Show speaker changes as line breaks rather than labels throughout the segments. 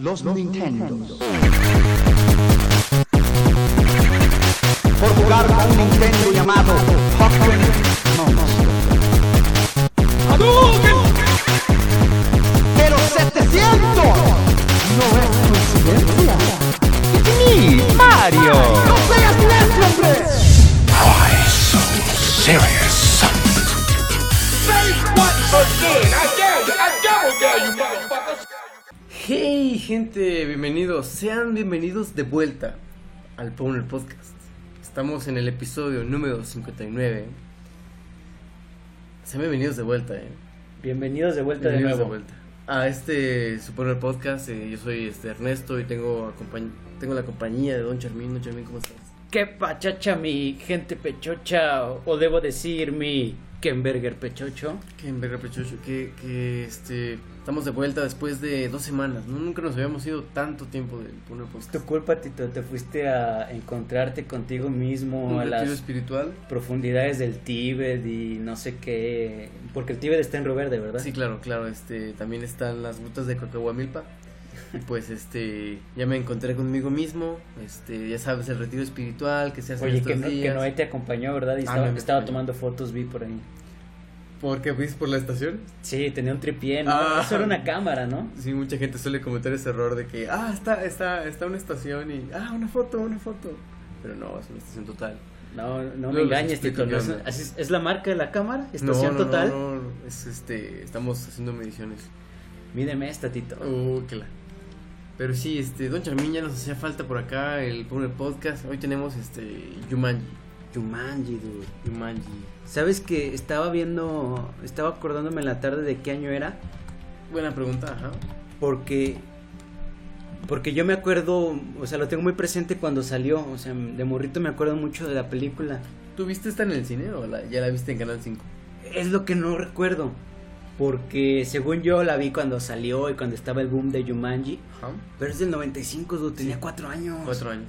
los Nintendos. Por jugar con un Nintendo llamado Pokémon Monster. ¡Hadouken! ¡Pero 700! No es coincidencia.
It's me, Mario.
¡No seas necio, hombre!
Why so serious?
Hey gente, bienvenidos, sean bienvenidos de vuelta al Powner Podcast. Estamos en el episodio número 59. Sean bienvenidos de vuelta, eh.
Bienvenidos de vuelta
Bienvenidos
de nuevo.
vuelta a este su Powner Podcast. eh, yo soy este Ernesto y tengo, acompañ- tengo la compañía de Don Charmín. Don Charmín, ¿cómo estás?
Qué pachacha mi gente pechocha o, o debo decir mi Kenberger pechocho.
Que en verga, Pechocho, que, que, este, estamos de vuelta después de dos semanas. ¿no? Nunca nos habíamos ido tanto tiempo del Powner Podcast.
Tu culpa Tito, te fuiste a encontrarte contigo mismo
Un
a
retiro
las
espiritual.
profundidades del Tíbet y no sé qué, porque el Tíbet está en Río Verde, ¿verdad?
Sí, claro, claro, este, también están las rutas de Cocahuamilpa. Y pues este, ya me encontré conmigo mismo, este, ya sabes, el retiro espiritual que se hace en
Oye,
estos
que, no, que
días.
Noé te acompañó, ¿verdad?
Ah,
Y estaba,
no, me
estaba
acompañó.
tomando fotos, vi por ahí.
¿Por qué fuiste por la estación?
Sí, tenía un tripié, ¿no?
Ah.
Eso era una cámara, ¿no?
Sí, mucha gente suele cometer ese error de que, ah, está, está, está una estación y, ah, una foto, una foto. Pero no, es una estación total.
No,
Luego
no me
les
engañes,
explico
Tito.
qué
¿no? Es,
onda.
así- es la marca de la cámara,
No,
estación
no, no,
total.
No, no, es este, estamos haciendo mediciones.
Mídeme esta, Tito.
Uh, que la- Pero sí, este, Don Charmín ya nos hacía falta por acá el, por el podcast. Hoy tenemos este, Yumanji.
Jumanji, dude.
Yumanji.
¿Sabes que estaba viendo, estaba acordándome en la tarde de qué año era?
Buena pregunta, ajá.
Porque porque yo me acuerdo, o sea, lo tengo muy presente cuando salió, o sea, de morrito me acuerdo mucho de la película.
¿Tú viste esta en el cine o la- ya la viste en Canal 5?
Es lo que no recuerdo, porque según yo la vi cuando salió y cuando estaba el boom de Jumanji,
Ajá.
pero es del 95, dude, tenía cuatro años.
Cuatro años.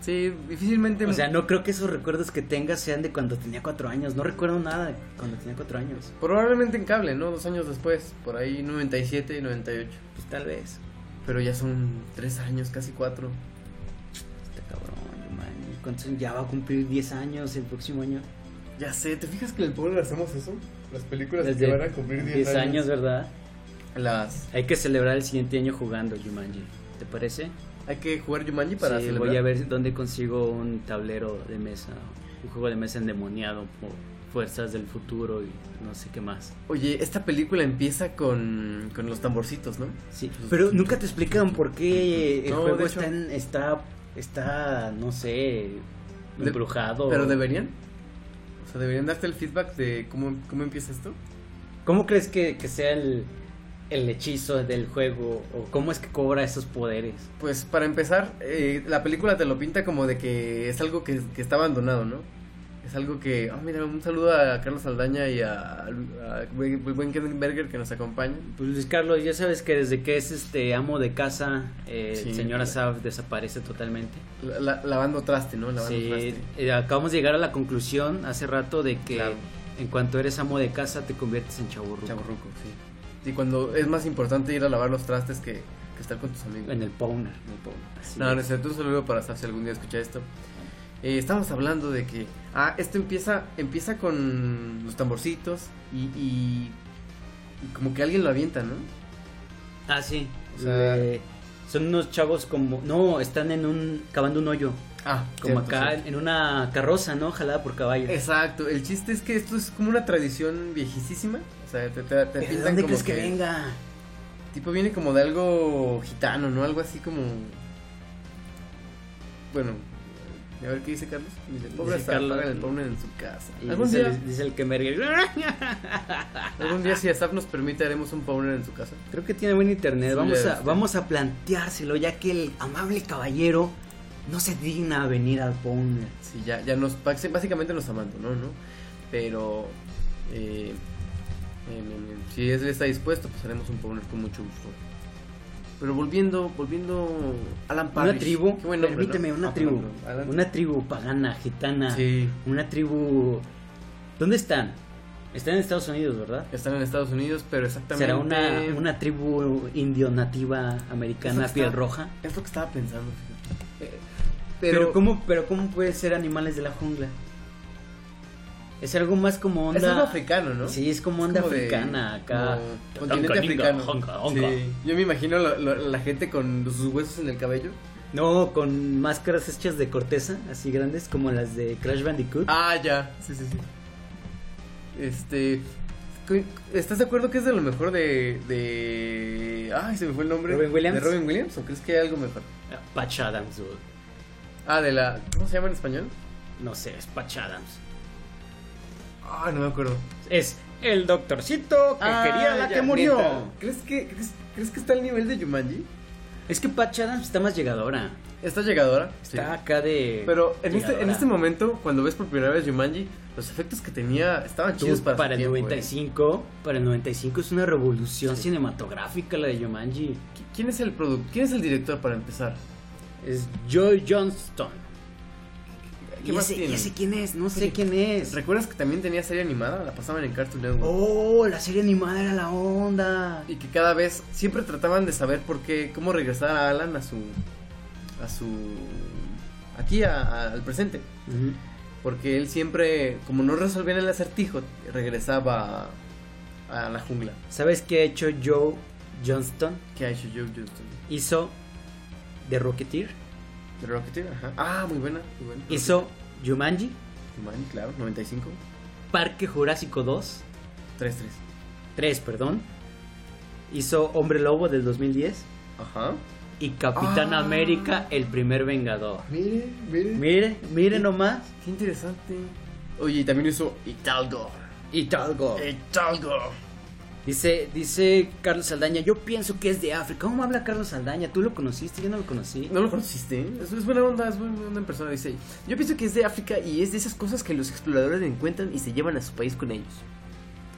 Sí, difícilmente.
O sea, no creo que esos recuerdos que tengas sean de cuando tenía cuatro años, no recuerdo nada de cuando tenía cuatro años.
Probablemente en cable, ¿no? Dos años después, por ahí 97, 98.
Pues tal vez.
Pero ya son tres años, casi cuatro.
Está Este cabrón, Jumanji. ¿Cuántos años? Ya va a cumplir 10 años el próximo año.
Ya sé, ¿te fijas que en el pueblo hacemos eso? Las películas
Desde 10 años. ¿verdad?
Las...
Hay que celebrar el siguiente año jugando Jumanji. ¿Te parece?
Hay que jugar Yumanji para
Sí,
celebrar.
voy a ver dónde consigo un tablero de mesa, un juego de mesa endemoniado por fuerzas del futuro y no sé qué más.
Oye, esta película empieza con, con los tamborcitos, ¿no?
Sí, pero nunca te explican por qué el
No,
juego
de hecho-
está, en- está, está, no sé,
De-
embrujado.
Pero deberían. O sea, deberían darte el feedback de cómo, cómo empieza esto.
¿Cómo crees que, que sea el, el hechizo del juego? ¿O cómo es que cobra esos poderes?
Pues para empezar, eh, la película te lo pinta como de que es algo que, que está abandonado, ¿no? Es algo que... Ah, mira, un saludo a Carlos Aldaña y a, a, Berger que nos acompaña.
Pues Luis Carlos, ya sabes que desde que es este amo de casa, eh,
Sí,
el señor
claro.
Asaf desaparece totalmente.
La- la- lavando traste, ¿no? Lavando
Sí,
traste.
eh, acabamos de llegar a la conclusión hace rato de que
Claro.
en cuanto eres amo de casa te conviertes en chaburro.
Chaburruco, sí. Y cuando es más importante ir a lavar los trastes que, que estar con tus amigos.
En el powner.
En el pueblo.
Así
No,
es.
no es cierto, un saludo para Saf si algún día escucha esto. Eh, estamos hablando de que. Ah, esto empieza, empieza con los tamborcitos y, y- y como que alguien lo avienta, ¿no?
Ah, sí.
O sea-
Le- son unos chavos como... No, están en un... cavando un hoyo.
Ah,
Como acá en una carroza, ¿no? Jalada por caballos.
Exacto, el chiste es que esto es como una tradición viejísima. O sea, te, te, te
¿Pero ¿De
pintan
dónde
como
crees que venga?
Tipo viene como de algo gitano, ¿no? Algo así como. Bueno, a ver qué dice Carlos. Dice, pobre
Dice
Saf,
Carlos-
hagan el pobre en su casa.
Y
Algún
dice,
día,
dice el que me ríe.
algún día, si Asaf nos permite, haremos un pobre en su casa.
Creo que tiene buen internet.
Sí,
vamos,
ya
a,
está.
vamos a planteárselo, ya que el amable caballero no se digna a venir al Powner.
Sí, ya, ya nos, basi- básicamente nos abandonó, ¿no? Pero, eh, em, em, em, si él está dispuesto, pues haremos un poner con mucho gusto. Pero volviendo, volviendo, Alan Parrish.
Una tribu,
Qué buen nombre, ¿no?
permíteme,
Ah,
una tribu.
perdón, perdón, Alan-
Una tribu pagana, gitana.
Sí,
Una tribu. ¿Dónde están? Está en Estados Unidos, ¿verdad?
Están en Estados Unidos, pero exactamente.
¿Será una, una tribu indio nativa americana
Eso que
piel
está-
roja?
Es lo que estaba pensando, fíjate. Eh,
Pero,
Pero,
¿cómo, pero ¿cómo puede ser animales de la jungla? Es algo más como onda...
es algo africano, ¿no?
Sí, es como
Es
onda
como de-
africana acá.
como Continente africano. Sí. Yo me imagino la, la- la gente con sus huesos en el cabello.
No, con máscaras hechas de corteza, así grandes como las de Crash Bandicoot.
Ah, ya. Sí, sí, sí. Este. cu- ¿Estás de acuerdo que es de lo mejor de. de. Ay, se me fue el nombre.
¿Robin Williams?
¿De Robin Williams? ¿O crees que hay algo mejor?
Patch Adams, dude.
Ah, de la. ¿Cómo se llama en español?
No sé, es Patch Adams.
Ah, no me acuerdo.
Es el doctorcito que quería la
Ah, ya,
que murió.
neta. ¿Crees que, crees, crees que está al nivel de Jumanji?
Es que Patch Adams está más llegadora.
¿Está llegadora?
Está
Sí.
acá de.
Pero en este, en
llegadora.
este momento, cuando ves por primera vez Jumanji, los efectos que tenía estaban
Tú,
chidos para,
para,
su
el
tiempo, eh.
95, para el 95 es una revolución cinematográfica la de Jumanji.
¿Qui- ¿Quién es el produ- ¿Quién es el director para empezar?
Es Joy Johnston.
¿Qué
¿Y
más
ese,
tiene?
y ese quién es? No sé quién es.
¿Recuerdas que también tenía serie animada? La pasaban en Cartoon Network.
Oh, la serie animada era la onda.
Y que cada vez siempre trataban de saber por qué, cómo regresar a Alan a su. a su. aquí, a- a- al presente.
Ujú.
Porque él siempre, como no resolvían el acertijo, regresaba a, a la jungla.
¿Sabes qué ha hecho Joe Johnston?
¿Qué ha hecho Joe Johnston?
Hizo The Rocketeer,
¿De Rocketeer? Ajá. Ah, muy buena, muy buena.
hizo Jumanji,
Jumanji, claro, 95.
Parque Jurásico 2,
3-3.
3, perdón. Hizo Hombre Lobo del 2010
Ajá.
y Capitán
Ah.
América, el primer vengador.
Mire, mire.
Mire, mire nomás.
Qué interesante. Oye, y también hizo Hidalgo.
Y Talgo.
Hidalgo.
Dice, dice Carlos Saldaña, yo pienso que es de África. ¿Cómo habla Carlos Saldaña? ¿Tú lo conociste? Yo no lo conocí.
No lo conociste. ¿eh? Es, es buena onda, es buena onda en persona. Dice: Yo pienso que es de África y es de esas cosas que los exploradores encuentran y se llevan a su país con ellos.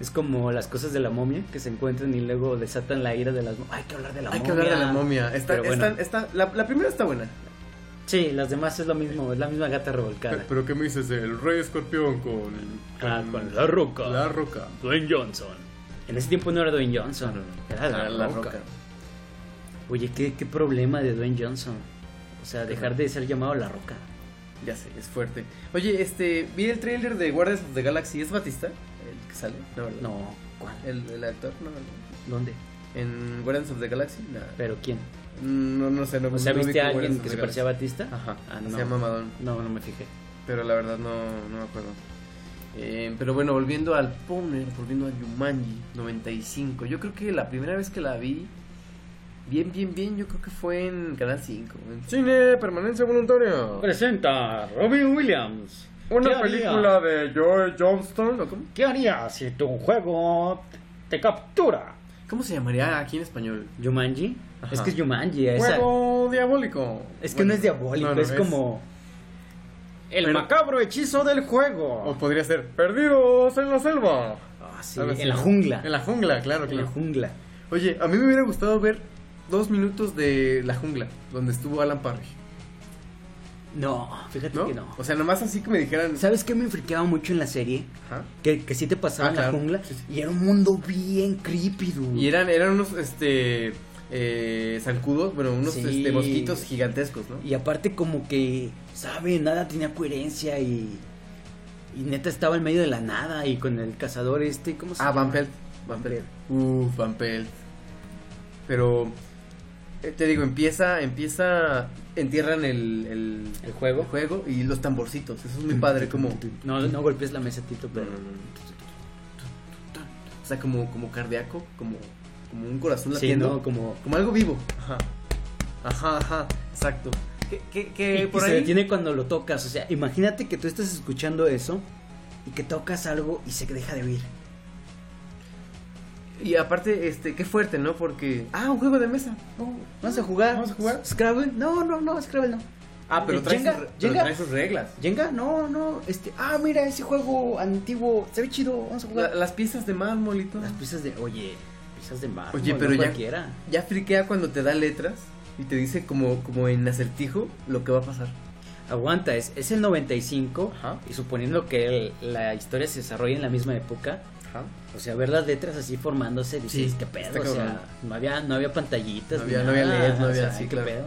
Es como las cosas de la momia que se encuentran y luego desatan la ira de las momias. Hay que hablar de la
Hay
momia.
que hablar de la momia. Está,
Pero bueno.
está, está- la, la primera está buena.
Sí, las demás es lo mismo, es la misma gata revolcada.
¿qué me dices? El rey escorpión con.
Ah,
mm.
con la roca.
roca.
Dwayne Johnson. En ese tiempo no era Dwayne Johnson, era
Ah,
la, roca. Oye, ¿qué, qué problema de Dwayne Johnson. O sea, dejar de ser llamado la roca.
Ya sé, es fuerte. Oye, este, vi el tráiler de Guardians of the Galaxy. ¿Es Batista? El que sale. No, ¿verdad?
No, ¿cuál?
El, el actor, no, no.
¿Dónde?
En Guardians of the Galaxy, nada.
¿Pero quién?
No, no sé, no
O sea,
no
¿viste
ubico
a alguien
Guardians of
que
the
se parecía a
Galaxy.
Batista?
Ajá,
Ah,
se llama
no.
Madonna.
No, no me fijé.
Pero la verdad no, no me acuerdo. Eh, pero bueno, volviendo al Powner, volviendo a Yumanji 95. Yo creo que la primera vez que la vi, bien, bien, bien, yo creo que fue en Canal 5. en Cine Permanencia Voluntaria.
Presenta Robin Williams.
Una película de Joe Johnston. ¿o cómo?
¿Qué harías si tu juego te captura?
¿Cómo se llamaría aquí en español?
¿Yumanji?
Ajá.
Es que es Yumanji. esa-
Juego diabólico.
Es que
Bueno,
no es diabólico,
no, no,
es, como. El
Pero- Oh,
macabro hechizo del
O
juego.
podría ser Perdidos en la selva.
Ah, sí,
Algo así.
en la jungla.
En la jungla, claro,
En la
claro.
jungla.
Oye, a mí me hubiera gustado ver dos minutos de La Jungla, donde estuvo Alan Parrish.
No, fíjate
¿No?
que no.
O sea, nomás así que me dijeran.
¿Sabes qué me friqueaba mucho en la serie?
Ajá.
Que, que sí te pasaba
Ah,
en
claro.
la jungla.
Sí, sí.
Y era un mundo bien creepy, dude.
Y eran, eran unos este eh, zancudos, bueno, unos
Sí.
este, mosquitos gigantescos, ¿no?
Y aparte como que, sabe, nada tenía coherencia y, y neta estaba en medio de la nada y con el cazador este, ¿cómo se
Ah,
llama?
Van Pelt. Van Pelt. Uf, Van Pelt. Pero eh, te digo, empieza, empieza, entierran el, el,
¿El juego?
el juego y los tamborcitos. Eso es muy padre, como, o
No, no golpees la mesa, Tito, pero...
Mm. sea, como, como cardíaco, como, como un corazón
Sí,
latiendo.
¿no? Como...
Como algo vivo. Ajá. Ajá, ajá, exacto. Que, que, que
y- y
por
se
ahí.
detiene cuando lo tocas, o sea, imagínate que tú estás escuchando eso y que tocas algo y se deja de oír.
Y aparte, este, qué fuerte, ¿no? Porque. Ah, un juego de mesa. Oh.
Vamos a jugar.
Vamos a jugar.
Scrabble. No, no, no, Scrabble no.
Ah, pero
Eh,
trae,
Jenga,
sus, re- pero
Jenga.
trae sus reglas.
Jenga, no, no, este, ah, mira ese juego antiguo, se ve chido, vamos a jugar.
La- las piezas de mármol y todo.
Las piezas de, oye, piezas de mármol,
Oye, pero
no
ya-
cualquiera.
Ya friquea cuando te da letras y te dice como, como en acertijo lo que va a pasar.
aguanta, es, es el 95
Ajá.
y suponiendo que el- la historia se desarrolla en la misma época,
Ajá.
o sea, ver las letras así formándose, dices,
Sí,
qué
está
pedo, o sea,
cabrón.
no había, no había pantallitas,
No
ni
había- no había
nada,
LED, no
o
había
sea,
así,
qué
claro.
pedo.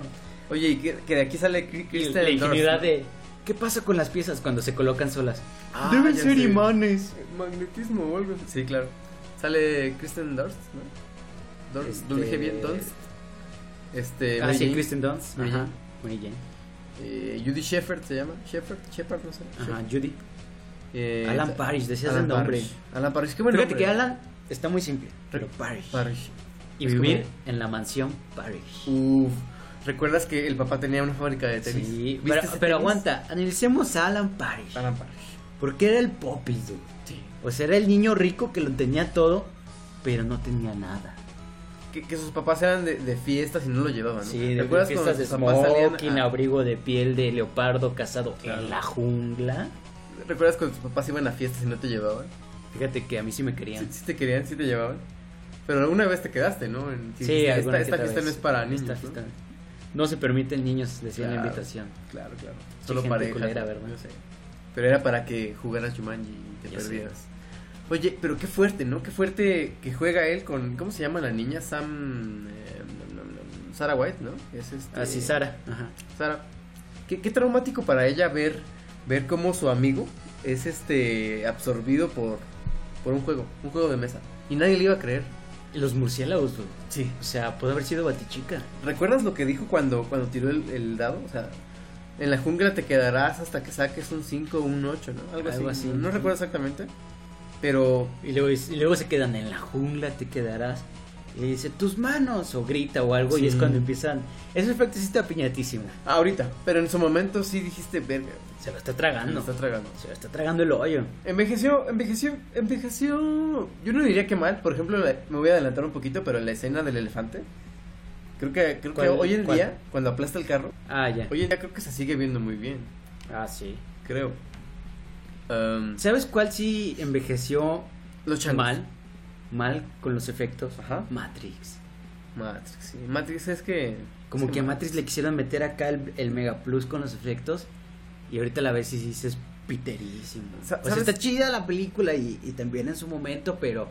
Oye, y que, que de aquí sale Cri-
Y
Kristen
la
Dunst,
ingenuidad
¿no?
de, ¿qué pasa con las piezas cuando se colocan solas?
Ah, ya sé. Eh, Magnetismo o algo. Sí, claro. Sale Kristen Durst, ¿no? Durst,
Este-
Lo dije bien, Dunst. Este,
Ah,
Mary
sí,
Jane.
Kristen Dunst,
Mary
ajá,
Jane.
Mary Jane,
Eh, Judy Shepard se llama. Shepard, Shepard, no sé.
ajá,
Shepard.
Judy.
Eh,
Alan Parrish, decías
Alan
el nombre.
Parrish. Alan Parrish, qué bueno.
Fíjate que Alan está muy simple, pero Parrish.
Parrish.
Y
Es
vivir
como-
en la mansión Parrish.
Uf. ¿Recuerdas que el papá tenía una fábrica de tenis?
Sí,
¿Viste
pero,
ese
pero
tenis?
aguanta, analicemos a Alan Parrish.
Alan Parrish.
Porque era el popis, dude.
Sí.
O sea, era el niño rico que lo tenía todo, pero no tenía nada.
Que, que sus papás eran de, de fiestas y no lo llevaban. ¿no?
Sí, de
¿Recuerdas cuando
fiestas de
sus papás salían
smoking,
a-
abrigo de piel de leopardo cazado en la jungla.
¿Recuerdas cuando tus papás iban a fiestas y no te llevaban?
Fíjate que a mí sí me
Si
querían.
te querían, si te llevaban. Pero alguna vez te quedaste, ¿no? En-
Sí,
dijiste, esta,
alguna que
esta
otra
fiesta
vez.
no es para niños.
Esta
¿no?
fiesta- No se permiten niños, decía en la
Claro.
invitación.
Claro, claro. Solo
gente
parejas.
culera,
¿no?
¿verdad?
Yo sé. Pero era para que jugaras Jumanji y te
Ya sé.
perdieras. Oye, pero qué fuerte, ¿no? Qué fuerte que juega él con. ¿Cómo se llama la niña? Sam. eh, nom, nom, nom, Sarah White, ¿no? Es este-
Así, Sara. Ajá.
Sara, qué, qué traumático para ella ver, ver cómo su amigo es este absorbido por, por un juego, un juego de mesa. Y nadie le iba a creer.
Y Los murciélagos, dude.
Sí.
O sea, puede haber sido Batichica.
¿Recuerdas lo que dijo cuando, cuando tiró el, el dado? O sea, en la jungla te quedarás hasta que saques un 5 o un 8, ¿no? Algo,
Algo
así.
así.
No recuerdo exactamente. Pero
Y luego, y luego se quedan en la jungla, te quedarás. Y dice, tus manos, o grita o algo, y es
Sí.
cuando empiezan. Ese efecto sí está piñatísimo.
ahorita, pero en su momento sí dijiste, verga,
Se lo está
me
tragando.
está tragando.
Se lo está tragando el hoyo.
Envejeció, envejeció, envejeció. Yo no diría que mal, por ejemplo, la- me voy a adelantar un poquito, pero la escena del elefante. Creo que, creo que
¿Cuál-
hoy en
cuál?
día, cuando aplasta el carro,
Ah, ya.
hoy en día creo que se sigue viendo muy bien.
Ah, sí.
Creo. Am,
¿Sabes cuál sí envejeció
los changos.
Em, mal? Mal con los efectos.
Ajá.
Matrix.
Matrix, sí. Matrix es que.
Como
es
que a Matrix le quisieron meter acá el, el Mega Plus con los efectos. Y ahorita la ves y dices piterísimo.
Sa-
O sea,
¿sabes?
está chida la película y, y también en su momento, pero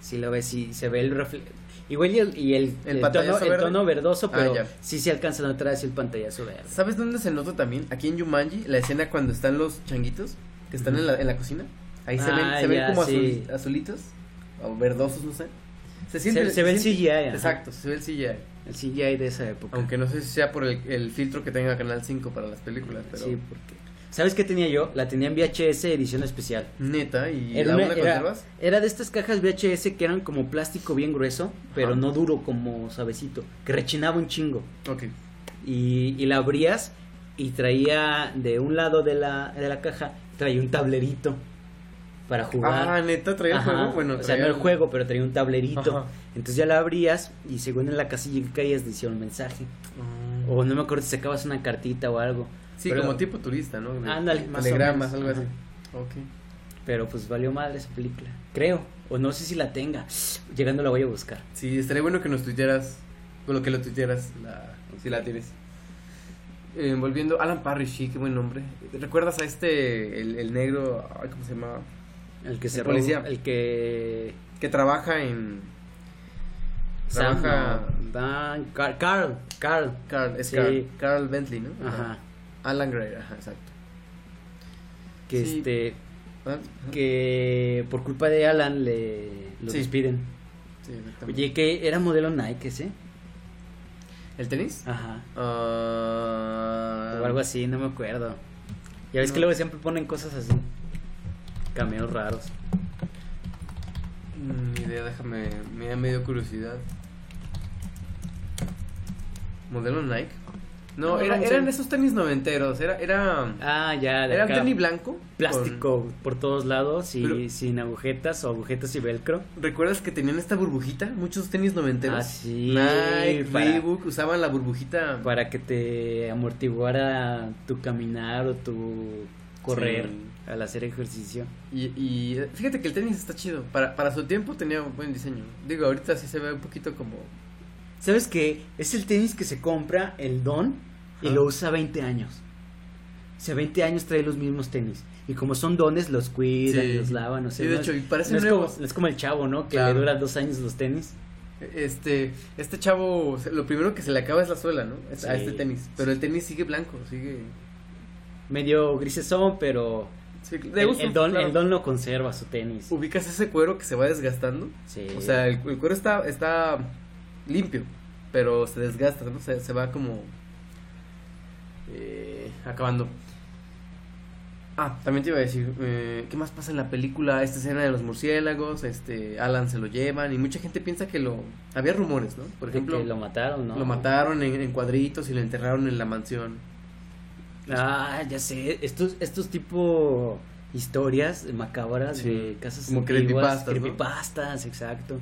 si lo ves y se ve el refle- Igual y el, y el,
El
el tono,
pantallazo
el
verde.
tono verdoso,
Ah,
pero
ya.
sí se alcanza a notar así el pantallazo verde.
¿Sabes dónde se notó también? Aquí en Yumanji, la escena cuando están los changuitos, que están en, la, en la cocina. Ahí se ven,
Ah,
se ven
ya,
como
sí.
azul- azulitos, o verdosos, no sé. Se,
Se, se ve el
siente-
CGI. ajá.
Exacto, se ve el CGI.
El CGI de esa época.
Aunque no sé si sea por el, el filtro que tenga Canal 5 para las películas, pero
Sí, porque... ¿Sabes qué tenía yo? La tenía en VHS edición especial.
neta, ¿y
Era,
aún
una-
la
era-
conservas?
era de estas cajas VHS que eran como plástico bien grueso, pero
Ajá.
no duro como suavecito, que rechinaba un chingo.
Ok.
Y, y la abrías y traía de un lado de la, de la caja, traía un tablerito para jugar.
Ah, neta, traía el
Ajá.
juego. Bueno,
o sea, no
traía
el juego, pero traía un tablerito.
Ajá.
Entonces ya la abrías y según en la casilla que caías decía un mensaje.
Mm.
O no me acuerdo si sacabas una cartita o algo.
Sí,
Pero-
como tipo turista, ¿no? De-
Ándale, más o
Telegramas,
menos.
algo así.
Ajá.
Ok.
Pero pues valió madre esa película. Creo. O no sé si la tenga. Llegando la voy a buscar.
Sí, estaría bueno que nos tuitearas, con lo que lo tuitearas, la, si la tienes. Eh, volviendo, Alan Parrish, sí, qué buen nombre. ¿Recuerdas a este, el, el negro, ay, cómo se llama?
El que
El
se
policía.
robó- El que.
Que trabaja en...
Sam,
Trabaja-
no, Dan- Car- Carl. Carl.
Carl, es
Sí.
Carl, Carl Bentley, ¿no?
Ajá.
Alan Gray, ajá, exacto.
Que
Sí.
este.
Ah,
Que por culpa de Alan le. Lo
Sí.
despiden.
sí, exactamente.
Oye, que era modelo Nike, ¿sí?
¿El tenis?
Ajá.
Ah,
O algo así, no me acuerdo. Ya ves que
No.
luego siempre ponen cosas así. Cameos raros.
Mm, Ni idea, déjame. Me da medio curiosidad. ¿Modelo Nike? No,
No,
era-
no sé.
eran esos tenis noventeros. Era. Era,
Ah, ya. de
era un
acá.
tenis blanco.
Plástico por todos lados y
Pero-
sin agujetas o agujetas y velcro.
con- ¿Recuerdas que tenían esta burbujita? Muchos tenis noventeros.
Ah, sí,
Nike,
para-
Reebok usaban la burbujita.
para que te amortiguara tu caminar o tu correr
Sí.
al hacer ejercicio.
Y, y, eh, fíjate que el tenis está chido. Para, para su tiempo tenía un buen diseño. Digo, ahorita sí se ve un poquito como.
¿Sabes qué? Es el tenis que se compra el Don y
Ajá.
lo usa 20 años. hace 20 años trae los mismos tenis. Y como son dones, los cuidan,
Sí.
los lavan, o sea,
Sí, de
no
hecho,
es,
y parecen
no es
nuevos.
como, no es como el chavo, ¿no? Que
Claro.
le dura dos años los tenis.
Este, este chavo, o sea, lo primero que se le acaba es la suela, ¿no? Es- A
Sí,
este tenis. Pero el tenis sigue blanco, sigue.
Medio grises son, pero
sí, de
el,
uso,
el don,
claro.
el don lo conserva su tenis.
Ubicas ese cuero que se va desgastando.
Sí.
O sea, el, el cuero está, está limpio, pero se desgasta, ¿no? Se, se va como eh, acabando. Ah, también te iba a decir, eh, ¿qué más pasa en la película? Esta escena de los murciélagos, este, Alan se lo llevan y mucha gente piensa que lo... Había rumores, ¿no? Por
De
ejemplo,
que lo mataron, ¿no?
lo mataron en, en cuadritos y lo enterraron en la mansión.
Ah, ya sé, estos, estos tipo historias macabras
Sí,
de casas
como
antiguas,
creepypastas, ¿no?
creepypastas, exacto.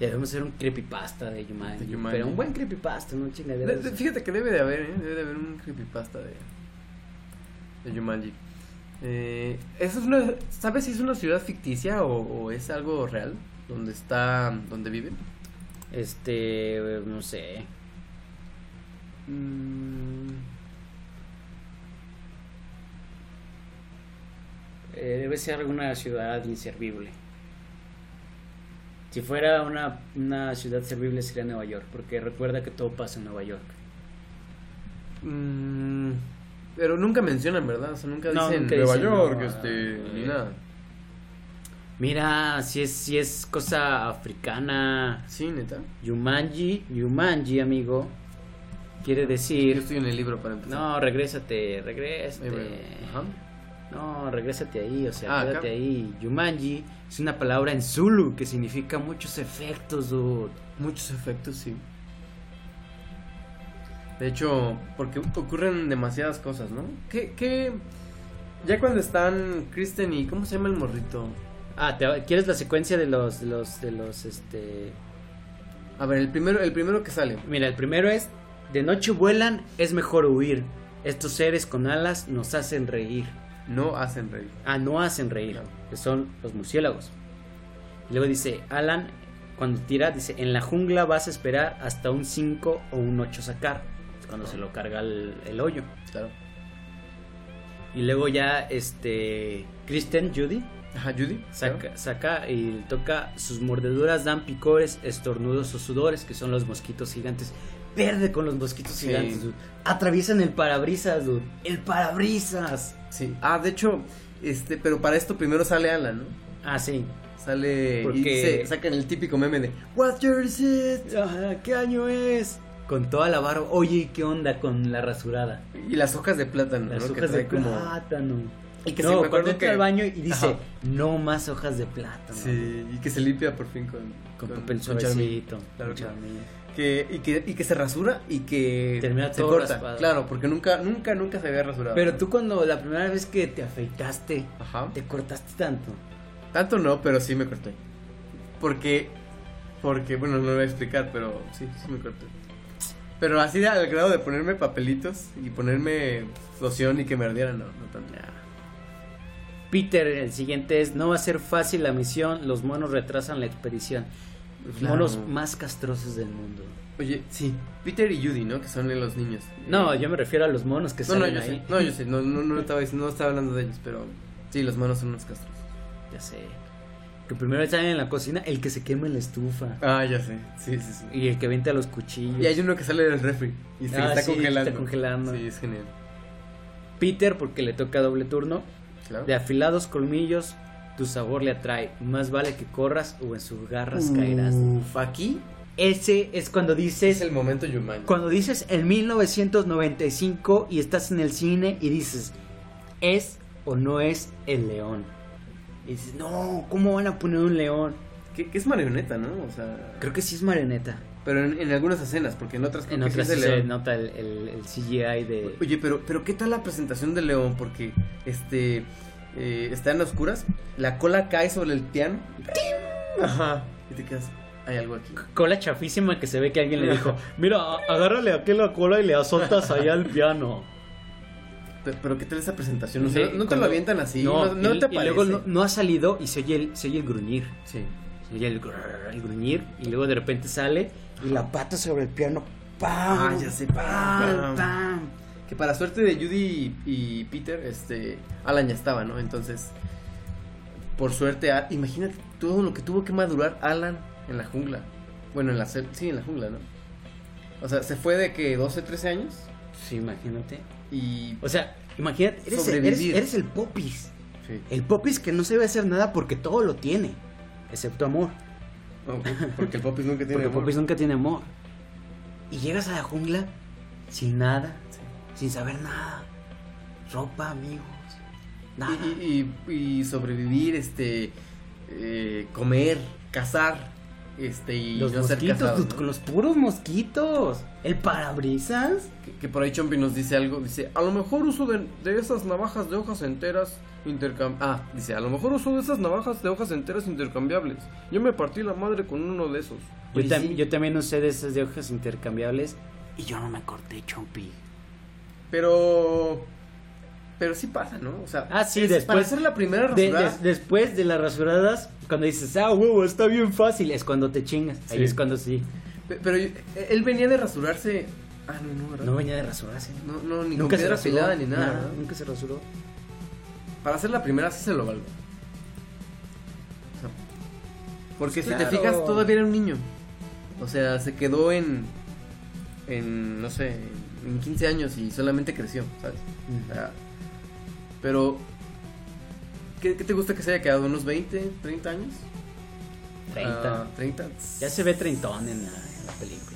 Ya debemos hacer un creepypasta de Jumanji,
De Jumanji.
pero un buen creepypasta, no
De-
chingadera.
de- fíjate que debe de haber, ¿eh? Debe de haber un creepypasta de, de Jumanji. Eh, ¿eso es una- ¿Sabes si es una ciudad ficticia o, o es algo real? ¿Dónde está, donde viven?
Este, eh, no sé.
Mm,
Eh, debe ser alguna ciudad inservible. Si fuera una, una ciudad servible sería Nueva York, porque recuerda que todo pasa en Nueva York.
mm, pero nunca mencionan, ¿verdad? O sea, nunca
No,
dicen
nunca
Nueva
dicen,
York,
no,
este,
no,
ni
eh.
nada.
Mira, si es, si es cosa africana,
Sí, neta.
Yumanji, Yumanji, amigo, quiere
Yo
decir...
estoy en el libro para empezar.
No, este, regrésate,
Ahí veo.
regrésate.
Ajá.
No, regrésate ahí, o sea,
Ah, acá.
quédate ahí. Yumanji es una palabra en Zulu que significa muchos efectos, dude.
Muchos efectos, sí. De hecho, porque ocurren demasiadas cosas, ¿no? ¿Qué, qué... Ya cuando están Kristen y... ¿Cómo se llama el morrito?
Ah, ¿te- ¿quieres la secuencia de los, de los, de los, este...
A ver, el primero, el primero que sale.
Mira, el primero es, de noche vuelan, es mejor huir. Estos seres con alas nos hacen reír.
No hacen reír.
Ah, no hacen reír, que son los murciélagos. Y luego dice, Alan, cuando tira, dice, en la jungla vas a esperar hasta un 5 o un 8 sacar. Es cuando se lo carga el, el hoyo.
Claro.
Y luego ya, este, Kristen, Judy,
Ajá, Judy.
saca,
claro.
saca y toca, sus mordeduras dan picores, estornudos o sudores, que son los mosquitos gigantes. Perde con los mosquitos
Sí.
gigantes, dude. Atraviesan el parabrisas, dude. El parabrisas.
Sí. Ah, de hecho, este... Pero para esto primero sale Alan, ¿no?
Ah, sí.
Sale...
Porque-
Y dice- sacan el típico meme de... What year is it?
Ajá, ¿Qué año es? Con toda la barba. Oye, ¿qué onda con la rasurada?
Y las hojas de plátano,
Las
¿no? Que
hojas de
trae como...
plátano.
Y que
no,
sí, me
cuando
acuerdo
entra
que-
al baño y dice,
Ajá.
no más hojas de plátano.
Sí, y que se limpia por fin con...
Con papel
Charmin.
suavecito.
Claro,
con
claro.
Charmin.
que, y, que, y que se rasura y que
Termina
se
todo
corta.
raspado.
Claro, porque nunca, nunca, nunca se había rasurado.
Pero tú cuando la primera vez que te afeitaste,
Ajá.
te cortaste tanto.
Tanto no, pero sí me corté. Porque, porque, bueno, no lo voy a explicar, pero sí, sí me corté. Pero así de- al grado de ponerme papelitos y ponerme loción y que me ardiera, no, no tanto.
Peter, el siguiente es, no va a ser fácil la misión, los monos retrasan la expedición. Los
Pues Claro.
monos más castrosos del mundo.
Oye, sí, Peter y Judy, ¿no? Que son de los niños.
No,
Eh,
yo me refiero a los monos que
no, no,
salen
yo
ahí.
sé, no, yo sé, no, no, no, estaba, diciendo- no estaba hablando de ellos, pero sí, los manos son unos castros.
Ya sé. Que primero están en la cocina, el que se quema en la estufa.
Ah, ya sé, sí, sí, sí.
Y el que venta los cuchillos.
Y hay uno que sale del refri y se
Ah,
está
sí,
congelando.
está congelando.
Sí, es genial.
Peter, porque le toca doble turno.
Claro.
De afilados colmillos, tu sabor le atrae. Más vale que corras o en sus garras caerás.
Uf, aquí
Ese es cuando dices.
es el momento Yumanji.
Cuando dices el 1995 y estás en el cine y dices, ¿es o no es el león? Y dices, no, ¿cómo van a poner un león?
Que, que es marioneta, ¿no? O sea,
Creo que sí es marioneta.
pero en, en algunas escenas, porque en otras creo
En
que sí
otras
es
sí
de
se
león.
nota el, el- el CGI de...
Oye, pero pero qué tal la presentación de León porque este eh, está en oscuras, la cola cae sobre el piano. ¡Ting! Ajá. Y te quedas, hay algo aquí.
Cola chafísima que se ve que alguien le dijo, mira, a- agárrale aquí la cola y le azotas allá al piano.
Pero, pero qué tal esa presentación, o
Sí,
sea, no te
cuando-
lo avientan así,
no,
no, no
y,
te
y
aparece.
luego no, no ha salido y se oye el, se oye el gruñir.
Sí.
Se oye el, grrr, el gruñir y luego de repente sale y la pata sobre el piano. ¡Pam!
Ah, ya sé, pam,
¡Pam!
Que para suerte de Judy y Peter, este, Alan ya estaba, ¿no? Entonces, por suerte, a- imagínate todo lo que tuvo que madurar Alan en la jungla. Bueno, en la cel- sí, en la jungla, ¿no? O sea, se fue de que 12, 13 años
Sí, imagínate.
y
O sea, imagínate, eres, eres,
Sobrevivir.
eres el popis.
sí,
El popis que no debe hacer nada porque todo lo tiene. Excepto amor.
no, porque el Popis nunca tiene
Porque el
amor.
popis nunca tiene amor. Y llegas a la jungla sin nada,
Sí.
sin saber nada. Ropa, amigos. Nada.
Y, y- y- y sobrevivir, este, eh, comer, cazar, este, y
los
no ser
mosquitos,
cazado,
los-
¿no?
con los puros mosquitos. El parabrisas.
Que, que por ahí Chompi nos dice algo, dice, a lo mejor uso de, de esas navajas de hojas enteras intercambiables. Ah, dice, a lo mejor uso de esas navajas de hojas enteras intercambiables. Yo me partí la madre con uno de esos.
Yo,
Oye,
tam-
sí,
yo también usé de esas de hojas intercambiables. Y yo no me corté, chompi.
Pero... Pero sí pasa, ¿no? O sea,
Ah, sí,
es-
después-
para hacer la primera
De-
rasurada,
des- después de las rasuradas, cuando dices, ah, huevo, está bien fácil, es cuando te chingas. Ahí
Sí.
es cuando sí.
pe- Pero yo- él venía de rasurarse... Ah, no, no, ¿verdad?
No venía de rasurarse.
No, no, ni
nunca
con
se
piedra
rasuró.
afilada ni nada.
Nada,
¿verdad?
nunca se rasuró.
Para hacer la primera sí se lo valgo. O sea, porque
Pues
si te
claro.
fijas, todavía era un niño. O sea, se quedó en. En, no sé, en 15 años y solamente creció, ¿sabes?
Mm.
O sea, pero. ¿qué, qué te gusta que se haya quedado? ¿Unos 20, 30 años?
30.
Ah, 30.
Ya se ve treintón en la, en la película.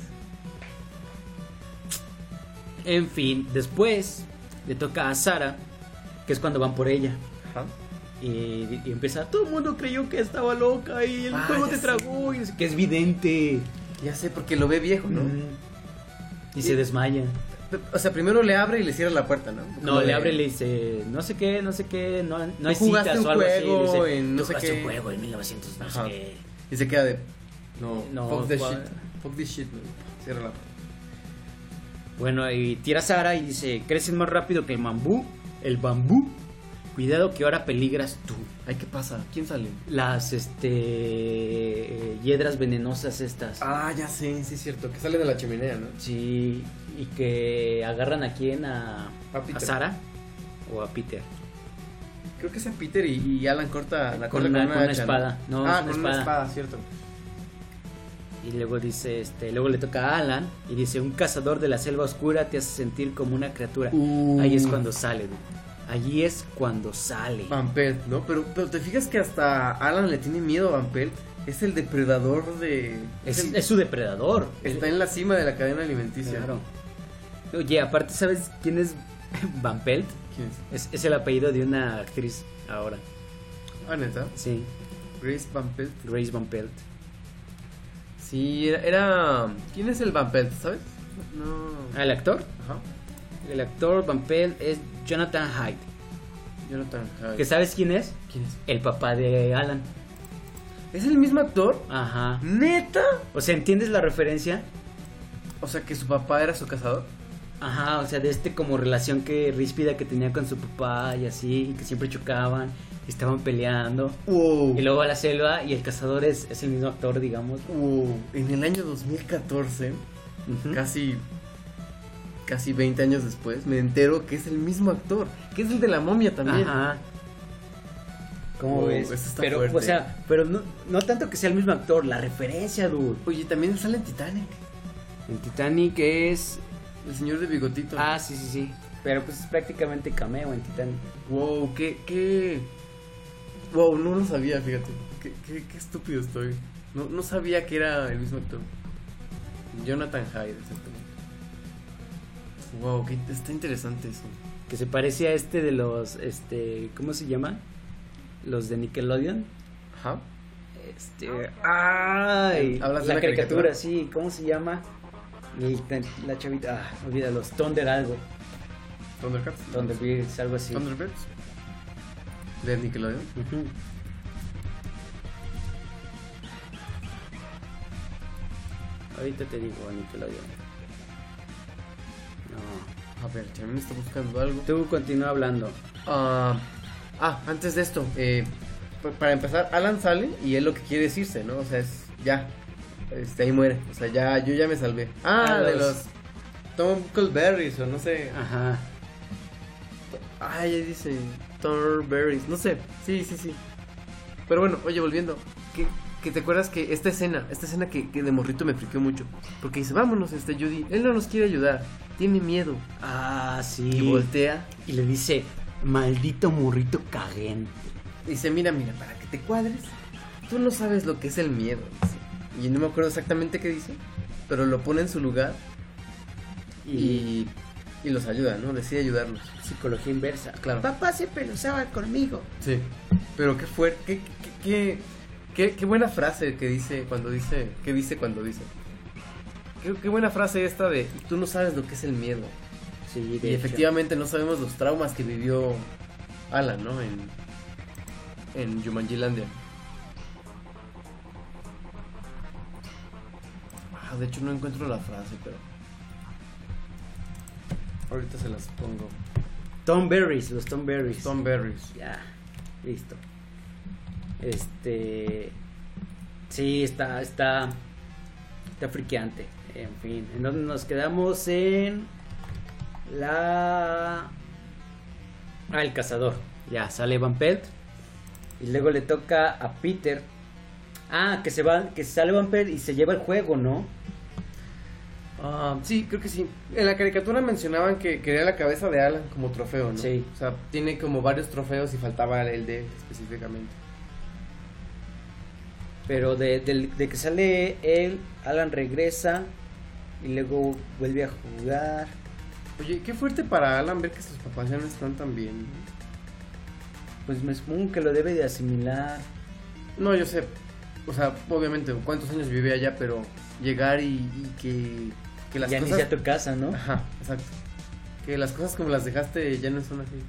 En fin, después le toca a Sara, que es cuando van por ella.
Ajá.
Y, y empieza, todo el mundo creyó que estaba loca y el
Ah,
juego
ya
te
sé.
tragó y no sé qué, que es vidente.
Ya sé, porque lo ve viejo, ¿no?
Mm. Y se desmaya.
Pe- O sea, primero le abre y le cierra la puerta, ¿no?
No, le abre y le dice, no sé qué, no sé qué, no, no hay
jugaste
citas
un
o algo así.
juego
le dice,
en
"Tú
no sé
jugaste
qué".
un juego en 1900, no sé
Ajá.
qué.
Y se queda de. No,
No,
fuck this
cua-
shit. Fuck this shit, man. Cierra la puerta.
Bueno, y tira a Sara y dice, crecen más rápido que el bambú, el bambú. Cuidado que ahora peligras tú.
Ay, ¿qué pasa? ¿Quién sale?
Las, este, eh, hiedras venenosas estas.
Ah, ya sé, sí es cierto, que sale de la chimenea, ¿no?
Sí, y que agarran a quién, a,
A Peter.
a Sara o a Peter.
Creo que es a Peter y, y Alan corta la
Con
cuerda
una- con una
hacha,
espada. No,
ah,
es una
con una
espada.
espada, cierto.
Y luego dice, este, luego le toca a Alan y dice, un cazador de la selva oscura te hace sentir como una criatura.
Uh.
Ahí es cuando sale, güey. Allí es cuando sale.
Van Pelt, ¿no? Pero, pero te fijas que hasta Alan le tiene miedo a Van Pelt. Es el depredador de.
Es,
es el-
es su depredador.
Está en la cima de la cadena alimenticia.
Claro. Oye, aparte, ¿sabes quién es Van Pelt?
¿Quién es?
Es, es el apellido de una actriz ahora.
Ah, neta.
Sí,
Grace Van Pelt.
Grace Van Pelt.
Sí, era, era- ¿Quién es el Van Pelt, sabes? No.
Ah, el actor.
Ajá.
El actor Van Pelt es Jonathan Hyde.
Jonathan Hyde.
¿Que sabes quién es?
¿Quién es?
El papá de Alan. ¿Mm?
¿Es el mismo actor?
Ajá.
¿Neta?
O sea, ¿entiendes la referencia?
O sea, que su papá era su cazador.
Ajá, o sea, de este como relación que ríspida que tenía con su papá y así, que siempre chocaban, estaban peleando.
Wow.
Y luego a la selva y el cazador es, es el mismo actor, digamos.
Wow, en el año 2014, ¿Mm?
Ujú.
casi casi 20 años después, me entero que es el mismo actor, que es el de la momia también.
Ajá. ¿Cómo
Wow,
ves?
Oh, eso está
pero,
fuerte.
o sea, pero no, no tanto que sea el mismo actor, la referencia, dude.
Oye, también sale en Titanic,
En Titanic es.
el señor de bigotito.
Ah, sí, sí, sí. Pero pues es prácticamente cameo en Titanic.
Wow, qué qué Wow, no lo sabía, fíjate. Qué, qué- qué estúpido estoy. No, no sabía que era el mismo actor. Jonathan Hyde, exactamente. Wow, qué, está interesante eso.
Que se parece a este de los. este ¿Cómo se llama? Los de Nickelodeon.
Ajá.
Este. ¡Ay!
¿Hablas de
la
la
caricatura,
caricatura?
sí. ¿Cómo se llama? El- la chavita. Ah, olvídalos. Thunder algo.
Thundercats.
Thunderbirds, algo así.
Thunderbirds. De Nickelodeon.
Ujú. Ahorita te digo, Nickelodeon. No.
A ver, también está buscando algo.
Tú continúa hablando.
Ah, ah, antes de esto, eh, pa- para empezar, Alan sale y él lo que quiere es irse, ¿no? O sea, es ya. Este, ahí muere. O sea, ya, yo ya me salvé. Ah,
Ah,
de
los-
los. Tom Colberries o no sé.
Ajá.
Ah, ya dicen Tom Berries, no sé. Sí, sí, sí. Pero bueno, oye, volviendo. ¿Qué, que te acuerdas que esta escena, esta escena que, que de morrito me friqueó mucho? Porque dice, vámonos, este Judy, él no nos quiere ayudar, tiene miedo.
Ah, sí.
Y voltea
Y le dice, maldito murrito caguen.
y dice, mira, mira, para que te cuadres, tú no sabes lo que es el miedo. dice. Y no me acuerdo exactamente qué dice, pero lo pone en su lugar
Y,
y, y los ayuda, ¿no? Decide ayudarlos.
psicología inversa.
Claro.
Papá siempre lo usaba conmigo.
Sí. Pero qué fuerte, qué, qué, qué, qué- qué buena frase que dice cuando dice, que dice cuando dice. Qué, qué buena frase esta de, tú no sabes lo que es el miedo.
Sí, de
Y
hecho.
efectivamente no sabemos los traumas que vivió Alan, ¿no? En, en Jumanjilandia. Ah, de hecho no encuentro la frase, pero... Ahorita se las pongo.
Tom Berries, los Tom Berries.
Tom Berries.
Ya, listo. Este. Sí, está, está. Está friqueante. En fin, en donde nos quedamos en. La. Ah, el cazador. Ya, sale Van Pelt. Y luego le toca a Peter. Ah, que se va, que sale Van Pelt y se lleva el juego, ¿no?
Ah, sí, creo que sí. En la caricatura mencionaban que quería la cabeza de Alan como trofeo, ¿no?
Sí.
O sea, tiene como varios trofeos y faltaba el de él específicamente.
Pero de, del- de que sale él, Alan regresa y luego vuelve a jugar.
Oye, qué fuerte para Alan ver que sus papás ya no están tan bien.
Pues me supongo que lo debe de asimilar.
No, yo sé. O sea, obviamente, cuántos años vive allá, pero llegar y, y que, que las
ya ni
cosas.
sea tu casa, ¿no?
Ajá, exacto. Que las cosas como las dejaste ya no son así.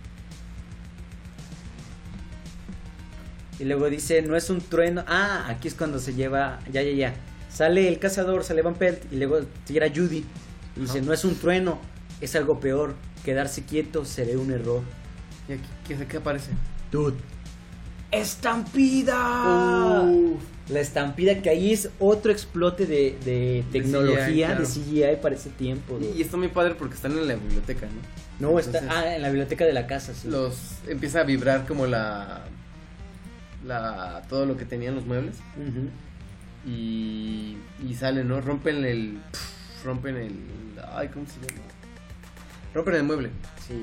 Y luego dice, no es un trueno. Ah, aquí es cuando se lleva. Ya, ya, ya. Sale el cazador, sale Van Pelt. Y luego tira Judy. Y dice,
Ajá.
no es un trueno. Es algo peor. Quedarse quieto sería un error.
¿Y aquí qué, qué aparece?
Dude. ¡Estampida!
Uh,
La estampida que ahí es otro explote de, de tecnología,
claro.
de CGI, para ese tiempo. dude.
y, y está muy padre porque están en la biblioteca, ¿no?
no, está
Entonces-
ah, en la biblioteca de la casa, sí.
los empieza a vibrar como la la todo lo que tenían los muebles
Ujú.
y y salen no rompen el rompen el ay cómo se llama rompen el mueble
Sí.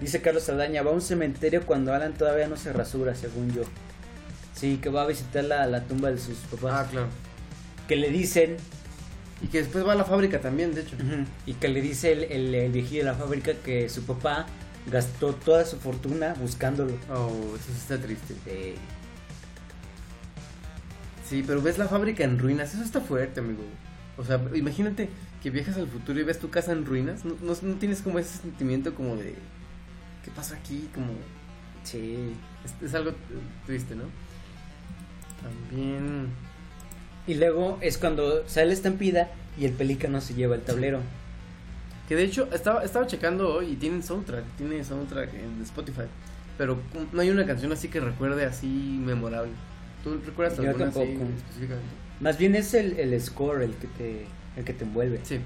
Dice Carlos Aldaña, va a un cementerio cuando Alan todavía no se rasura, según yo. Sí, que va a visitar la, la tumba de sus papás.
Ah, claro
que le dicen,
y que después va a la fábrica también de hecho
y que le dice el, el, el viejillo de la fábrica que su papá gastó toda su fortuna buscándolo.
oh eso sí está triste
Eh,
sí pero ves la fábrica en ruinas eso está fuerte amigo o sea imagínate que viajas al futuro y ves tu casa en ruinas no, no, no tienes como ese sentimiento como de qué pasó aquí como
sí.
Es, es algo eh, triste, ¿no? También.
Y luego es cuando sale estampida y el pelícano se lleva el tablero.
Que de hecho, estaba, estaba checando hoy y tienen soundtrack. Tiene soundtrack en Spotify. Pero mm, no hay una canción así que recuerde así memorable. ¿Tú recuerdas
Yo
alguna así
tampoco.
específicamente?
Más bien es el, el score el que te, el que te envuelve.
Sí.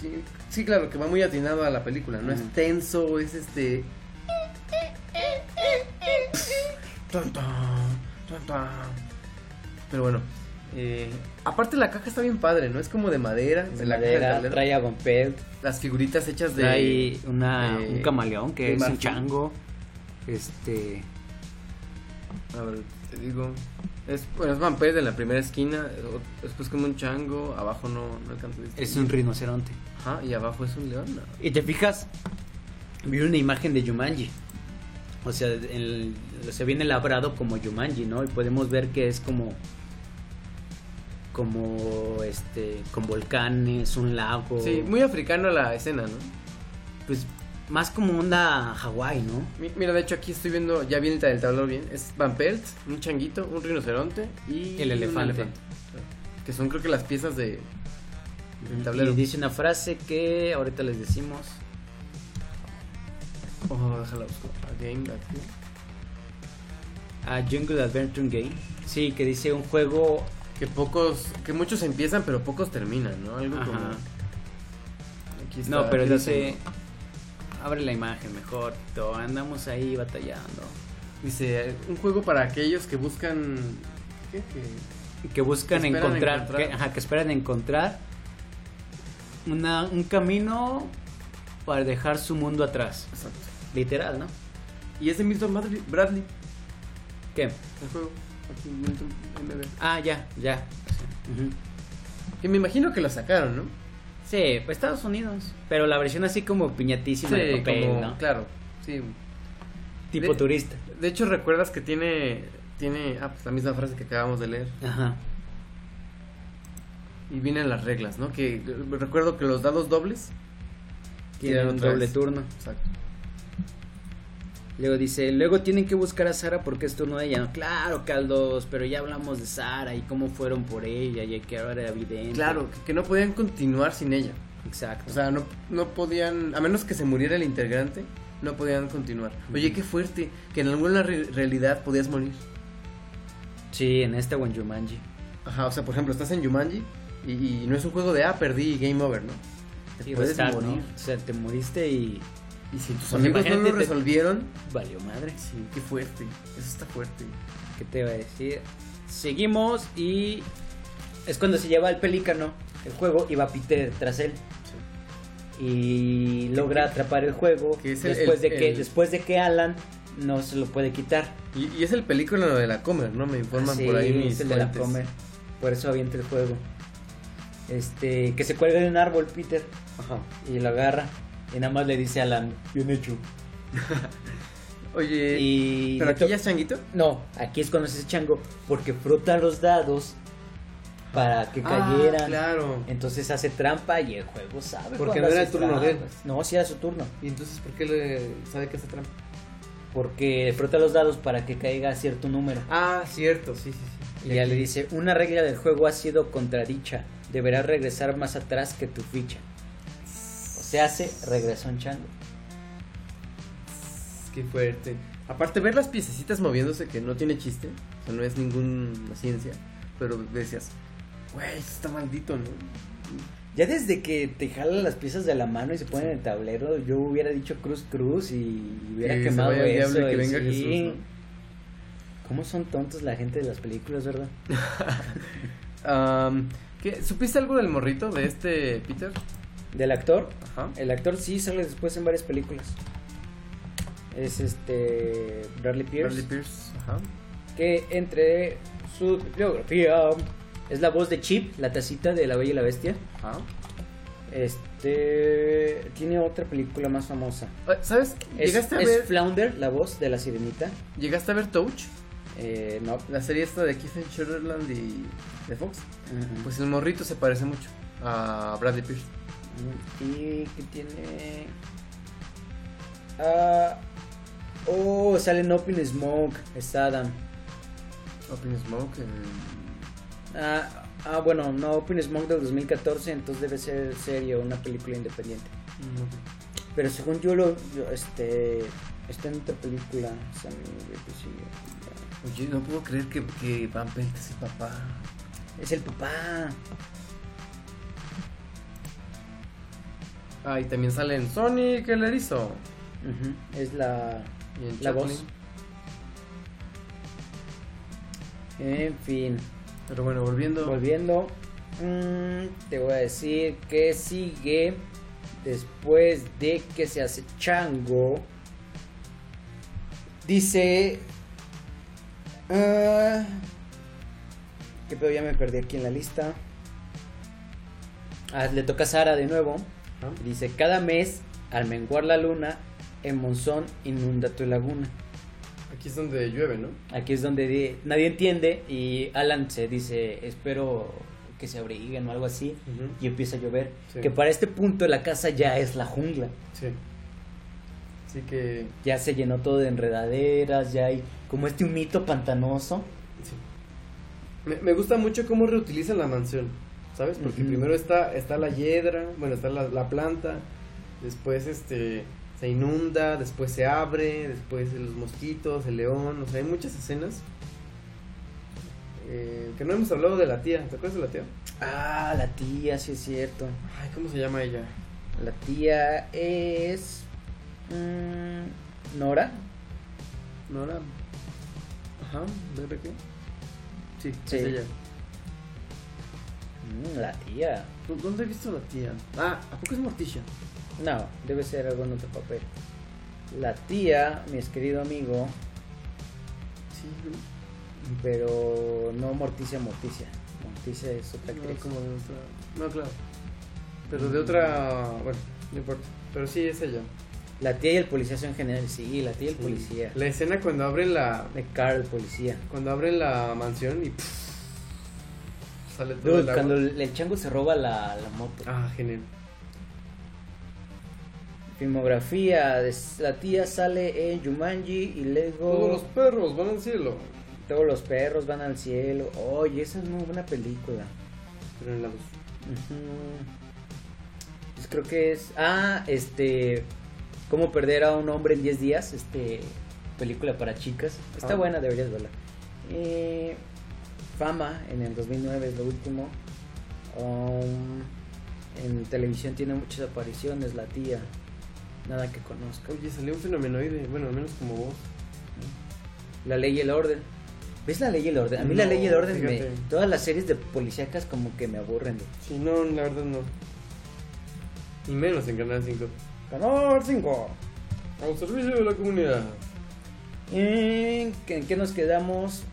sí. Sí, claro, que va muy atinado a la película. No
Ujú.
es tenso, es este. Tan, tan, tan, tan. Pero bueno. eh, aparte la caja está bien padre, ¿no? Es como de madera,
Es
de la caja del
madera,
tablero.
trae a Van Pelt,
las figuritas hechas de
Trae una,
de-
un camaleón que
de
es un
marfil.
chango. Este.
A ver, te digo. Es, bueno, es Van Pelt en la primera esquina, o- después como un chango, abajo no, no alcanzo a
Es un
distinguir.
rinoceronte.
Ajá, y abajo es un león. ¿no?
Y te fijas, vi una imagen de Yumanji. O sea, el- o sea, viene labrado como Yumanji, ¿no? Y podemos ver que es como. Como este. Con volcanes, un lago.
Sí, muy africano la escena, ¿no?
Pues más como onda Hawái, ¿no?
Mi- Mira, de hecho aquí estoy viendo, ya viene el tablero bien. Es Van Pelt, un changuito, un rinoceronte y
El
un
elefante.
Que son creo que las piezas de, del tablero.
Y dice una frase que ahorita les decimos.
Oh, déjala busco. A game, aquí.
A Jungle Adventure Game. Sí, que dice un juego
Que pocos, que muchos empiezan pero pocos terminan, ¿no? Algo como...
Ajá.
Aquí está,
No, pero
aquí la
dice.
tengo.
Abre la imagen mejor, Tito. Andamos ahí batallando.
Dice, un juego para aquellos que buscan... ¿Qué? Que-
Que buscan
Que esperan
encontrar,
encontrar.
Que, ajá, que esperan encontrar una, un camino para dejar su mundo atrás.
Exacto.
Literal, ¿no?
Y es de Milton Madri- Bradley,
¿Qué?
el juego. Aquí, Milton MB.
Ah, ya, ya. Ujú.
Que me imagino que lo sacaron, ¿no?
Sí, pues Estados Unidos. Pero la versión así como piñatísima de papel,
como-
¿no?
claro. Sí.
Tipo
de-
turista.
De hecho, recuerdas que tiene... Tiene... Ah, pues la misma frase que acabamos de leer.
Ajá.
Y vienen las reglas, ¿no? Que eh, recuerdo que los dados dobles...
Tienen un
otra
doble
vez.
turno.
Exacto.
Luego dice, luego tienen que buscar a Sara porque es turno de ella. No, claro, Caldos, pero ya hablamos de Sara y cómo fueron por ella y que ahora era evidente.
Claro, que- que no podían continuar sin ella.
Exacto.
O sea, no, no podían, a menos que se muriera el integrante, no podían continuar. Oye, qué fuerte, que en alguna re- realidad podías morir.
sí, en este esta o en Jumanji.
Ajá, o sea, por ejemplo, estás en Jumanji y, y no es un juego de, ah, perdí, game over, ¿no? Te
Y
puedes
restar, ¿no?
morir.
O sea, te moriste y
Y si tus
Pues
amigos no
imagínate,
lo
te-
resolvieron,
valió madre.
sí, qué fuerte, eso está fuerte.
¿Qué te iba a decir? Seguimos y es cuando se lleva el pelícano el juego y va Peter tras él. Y logra atrapar el juego
Que es el-
después,
el-
de que,
el-
después de que Alan no se lo puede quitar.
Y, y es el película de la Comer, ¿no? Me informan
Ah, Sí,
por ahí mis
es el de la
fuentes.
Comer. Por eso avienta el juego. Este, que se cuelga de un árbol, Peter.
Ajá.
Y lo agarra. Y nada más le dice a Alan, bien hecho.
Oye,
Y.
pero
le to-
aquí ya es changuito.
No, aquí es cuando se hace chango. Porque frota los dados para que cayeran.
Ah, claro.
Entonces hace trampa y el juego sabe.
Porque no
cuando
era
haces
el turno de él.
trampas. No, sí era su turno.
¿Y entonces por qué le sabe que está trampa?
Porque frota los dados para que caiga cierto número.
Ah, cierto, sí, sí, sí.
Y ya le dice, una regla del juego ha sido contradicha, deberás regresar más atrás que tu ficha. O sea, hace regresó en chango.
Qué fuerte. Aparte, ver las piececitas moviéndose, que no tiene chiste, o sea, no es ninguna ciencia, pero decías, güey, eso está maldito, ¿no?
Ya desde que te jalan las piezas de la mano y se ponen en el tablero, yo hubiera dicho cruz cruz y hubiera
Que se
quemado
vaya el
eso.
diablo y que
y
venga
sí.
Jesús,
¿Cómo son tontos la gente de las películas, verdad?
Am, ¿qué- ¿Supiste algo del morrito de este Peter?
Del actor,
Ajá.
el actor sí sale después en varias películas. Es este Bradley Pierce.
Bradley Pierce. Ajá.
que entre su biografía es la voz de Chip, la tacita de La Bella y la Bestia.
Ajá.
Este tiene otra película más famosa.
Eh, ¿Sabes?
Es,
¿Llegaste, a
es
ver,
Flounder, la voz de la sirenita.
¿Llegaste a ver Touch?
Eh, no.
La serie esta de Keith Sutherland y de Fox.
Ujú.
Pues el morrito se parece mucho a Bradley Pierce.
y que tiene. Ah, oh, sale en Open Smoke. Es Adam.
Open Smoke. eh,
Ah, ah, bueno, no, Open Smoke del 2014. Entonces debe ser serio, una película independiente.
no.
Pero según yo lo, yo, este, está en otra película. o sea, no veo que sí,
Oye, no puedo creer que, que Van Pelt es el papá.
Es el papá.
Ah, y también sale en Sonic el erizo.
Es la,
Y en
la
Chaplin.
voz. En fin,
Pero bueno, volviendo.
volviendo, mm, te voy a decir que sigue después de que se hace chango. Dice. ah, que todavía me perdí aquí en la lista. Ah, le toca a Sara de nuevo.
Ah.
Dice: Cada mes, al menguar la luna, en Monzón inunda tu laguna.
Aquí es donde llueve, ¿no?
Aquí es donde di- nadie entiende y Alan se dice, espero que se abriguen o algo así. Y empieza a llover.
Sí.
Que para este punto la casa ya es la jungla.
Sí. Así que.
Ya se llenó todo de enredaderas, ya hay como este humito pantanoso.
sí. Me, me gusta mucho cómo reutilizan la mansión. ¿Sabes? Porque
Ujú.
primero está, está la hiedra, bueno, está la, la planta. Después este se inunda, después se abre, después los mosquitos, el león. O sea, hay muchas escenas. eh, que no hemos hablado de la tía. ¿Te acuerdas de la tía?
Ah, la tía, sí es cierto.
Ay, ¿cómo se llama ella?
La tía es. mm, Nora.
Nora. Ajá, ¿de qué? Sí,
Sí.
es ella.
Mm, la tía.
¿Dó- ¿Dónde he visto a la tía? Ah, ¿a poco es Morticia?
No, debe ser algún otro papel. La tía, mi querido amigo,
Sí, ¿no?
pero no Morticia Morticia. Morticia es otra
No,
actriz.
como de otra. No, claro. Pero de otra. Bueno, no importa. Pero sí, es ella.
La tía y el policía son en general, sí, la tía y el
Sí.
policía.
La escena cuando abren la.
De Carl, policía.
Cuando abren la mansión y. sale todo
Dude,
el agua.
cuando el, el chango se roba la, la moto.
Ah, genial.
Filmografía, es- la tía sale en Jumanji y luego
Todos los perros van al cielo.
todos los perros van al cielo. Oye, esa es muy buena película.
Pero en la dos.
Ujú. Pues creo que es. Ah, este. ¿Cómo perder a un hombre en 10 días? Este. Película para chicas. Está
Ah.
buena, deberías verla. Eh, Fama en el 2009 es lo último. Um, en televisión tiene muchas apariciones, la tía. Nada que conozca.
Oye, salió un fenomenoide. Bueno, al menos como vos.
La ley y el orden. ¿Ves la ley y el orden? A mí la
No,
ley y el orden me-
fíjate.
Todas las series de policíacas como que me aburren.
Sí, no, la verdad no. Y menos en Canal 5.
Canal 5.
Al servicio de la comunidad.
¿En qué, en qué nos quedamos?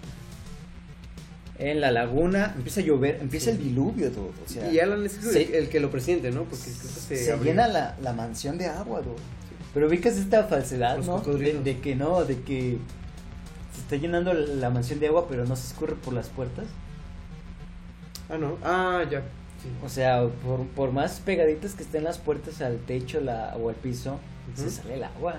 En la laguna. Empieza a llover, empieza el diluvio todo. O sea,
y Alan es el-
se-
el que lo presiente, ¿no? Porque creo que se,
se
abrió.
llena la, la mansión de agua, dude. Pero ubicas esta falsedad,
Los
¿no? De,
cocodrilos.
de que no, de que se está llenando la mansión de agua, pero no se escurre por las puertas.
Ah, no. Ah, ya. Sí.
O sea, por, por más pegaditas que estén las puertas al techo la, o al piso, se
Ujú.
sale el agua.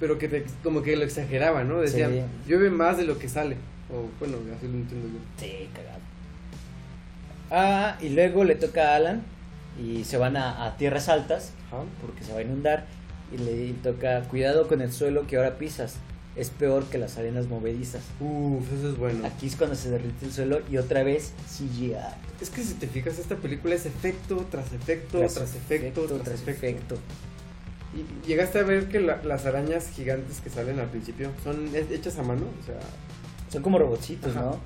Pero que te- como que lo exageraba, ¿no? Decían,
Sí.
llueve más de lo que sale. O bueno, así lo entiendo yo.
Sí, cagado. Ah, y luego le toca a Alan y se van a, a tierras altas
Ajá.
porque se va a inundar y le toca cuidado con el suelo que ahora pisas, es peor que las arenas movedizas.
Uf, eso es bueno.
Aquí es cuando se derrite el suelo y otra vez CGI.
Es que si te fijas, esta película es efecto tras efecto, tras,
Tras
efecto, tras, efecto.
efecto.
Y llegaste a ver que la- las arañas gigantes que salen al principio son he- hechas a mano, o sea,
Son como robotitos,
Ajá.
¿no?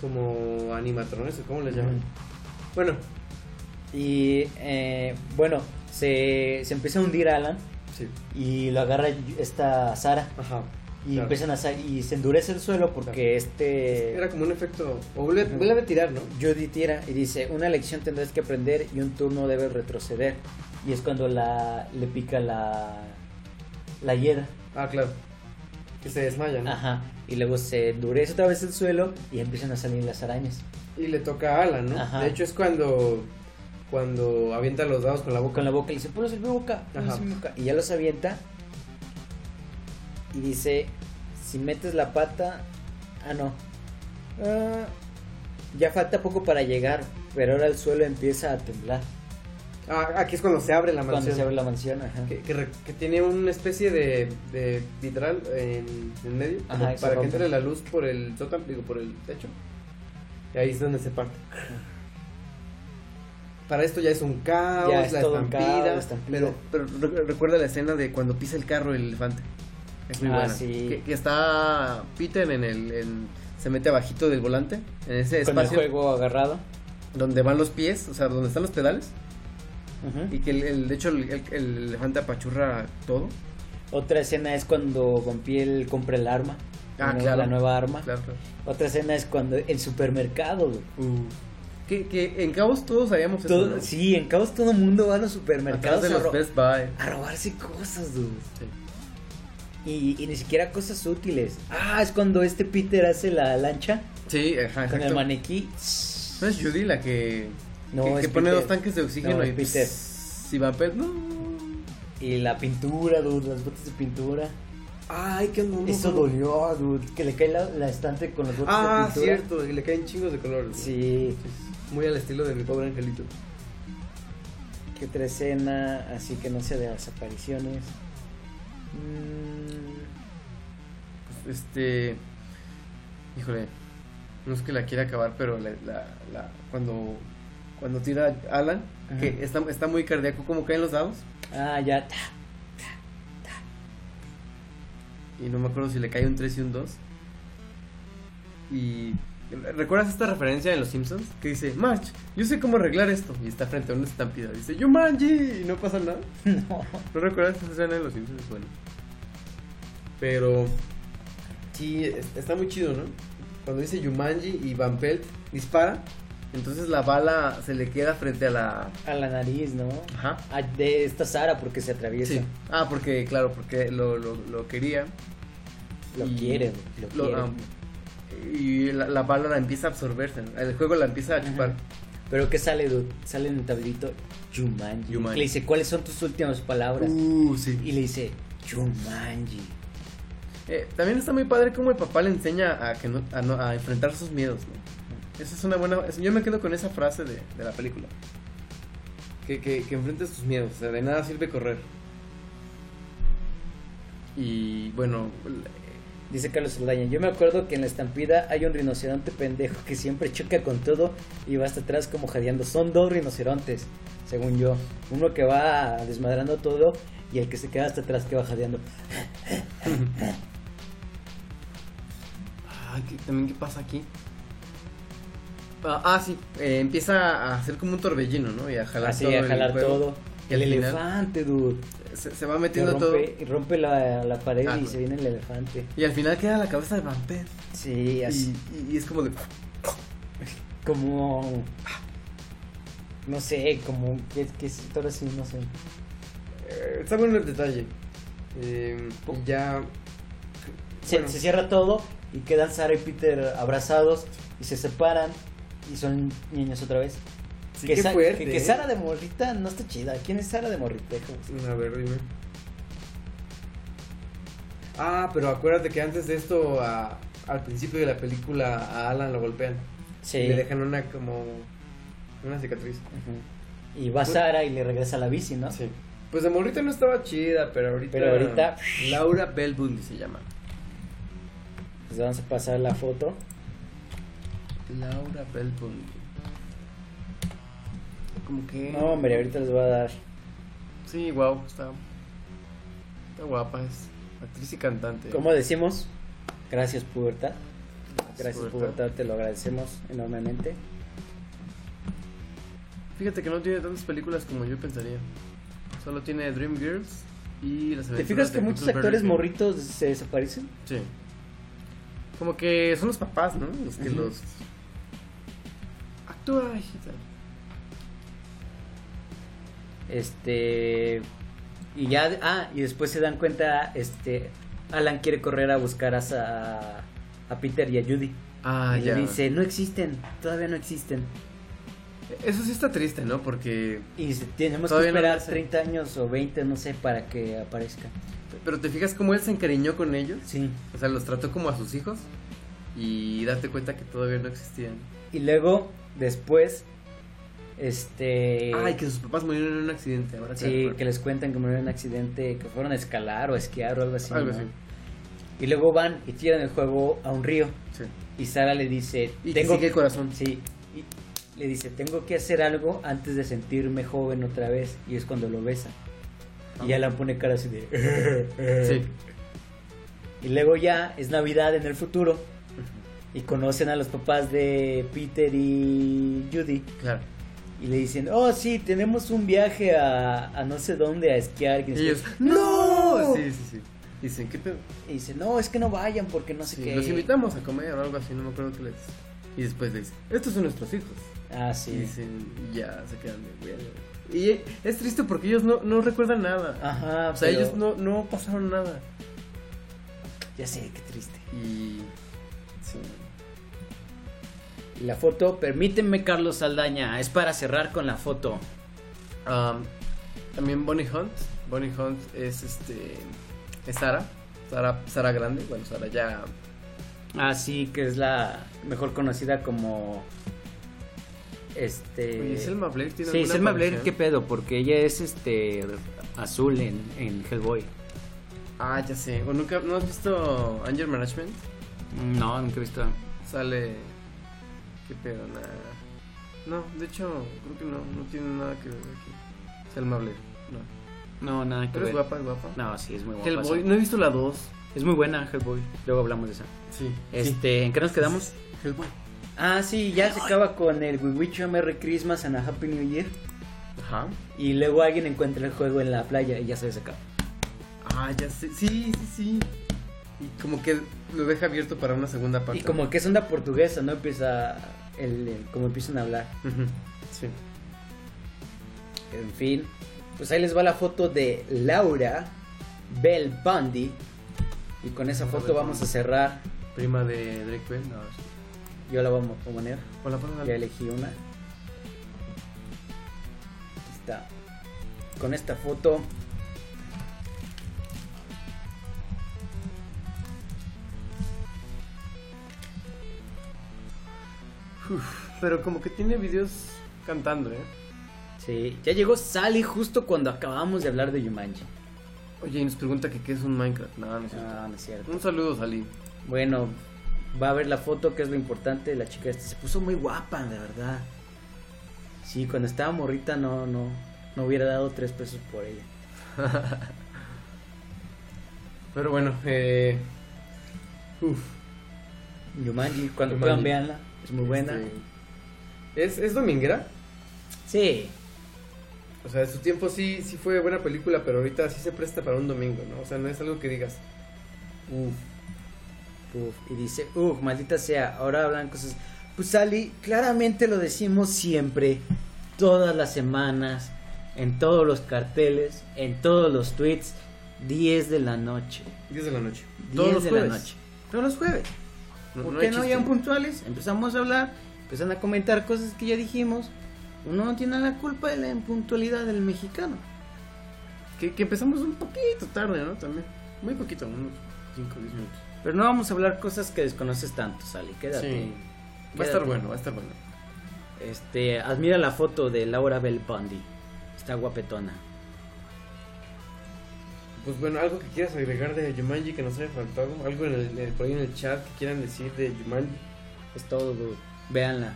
como animatrones o cómo les llaman. Bueno,
Y eh, bueno, se, se empieza a hundir Alan
sí,
y lo agarra esta Sara
ajá.
y
claro.
empiezan a sa- y se endurece el suelo porque
Claro.
este
Era como un efecto. O vuelve, vuelve a tirar, ¿no?
Judy tira y dice, una lección tendrás que aprender y un turno debes retroceder. Y es cuando la, le pica la, la hiedra.
Ah, claro. Que se desmaya, ¿no?
Ajá. Y luego se endurece otra vez el suelo y empiezan a salir las arañas.
Y le toca a Alan, ¿no?
Ajá.
De hecho, es cuando. Cuando avienta los dados con la boca.
Con la boca y dice, ponlos en mi boca, ponlos
Ajá.
en mi boca. Y ya los avienta. Y dice, si metes la pata... Ah, no. Ah, ya falta poco para llegar, pero ahora el suelo empieza a temblar.
Ah, aquí es cuando se abre la
Cuando
mansión.
se abre la mansión, ajá.
Que, que re- que tiene una especie de, de vitral en, en medio como
Ajá, y se
para que
rompe.
entre la luz por el sótano, digo, por el techo. Y ahí es donde se parte. Para esto ya es un caos,
Ya es
la
todo un
estampida,
caos, la estampida.
Pero, pero re- recuerda la escena de cuando pisa el carro el elefante. Es muy
Ah,
buena.
sí.
Que, que está Peter en el. en- se mete abajito del volante, en ese
Con el
espacio
juego agarrado.
donde van los pies, o sea, donde están los pedales. Y que el, el- de hecho el, el- el elefante apachurra todo.
Otra escena es cuando Vampiel compra el arma.
Ah,
la nueva-
claro.
La nueva arma.
Claro, claro.
Otra escena es cuando el supermercado. güey.
Mm. Que, que en Cabos todos haríamos eso,
Todo-
¿no?
Sí, en caos todo el mundo va a los
Atrás
supermercados
de
a,
los
ro-
Best Buy.
a robarse cosas, dude. Y, y ni siquiera cosas útiles. Ah, es cuando este Peter hace la lancha
Sí, ajá,
con el
exacto.
maniquí.
¿No es Judy la que,
No,
que,
es
que pone
Peter.
dos tanques de oxígeno
No,
y pues,
es Peter.
Si va a pe- no.
Y la pintura, dude, las botas de pintura.
Ay, qué onda.
Eso dolió, dude. Que le cae la, la estante con las botas
Ah,
de pintura.
cierto, y le caen chingos de colores.
Sí.
Muy al estilo de mi pobre angelito.
que otra escena así que no sea de las apariciones Mm,
Este. Híjole. No es que la quiera acabar, pero la, la- la- cuando. cuando tira Alan,
Ajá.
que está, está muy cardíaco como caen los dados.
Ah, ya.
Y no me acuerdo si le cae un 3 y un 2. Y. ¿Recuerdas esta referencia de los Simpsons? Que dice, March, yo sé cómo arreglar esto. Y está frente a una estampida. Dice, yo Margie. Y no pasa nada.
No.
¿No recuerdas esa escena de los Simpsons? Es Bueno. Pero. Sí, es- está muy chido, ¿no? Cuando dice Yumanji y Van Pelt dispara, entonces la bala se le queda frente a la.
A la nariz, ¿no?
Ajá.
Ah, de esta Sara porque se atraviesa.
Sí. Ah, porque, claro, porque lo, lo, lo quería.
Lo
Y-
quiere, güey, lo,
Mm. Lo-
quiere.
am- y la, la bala la empieza a absorberse, ¿no? el juego la empieza a chupar.
Pero que sale, dude? Sale en el tablito Jumanji.
Jumanji.
Que Le dice, ¿cuáles son tus últimas palabras?
Uh, sí.
Y le dice, Jumanji.
Eh, también está muy padre como el papá le enseña a que no, a, no- a enfrentar sus miedos. ¿no? Esa es una buena. es- yo me quedo con esa frase de, de la película. Que, que, que enfrentes tus miedos, o sea, de nada sirve correr. Y bueno,
Dice Carlos Saldaña, yo me acuerdo que en la estampida hay un rinoceronte pendejo que siempre choca con todo y va hasta atrás como jadeando. Son dos rinocerontes, según yo. Uno que va desmadrando todo y el que se queda hasta atrás que va jadeando.
Ay, ¿qué- también qué pasa aquí. Ah, ah, sí, eh, empieza a hacer como un torbellino, ¿no? Y a jalar
Así,
todo.
Ah, a
el
jalar
juego.
todo.
Y
El
al final-
elefante, dude.
Se, se va
Que
metiendo todo.
rompe, y rompe la, la pared
Ah,
y
güey.
se viene el elefante.
Y al final queda la cabeza de Vampet.
Sí,
Y,
así
y- y es como de.
como. No sé, como. ¿Qué, qué es todo así? No sé.
eh, está bueno el detalle. Eh,
Oh.
ya.
Se,
Bueno.
se cierra todo y quedan Sara y Peter abrazados y se separan y son niños otra vez.
Sí,
que,
qué
Sa-
fuerte,
que- que
¿eh?
Sara de Morrita no está chida. ¿Quién es Sara de Morritejo?
A ver, dime. Ah, pero acuérdate que antes de esto, a- al principio de la película, a Alan lo golpean. Y
Sí.
le dejan una como. Una cicatriz.
Ujú. Y va Sara y le regresa la bici, ¿no?
Pues- Sí. Pues de morrita no estaba chida, pero ahorita.
Pero ahorita-
Laura Bellbundy se llama.
Les vamos a pasar la foto.
Laura Bellbundy. Como que.
No, hombre, ahorita les voy a dar.
Sí, wow, está. Está guapa, es actriz y cantante.
¿Cómo decimos? Gracias, pubertad. Gracias,
Pubertad.
pubertad. Te lo agradecemos enormemente.
Fíjate que no tiene tantas películas como yo pensaría. Solo tiene Dream Girls y las
¿Te
aventuras
fijas que
de
muchos
Huckleberry
actores
Finn.
morritos se desaparecen?
Sí. Como que son los papás, ¿no? Los que
Ujú.
los. Actúa, hijita.
Este. Y ya. Ah, y después se dan cuenta. Este. Alan quiere correr a buscar a, Sa- a Peter y a Judy.
Ah,
y le dice: No existen, todavía no existen.
Eso sí está triste, ¿no? Porque.
Y dice, tenemos
Todavía no
que esperar
nacen.
30 años o 20, no sé, para que aparezca.
Pero te fijas cómo él se encariñó con ellos.
Sí.
O sea, los trató como a sus hijos. Y date cuenta que todavía no existían.
Y luego, después. Este.
Ay, que sus papás murieron en un accidente. Ahora que me
Sí,
acuerdo.
que les cuentan que murieron en un accidente, que fueron a escalar o a esquiar o algo así.
Algo
¿no?
así.
Y luego van y tiran el juego a un río.
Sí.
Y Sara le dice,
Y que sigue el corazón.
Sí, y le dice, tengo que hacer algo antes de sentirme joven otra vez. Y es cuando lo besa. Y ya la pone cara así de...
Sí.
Y luego ya es Navidad en el futuro. Y conocen a los papás de Peter y Judy.
Claro.
Y le dicen, oh sí, tenemos un viaje a, a no sé dónde a esquiar. que no sé
Y ellos,
qué".
¡No! Sí, sí, sí. Dicen, ¿qué pedo?
Y dice, no, es que no vayan porque no sé
Sí,
qué.
Los invitamos a comer o algo así, no me acuerdo qué les. Y después le dicen, estos son nuestros hijos.
Ah,
Y
sí.
dicen, y ya se quedan de "Bueno". Y eh, es triste porque ellos no, no recuerdan nada.
Ajá,
o sea,
Ah, pero-
ellos no, no pasaron nada.
Ya sé, qué triste.
Y. Sí.
Y la foto, permíteme Carlos Saldaña, es para cerrar con la foto.
Um, también Bonnie Hunt. Bonnie Hunt es este. Es Sara. Sara, Sara Grande. Bueno, Sara ya.
Así que es la mejor conocida como... Este...
Oye, Selma Blair tiene
Sí,
alguna
Selma Blair, qué
aparición?
pedo, porque ella es este azul en, en Hellboy.
Ah, ya sé. ¿O nunca, ¿No has visto Anger Management?
No, nunca he visto.
Sale. Qué pedo, nada. No, de hecho, creo que no, no tiene nada que ver aquí. Selma Blair, no.
No, nada que
Pero es
ver.
guapa, es guapa.
No, sí, es muy guapa.
Hellboy,
sí.
no he visto la 2.
Es muy buena Hellboy. Luego hablamos de esa.
Sí.
Este, ¿en qué nos quedamos?
Hellboy.
Ah, sí, ya se acaba con el We Wish You a Merry Christmas and a Happy New Year.
Ajá.
Y luego alguien encuentra el juego en la playa y ya se acaba.
Ah, ya sé. Sí, sí, sí. Y como que lo deja abierto para una segunda parte.
Y como que es onda portuguesa, ¿no? Empieza el, el- como empiezan a hablar.
Ujú, Sí.
En fin, pues ahí les va la foto de Laura Bell Bundy. Y con esa foto vamos a cerrar.
Prima de Drake Bell. No, sí.
Yo la vamos a poner.
Hola, ponla.
Ya elegí una. Aquí Está. Con esta foto.
Pero como que tiene videos cantando, ¿eh?
Sí, ya llegó Sally justo cuando acabamos de hablar de Yumanji.
Oye, y nos pregunta que qué es un Minecraft. No, no es cierto.
Ah, no es cierto.
Un saludo, Salí.
Bueno, va a ver la foto, que es lo importante. La chica esta se puso muy guapa, de verdad. Sí, cuando estaba morrita no, no, no hubiera dado tres pesos por ella.
Pero bueno, eh. Uf.
Yumanji, cuando
Jumanji.
puedan, véanla. Es muy buena.
este, ¿Es, ¿Es dominguera?
Sí,
O sea, en su tiempo sí, sí fue buena película, pero ahorita sí se presta para un domingo, ¿no? O sea, no es algo que digas. Uf.
Uf, y dice, uf, maldita sea, ahora hablan cosas. Pues Sally, claramente lo decimos siempre, todas las semanas, en todos los carteles, en todos los tweets, 10 de la noche.
10 de la noche.
10
Todos los
de
jueves.
la noche. Todos los jueves.
No-
¿Por
no
qué
hay
no
chiste.
llegan puntuales? Empezamos a hablar, empiezan a comentar cosas que ya dijimos. Uno no tiene la culpa de la impuntualidad del mexicano.
Que, que empezamos un poquito tarde, ¿no? También. Muy poquito, unos 5 o 10 minutos.
Pero no vamos a hablar cosas que desconoces tanto, Sally. Quédate.
Sí. Va a
Quédate.
estar bueno, va a estar bueno.
Este, admira la foto de Laura Bell Bundy. Está guapetona.
Pues bueno, algo que quieras agregar de Jumanji que nos haya faltado. Algo en el, en- por ahí en el chat que quieran decir de Jumanji.
Es todo, dude. Véanla.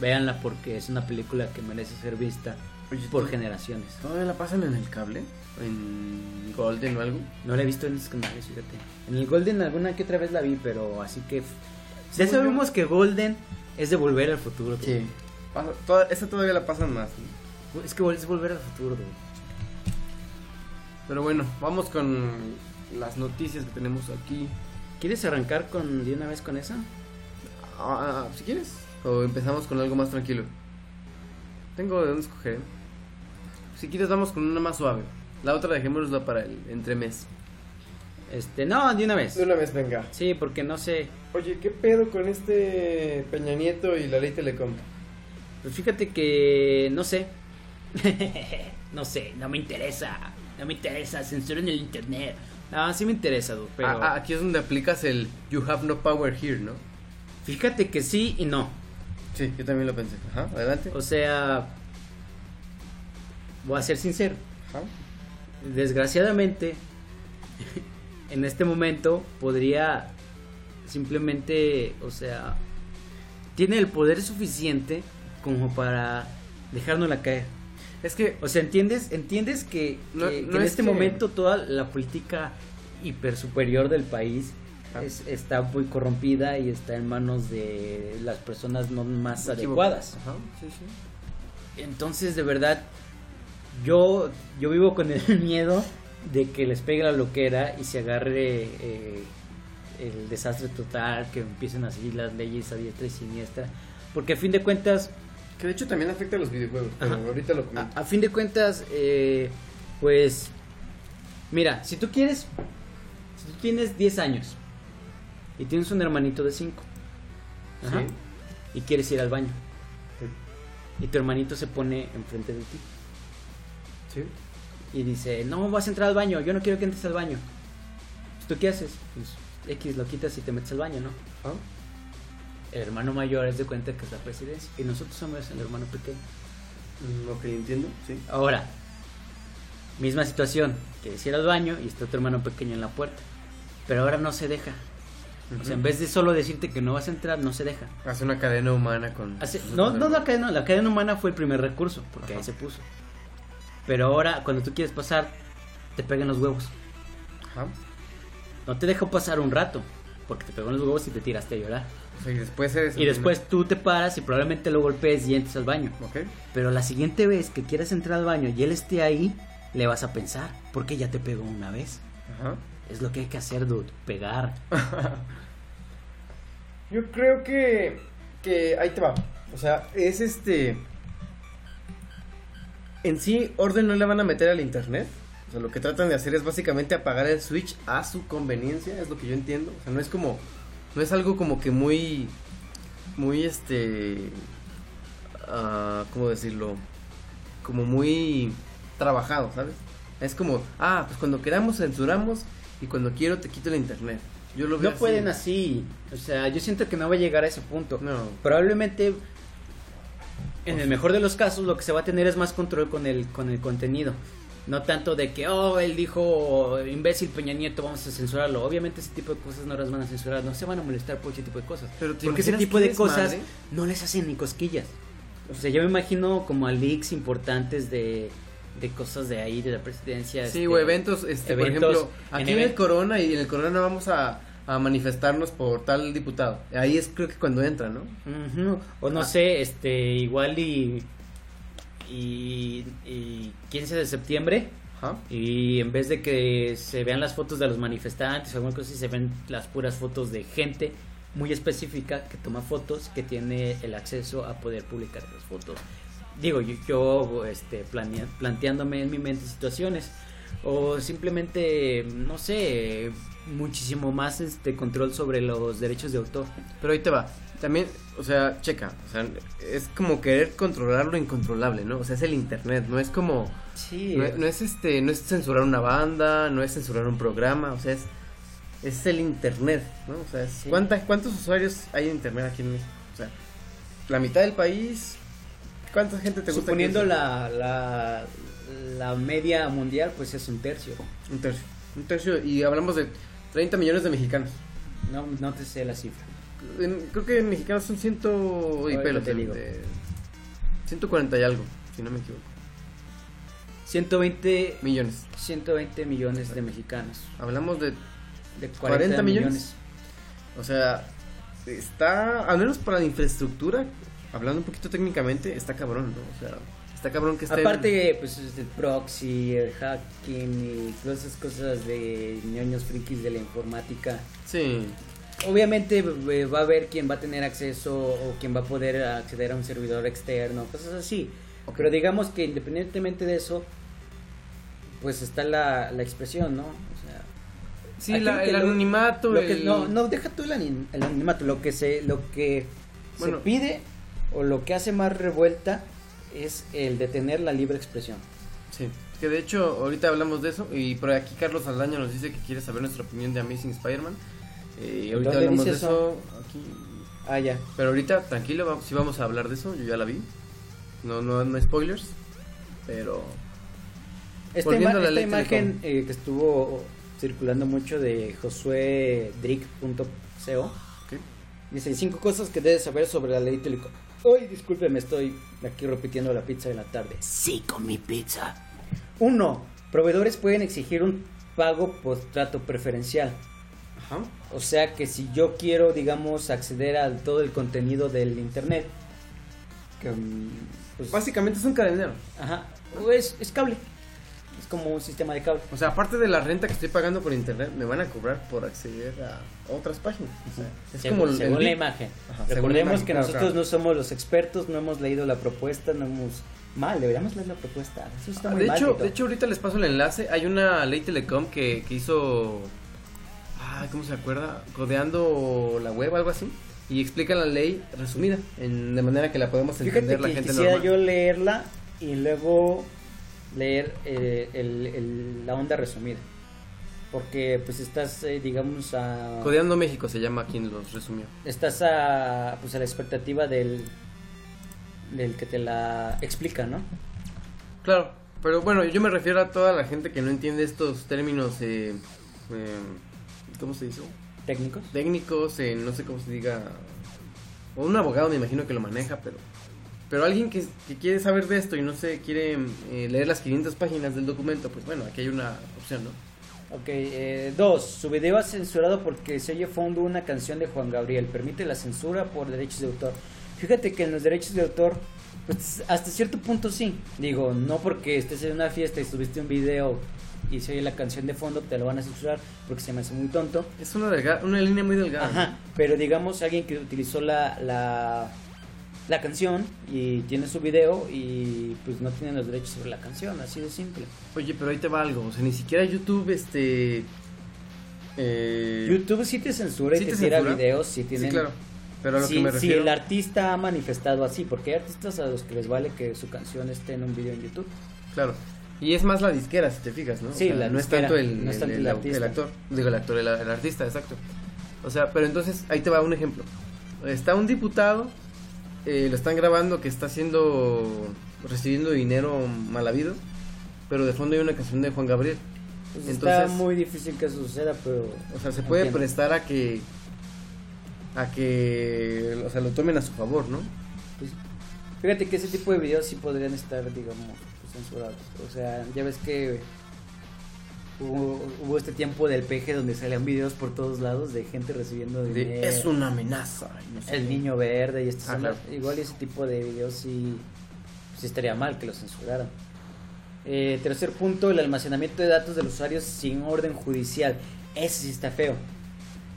Véanla porque es una película que merece ser vista
Oye,
por
¿tú-
generaciones.
¿Todavía la pasan en el cable? ¿En Golden o algo?
No la he visto en los canales, fíjate. En el Golden alguna que otra vez la vi, pero así que... f- Ya
Según
sabemos que Golden es de volver al futuro. dude.
Pasa- toda- esa todavía la pasan más. ¿no?
Es que vol- es volver al futuro. dude.
Pero bueno, vamos con las noticias que tenemos aquí.
¿Quieres arrancar con, de una vez con esa?
Ah, si quieres. O empezamos con algo más tranquilo. Tengo de dónde escoger. ¿eh? Si quieres vamos con una más suave. La otra dejémosla para el entremés.
Este, no, de una vez.
una vez venga.
Sí, porque no sé.
Oye, ¿qué pedo con este Peña Nieto y la ley Telecom?
Pues fíjate que no sé. no sé, no me interesa. No me interesa, censura en el internet. Ah, sí me interesa, dude, pero
Ah, ah, aquí es donde aplicas el You have no power here, ¿no?
fíjate que sí y no.
Sí, yo también lo pensé. Ajá, adelante.
O sea, voy a ser sincero.
Ajá.
Desgraciadamente, en este momento podría simplemente, o sea, tiene el poder suficiente como para dejárnosla caer.
Es que
O sea, ¿entiendes, entiendes que,
No-
que- que
no
en
es
este
que-
momento toda la política hiper superior del país es- está muy corrompida y está en manos de las personas no más adecuadas?
Ajá, sí, sí.
Entonces, de verdad, yo, yo vivo con el miedo de que les pegue la loquera y se agarre eh, el desastre total, que empiecen a seguir las leyes a diestra y siniestra. Porque a fin de cuentas,
Que de hecho también afecta a los videojuegos, pero
Ajá.
ahorita lo
a,
comento.
a fin de cuentas, eh, pues, mira, si tú quieres, si tú tienes 10 años y tienes un hermanito de 5
Sí.
y quieres ir al baño
Sí.
y tu hermanito se pone enfrente de ti
Sí.
y dice, no vas a entrar al baño, yo no quiero que entres al baño. Pues, ¿Tú qué haces? Pues X lo quitas y te metes al baño, ¿no?
Ajá.
El hermano mayor es de cuenta que es la presidencia y nosotros somos el hermano pequeño.
Mm, Ok, entiendo, sí.
Ahora, misma situación, que ir al baño y está tu hermano pequeño en la puerta, pero ahora no se deja. O sea, en vez de solo decirte que no vas a entrar, no se deja.
Hace una cadena humana con.
Hace-
sus
no,
otros
no la
hermanos.
cadena, la cadena humana fue el primer recurso, porque ahí
Ajá.
se puso. Pero ahora, cuando tú quieres pasar, te pegan los huevos.
Ajá.
No te deja pasar un rato, porque te pegó en los huevos y te tiraste a llorar.
O sea, Pues, y después eres.
Y después tú te paras y probablemente lo golpees y entres al baño.
Ok.
Pero la siguiente vez que quieras entrar al baño y él esté ahí, le vas a pensar, porque ya te pegó una vez.
Ajá.
Es lo que hay que hacer, dude, pegar.
Yo creo que. Que ahí te va. O sea, es este. En sí, orden no le van a meter al internet. O sea, lo que tratan de hacer es básicamente apagar el switch a su conveniencia, es lo que yo entiendo. O sea, no es como. No es algo como que muy. Muy este. ah, ¿Cómo decirlo? Como muy trabajado, ¿sabes? Es como, ah, pues cuando queramos censuramos y cuando quiero te quito el internet. Yo lo veo
No pueden
así.
así. O sea, yo siento que no va a llegar a ese punto.
No.
Probablemente, en el mejor de los casos, lo que se va a tener es más control con el, con el contenido. No tanto de que, oh, él dijo, imbécil Peña Nieto, vamos a censurarlo. Obviamente ese tipo de cosas no las van a censurar, no se van a molestar por ese tipo de cosas.
Pero ¿te
Porque ese
imaginas
tipo
qué
de cosas
desmadre?
no les hacen ni cosquillas. O sea, yo me imagino como a leaks importantes de, de cosas de ahí, de la presidencia.
Sí,
este,
o eventos, este,
eventos,
por ejemplo,
en
aquí en, el
event-
Corona y en el Corona no vamos a, a manifestarnos por tal diputado. Ahí es creo que cuando entra, ¿no?
Ujú, O no sé, este, igual y, y, y 15 de septiembre.
Ajá.
Y en vez de que se vean las fotos de los manifestantes o alguna cosa, así, se ven las puras fotos de gente muy específica que toma fotos, que tiene el acceso a poder publicar las fotos. Digo, yo, yo, este, planea- planteándome en mi mente situaciones. O simplemente, no sé, muchísimo más este control sobre los derechos de autor.
Pero ahí te va. También, o sea, checa, o sea, es como querer controlar lo incontrolable, ¿no? O sea, es el internet, no es como
Sí, eh.
no, es- no es este, no es censurar una banda, no es censurar un programa, o sea, es es el internet, ¿no? O sea, es-
Sí.
¿cuántas- cuántos usuarios hay en internet aquí en México? O sea, la mitad del país ¿Cuánta gente te gusta? que
Suponiendo
use?
la, la, la media mundial, pues es un tercio.
Un tercio. Un tercio. Y hablamos de 30 millones de mexicanos.
No, no te sé la cifra.
En- creo que en mexicanos son ciento y
Ahorita
pelos.
te
de-
digo.
de- 140 y algo, si no me equivoco.
120, mi-
Millones.
120 millones de mexicanos.
Hablamos de.
De 40,
40 millones.
millones.
O sea, está. Al menos para la infraestructura, hablando un poquito técnicamente, está cabrón, ¿no? O sea, está cabrón que esté.
Aparte, pues es el proxy, el hacking y todas esas cosas de ñoños frikis de la informática.
Sí.
Obviamente eh, va a haber quien va a tener acceso o quien va a poder acceder a un servidor externo, cosas así.
Ok.
Pero digamos que independientemente de eso, pues está la, la expresión, ¿no? O sea,
Sí,
Aquí
la-
lo que
el
lo-
anonimato.
lo que-
el-
no, no, deja tú el, anim- el anonimato, lo que se, lo que
Bueno.
se pide o lo que hace más revuelta es el de tener la libre expresión.
Sí, que de hecho ahorita hablamos de eso y por aquí Carlos Aldaño nos dice que quiere saber nuestra opinión de Amazing Spider-Man. Eh, ahorita
¿Dónde
hablamos
dice
de
eso?
eso. aquí.
Ah, ya.
Pero ahorita, tranquilo, va- sí vamos a hablar de eso, yo ya la vi. No, no, no spoilers, pero...
Esta,
Volviendo
Este ima-
a la
esta
ley
imagen eh, que estuvo circulando mucho de josuedrick.co
ok.
dice cinco cosas que debes saber sobre la ley Telecom. Uy, discúlpeme, estoy aquí repitiendo la pizza de la tarde. Sí, con mi pizza. Uno, proveedores pueden exigir un pago por trato preferencial.
Ajá.
O sea que si yo quiero, digamos, acceder a todo el contenido del internet, que, mm, pues,
Básicamente es un cadenero.
ajá, pues, es cable. Es como un sistema de cable.
O sea, aparte de la renta que estoy pagando por internet, me van a cobrar por acceder a otras páginas. O sea, es
según,
como el-
según
el-
la imagen.
Ajá, según la
Recordemos
imagen,
que
claro,
nosotros
claro.
no somos los expertos, no hemos leído la propuesta, no hemos... Mal, deberíamos leer la propuesta. Eso está muy
de,
mal,
hecho,
Tito.
de hecho, ahorita les paso el enlace. Hay una ley telecom que, que hizo. Ay, ¿cómo se acuerda? Codeando la web, algo así. Y explica la ley resumida, en- de manera que la podemos
Fíjate
Pues entender la
que
gente
quisiera
normal.
yo leerla y luego leer eh, el- el- la onda resumida. Porque pues estás, eh, digamos, a...
Codeando México se llama quien los resumió.
estás a, pues, a la expectativa del, del que te la explica, ¿no?
Claro, pero bueno, yo me refiero a toda la gente que no entiende estos términos. eh, eh, ¿Cómo se dice?
técnicos.
técnicos, eh, no sé cómo se diga, o un abogado me imagino que lo maneja, pero pero alguien que, que quiere saber de esto y no sé, quiere eh, leer las 500 páginas del documento, pues bueno, aquí hay una opción, ¿no?
Ok, eh, dos, su video ha censurado porque se oye fondo una canción de Juan Gabriel. Permite la censura por derechos de autor. Fíjate que en los derechos de autor, pues hasta cierto punto sí. Digo, no porque estés en una fiesta y subiste un video y se oye la canción de fondo, te lo van a censurar porque se me hace muy tonto.
Es una, delga- una línea muy delgada. ¿no?
Ajá, pero digamos alguien que utilizó la, la, la canción y tiene su video y pues no tiene los derechos sobre la canción, así de simple.
Oye, pero ahí te va algo, o sea, ni siquiera YouTube, este... eh,
YouTube sí te censura
sí
y te,
te
tira
censura.
videos, sí tienen...
Sí, claro, pero a lo
si,
que me
si
refiero...
el artista ha manifestado así, porque hay artistas a los que les vale que su canción esté en un video en YouTube.
Claro. Y es más la disquera, si te fijas, ¿no?
Sí, la
no es
disquera,
tanto el,
no es
el-
tanto
el
el
au-
artista.
el actor. Digo, el actor, el, el artista, exacto. O sea, pero entonces, ahí te va un ejemplo. Está un diputado, eh, lo están grabando que está haciendo, recibiendo dinero mal habido, pero de fondo hay una canción de Juan Gabriel.
Pues está
Entonces-
muy difícil que eso suceda, pero...
O sea, se puede
Entiendo.
prestar a que, a que, o sea, lo tomen a su favor, ¿no?
pues, fíjate que ese tipo de videos sí podrían estar, digamos, pues, censurados. O sea, ya ves que hubo, hubo este tiempo del peje donde salían videos por todos lados de gente recibiendo
De,
dinero.
es una amenaza. y no sé
El
qué.
niño verde y estos
Ah,
son
claro.
los- igual ese tipo de videos sí, sí estaría mal que los censuraran. Eh, tercer punto, el almacenamiento de datos del usuario sin orden judicial. Ese sí está feo.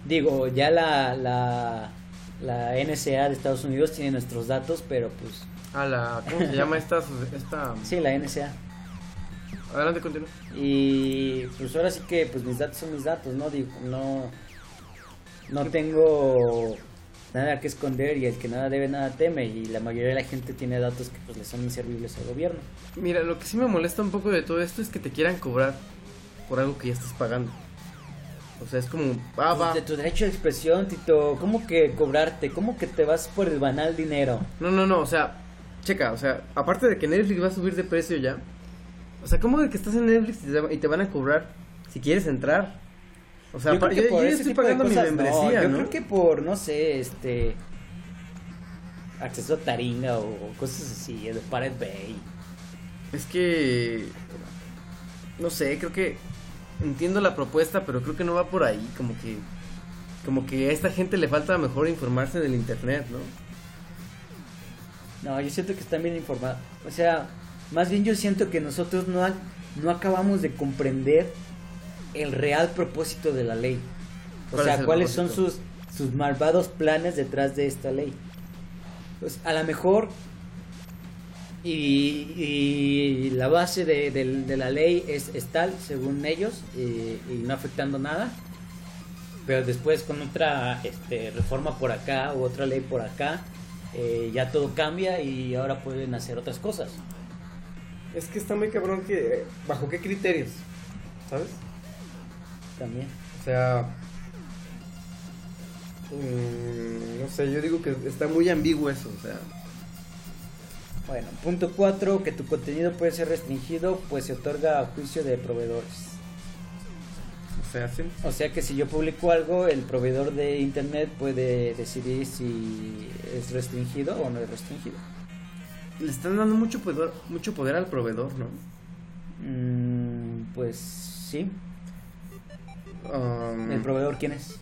Digo, ya la, la, la NSA de Estados Unidos tiene nuestros datos, pero pues...
A la, ¿cómo se llama esta? esta...
Sí, la NSA.
Adelante, continúa.
Y pues ahora sí que pues mis datos son mis datos, ¿no? Digo, no, no tengo nada que esconder y el que nada debe nada teme y la mayoría de la gente tiene datos que pues le son inservibles al gobierno.
Mira, lo que sí me molesta un poco de todo esto es que te quieran cobrar por algo que ya estás pagando. O sea, es como, ah, va.
Pues De tu derecho de expresión, Tito, ¿cómo que cobrarte? ¿Cómo que te vas por el banal dinero?
No, no, no, o sea, checa, o sea, aparte de que Netflix va a subir de precio ya. O sea, ¿cómo de que estás en Netflix y te, y te van a cobrar si quieres entrar? O sea, pa- yo, yo ya
ese
estoy
tipo de
pagando
cosas,
mi
no,
membresía,
yo
¿no?
creo que por, no sé, este acceso a taringa o cosas así, de Pirate Bay.
Es que. No sé, creo que. Entiendo la propuesta, pero creo que no va por ahí. Como que. Como que a esta gente le falta mejor informarse del internet, ¿no?
No, yo siento que están bien informados. O sea, más bien yo siento que nosotros no, ac- no acabamos de comprender el real propósito de la ley. O
¿Cuál es
sea,
el
cuáles son
propósito?
sus, sus malvados planes detrás de esta ley. Pues, a lo mejor, y, y la base de, del- de la ley es, es tal, según ellos, y- y no afectando nada pero después con otra este, reforma por acá u otra ley por acá, eh, ya todo cambia y ahora pueden hacer otras cosas.
Es que está muy cabrón que. ¿Bajo qué criterios? ¿Sabes?
También.
O sea. mm, no sé, yo digo que está muy ambiguo eso, o sea.
Bueno, punto 4, que tu contenido puede ser restringido, pues se otorga a juicio de proveedores.
O sea, sí.
O sea que si yo publico algo, el proveedor de internet puede decidir si es restringido o no es restringido.
Le están dando mucho poder, mucho poder al proveedor, ¿no?
Mm, pues sí. Mm.
Um,
¿El proveedor quién es?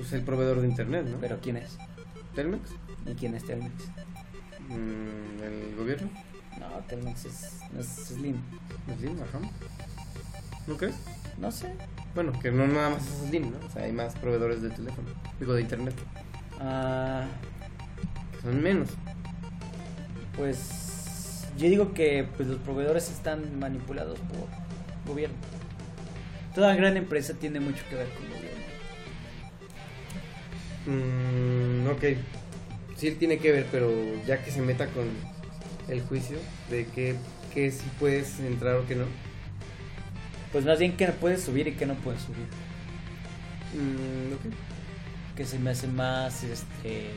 es el proveedor de internet, ¿no?
¿Pero quién es?
¿Telmex?
¿Y quién es Telmex?
Mm, ¿El gobierno?
No, Telmex es, no es Slim.
Slim, ajá. ¿No crees?
No sé.
Bueno, que no nada más es Slim, ¿no? O sea, hay más proveedores de teléfono. Digo, de internet.
Ah,
que Son menos.
pues yo digo que pues, los proveedores están manipulados por gobierno. Toda gran empresa tiene mucho que ver con el gobierno.
Mm, ok. Sí tiene que ver, pero ya que se meta con el juicio de que, que sí puedes entrar o que no.
Pues más bien que puedes subir y que no puedes subir.
Mm, ok.
Que se me hace más este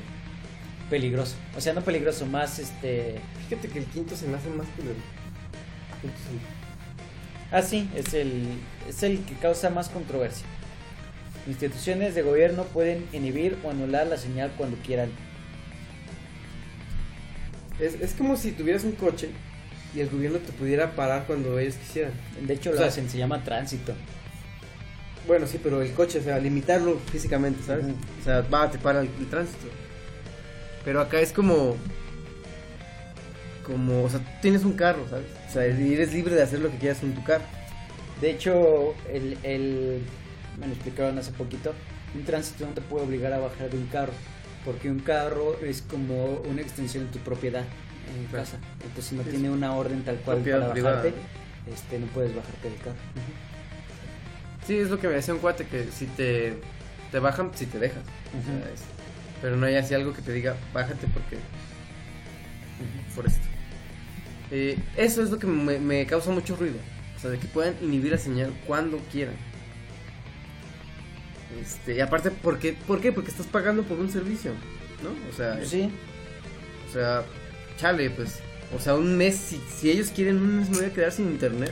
peligroso. O sea, no peligroso, más este.
Fíjate que el quinto se me hace más culero. Quinto se me-
Ah, sí, es el, es el que causa más controversia. Instituciones de gobierno pueden inhibir o anular la señal cuando quieran.
Es, es como si tuvieras un coche y el gobierno te pudiera parar cuando ellos quisieran.
De hecho,
O
lo
sea,
hacen, se llama tránsito.
Bueno, sí, pero el coche, o sea, limitarlo físicamente, ¿sabes?
Ujú.
O sea, va, te para el, el tránsito. Pero acá es como. Como, o sea, tú tienes un carro, ¿sabes? O sea, y eres libre de hacer lo que quieras con tu carro.
De hecho, el, el- me lo explicaron hace poquito, un tránsito no te puede obligar a bajar de un carro, porque un carro es como una extensión de tu propiedad en
Claro.
casa. Entonces, si no
Sí,
tiene una orden tal cual
Propiedad
para
privada,
bajarte, este, no puedes bajarte del carro.
Sí, es lo que me decía un cuate, que si te, te bajan, si te dejas. O sea,
Ujú.
es- pero no hay así algo que te diga, bájate porque... Por esto. Eh, eso es lo que me, me causa mucho ruido. O sea, de que puedan inhibir la señal cuando quieran. Este, y aparte, ¿por qué? ¿por qué? Porque estás pagando por un servicio, ¿no? O sea,
Pues sí,
o sea, chale, pues. O sea, un mes, si, si ellos quieren un mes me voy a quedar sin internet.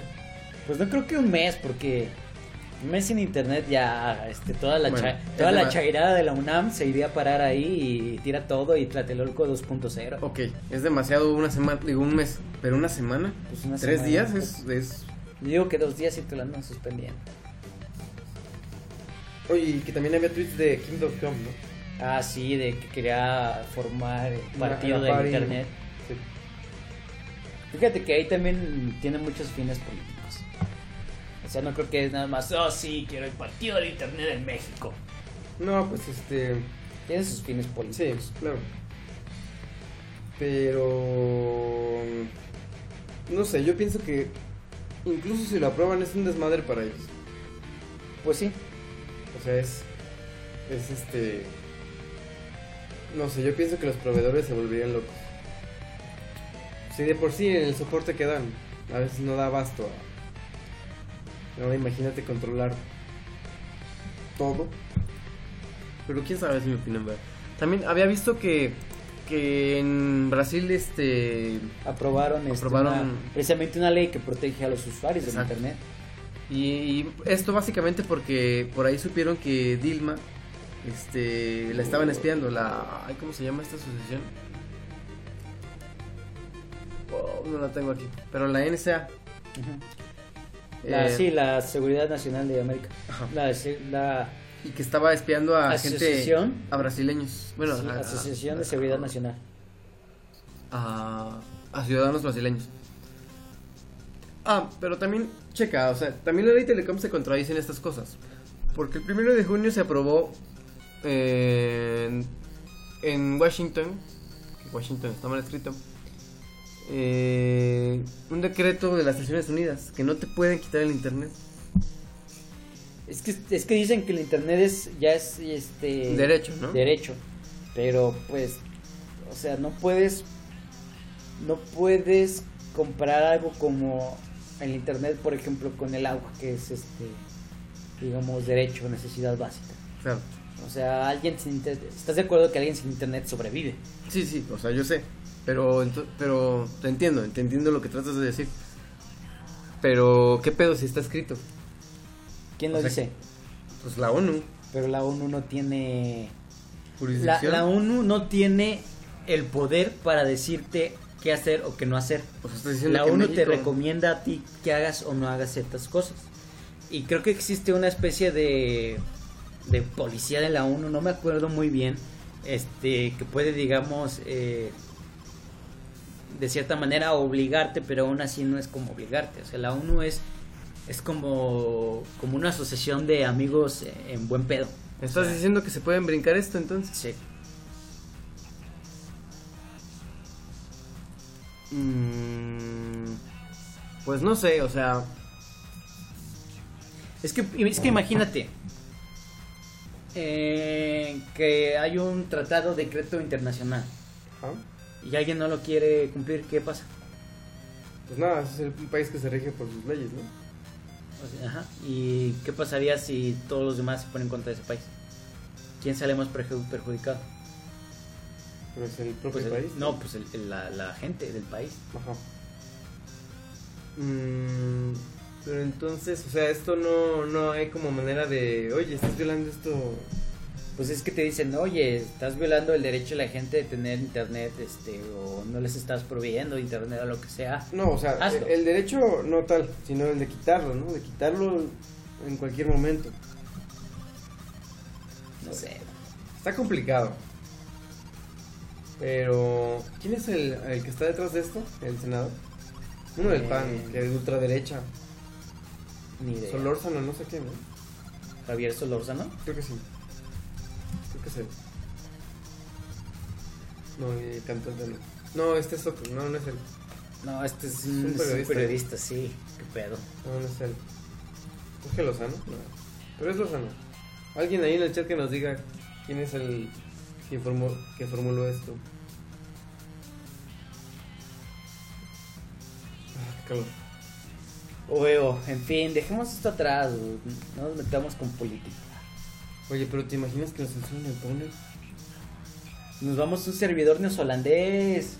pues no creo que un mes, porque un mes sin internet ya este, toda la,
Bueno,
cha-
es
toda la
demás.
chairada de la UNAM se iría a parar ahí y tira todo y Tlatelolco 2.0.
Ok, es demasiado una semana, digo un mes, pero una semana,
Pues una
tres
semana,
días
pues.
es, es...
Digo que dos días y te lo andan suspendiendo.
Oye, y que también había tweets de Kingdom Come, ¿no?
Ah, sí, de que quería formar el
Una-
partido
una
de
party.
internet. Fíjate que ahí también tiene muchos fines políticos. O sea, no creo que es nada más, oh sí, quiero el partido de internet en México.
No, pues este...
Tiene sus fines políticos.
claro. Pero... No sé, yo pienso que incluso si lo aprueban es un desmadre para ellos.
Pues sí,
O sea, es... Es este... No sé, yo pienso que los proveedores se volverían locos. Si de por sí el soporte que dan a veces no da abasto. a- Ahora imagínate controlar todo. Pero quién sabe si mi opinión va. También había visto que, que en Brasil este
aprobaron, este,
Aprobaron-
una- precisamente una ley que protege a los usuarios de
Exacto.
internet.
Y, y esto básicamente porque por ahí supieron que Dilma este, la estaban espiando, la... ay, ¿Cómo se llama esta asociación? Wow, Oh, no la tengo aquí, pero la NSA.
La,
eh,
sí, la Seguridad Nacional de América.
Ajá.
La, se- la
Y que estaba espiando a
Asociación.
gente... A brasileños. Bueno,
sí,
a- a-
Asociación de Seguridad
a-
Nacional.
a, a ciudadanos brasileños. Ah, pero también, checa, o sea, también la ley Telecom se contradicen estas cosas. Porque el primero de junio se aprobó eh, en, en Washington, que Washington está mal escrito, eh, un decreto de las Naciones Unidas que no te pueden quitar el internet.
Es que, es que dicen que el internet es ya es este
Derecho, ¿no?
derecho, pero pues o sea, no puedes no puedes comparar algo como el internet, por ejemplo, con el agua, que es este digamos derecho, necesidad básica.
Claro.
O sea, alguien sin internet, ¿estás de acuerdo que alguien sin internet sobrevive?
Sí, sí, o sea, yo sé. Pero, ento- pero te entiendo, te entiendo lo que tratas de decir. Pero, ¿qué pedo si está escrito?
¿Quién
O
lo
sea,
dice?
Pues la ONU.
Pero la ONU no tiene la,
Jurisdicción.
la ONU no tiene el poder para decirte qué hacer o qué no hacer.
O sea, estás diciendo
La
que
ONU te
México-
recomienda a ti que hagas o no hagas ciertas cosas. Y creo que existe una especie de, de policía de la ONU, no me acuerdo muy bien, este que puede, digamos, eh, de cierta manera obligarte, pero aún así no es como obligarte. O sea, la ONU es, es como, como una asociación de amigos eh, en buen pedo.
Estás diciendo que se pueden brincar esto entonces.
Sí.
Mm, pues no sé, o sea,
Es que, es que imagínate eh, que hay un tratado decreto internacional
Ah,
y alguien no lo quiere cumplir, ¿qué pasa?
pues nada, es un país que se rige por sus leyes, ¿no?
O sea, ajá, ¿Y qué pasaría si todos los demás se ponen contra ese país? ¿Quién sale más perju- perjudicado?
Pero es el propio
Pues el- no, pues el- el- la, la gente del país.
Ajá. Mm, Pero entonces, o sea, esto no, no hay como manera de, oye, estás violando esto.
Pues es que te dicen, oye, estás violando el derecho de la gente de tener internet, este, o no les estás proveyendo internet o lo que sea.
No, o sea,
Hazlo.
el, el derecho no tal, sino el de quitarlo, ¿no? De quitarlo en cualquier momento.
No sé.
Está complicado. Pero, ¿quién es el, el que está detrás de esto? ¿El Senado? Uno del
Eh,
PAN, que es de ultraderecha.
Ni idea.
Solórzano, no sé qué, ¿no?
Javier Solórzano.
Creo que sí. Creo que sí. No, el cantante no. No, este es otro, no, no es él.
No, este es un,
Es un
es un
periodista.
periodista, sí. Qué pedo.
No, no es él. ¿Es que Lozano? No. Pero es Lozano. Alguien ahí en el chat que nos diga quién es el que, informó, que formuló esto. Ah, qué calor.
Huevo, en fin, dejemos esto atrás, güey. no nos metamos con política.
Oye, pero ¿te imaginas que nos censuran el panel?
Nos vamos a un servidor neozelandés.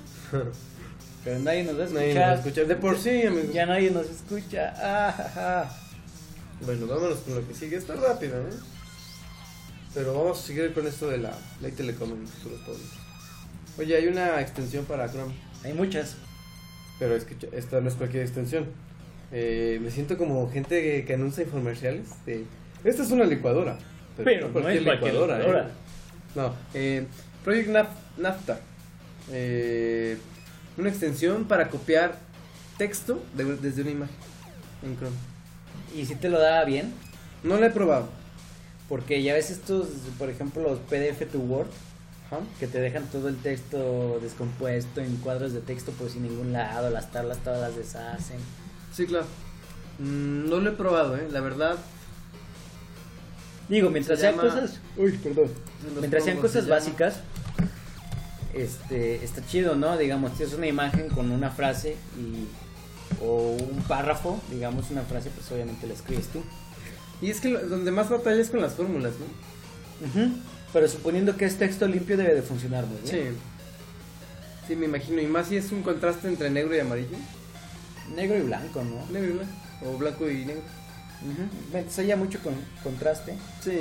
Pero nadie nos va a escuchar.
Nadie nos va a escuchar. De por sí, amigos.
Ya nadie nos escucha. Ah, ja, ja.
Bueno, vámonos con lo que sigue. Está rápido, ¿no? Pero vamos a seguir con esto de la ley telecom en futuros podcasts. Oye, hay una extensión para Chrome,
Hay muchas.
pero es que ch- esta no es cualquier extensión. Eh, me siento como gente que, que anuncia infomerciales. de, esta es una licuadora.
Pero no es cualquier licuadora".
¿eh? No, eh, Project Naf- NAFTA. eh, una extensión para copiar texto de- desde una imagen en Chrome.
Y si te lo da bien,
No la he probado.
porque ya ves estos, por ejemplo, los PDF to Word,
Ajá.
que te dejan todo el texto descompuesto en cuadros de texto por sin ningún lado, las tablas todas las deshacen.
Sí, claro. Mm, No lo he probado, ¿eh? La verdad.
Digo, mientras
Se
sean
llama-
cosas
Uy, perdón.
Mientras sean cosas básicas, este, está chido, ¿no? Digamos, tienes una imagen con una frase y, o un párrafo, digamos una frase, pues obviamente la escribes tú.
Y es que lo- donde más batalla es con las fórmulas, ¿no?
Pero suponiendo que es texto limpio debe de funcionar muy bien.
Sí. Sí, me imagino. Y más si es un contraste entre negro y amarillo.
Negro y blanco, ¿no?
Negro y blanco. O blanco y negro.
Entonces haya mucho con, contraste.
Sí.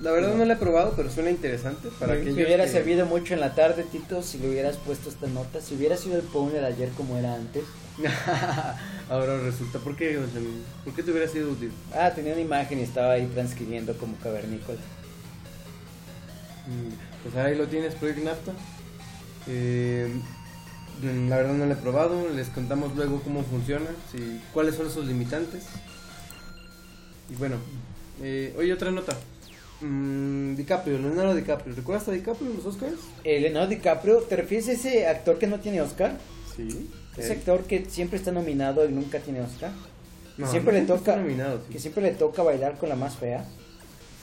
La verdad no lo he probado, pero suena interesante. Para
Me-
aquellos
me hubiera
que-
servido mucho en la tarde, Tito, si le hubieras puesto esta nota, si hubiera sido el poner ayer como era antes.
Ahora resulta. ¿Por qué, Benjamín? ¿Por qué te hubiera sido útil?
Ah, tenía una imagen y estaba ahí transcribiendo como cavernícola.
Mm, Pues ahí lo tienes, Project Nafta. Eh, mm, la verdad no lo he probado, les contamos luego cómo funciona, si, cuáles son sus limitantes. Y bueno, eh, oye, otra nota. Mm, DiCaprio, Leonardo DiCaprio. ¿Recuerdas a DiCaprio en los Oscars?
Eh, Leonardo DiCaprio, ¿te refieres a ese actor que no tiene Oscar?
Sí.
Ese actor que siempre está nominado y nunca tiene Oscar.
No,
siempre le
está
toca-
nominado, sí.
Que siempre le toca bailar con la más fea.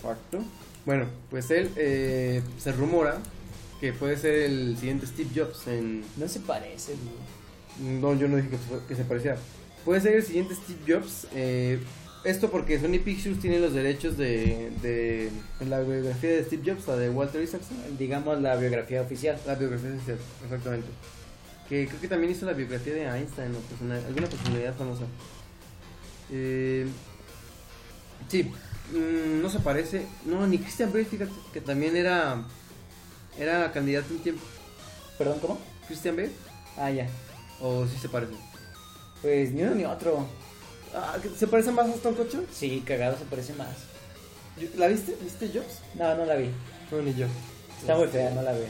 Facto. Bueno, pues él eh, se rumora que puede ser el siguiente Steve Jobs en
No se parece, güey.
No, yo no dije que, fue- que se parecía. Puede ser el siguiente Steve Jobs. eh, esto porque Sony Pictures tiene los derechos de, de la biografía de Steve Jobs, la de Walter Isaacson.
Digamos la biografía oficial.
La biografía de Steve Jobs, exactamente. Que creo que también hizo la biografía de Einstein o persona- alguna personalidad famosa. Eh, sí, mm, no se parece. No, ni Christian Bale, fíjate, que también era, era candidato un tiempo.
¿Perdón, cómo?
¿Christian Bale?
Ah, ya.
¿O sí se parece?
Pues ni uno ni otro.
Ah, ¿que ¿Se parece más a Stone Kutcher?
Sí, cagado se parece más.
Yo- ¿La viste? ¿Viste Jobs?
No, no la vi.
No, ni yo.
Está muy fea, no la vi.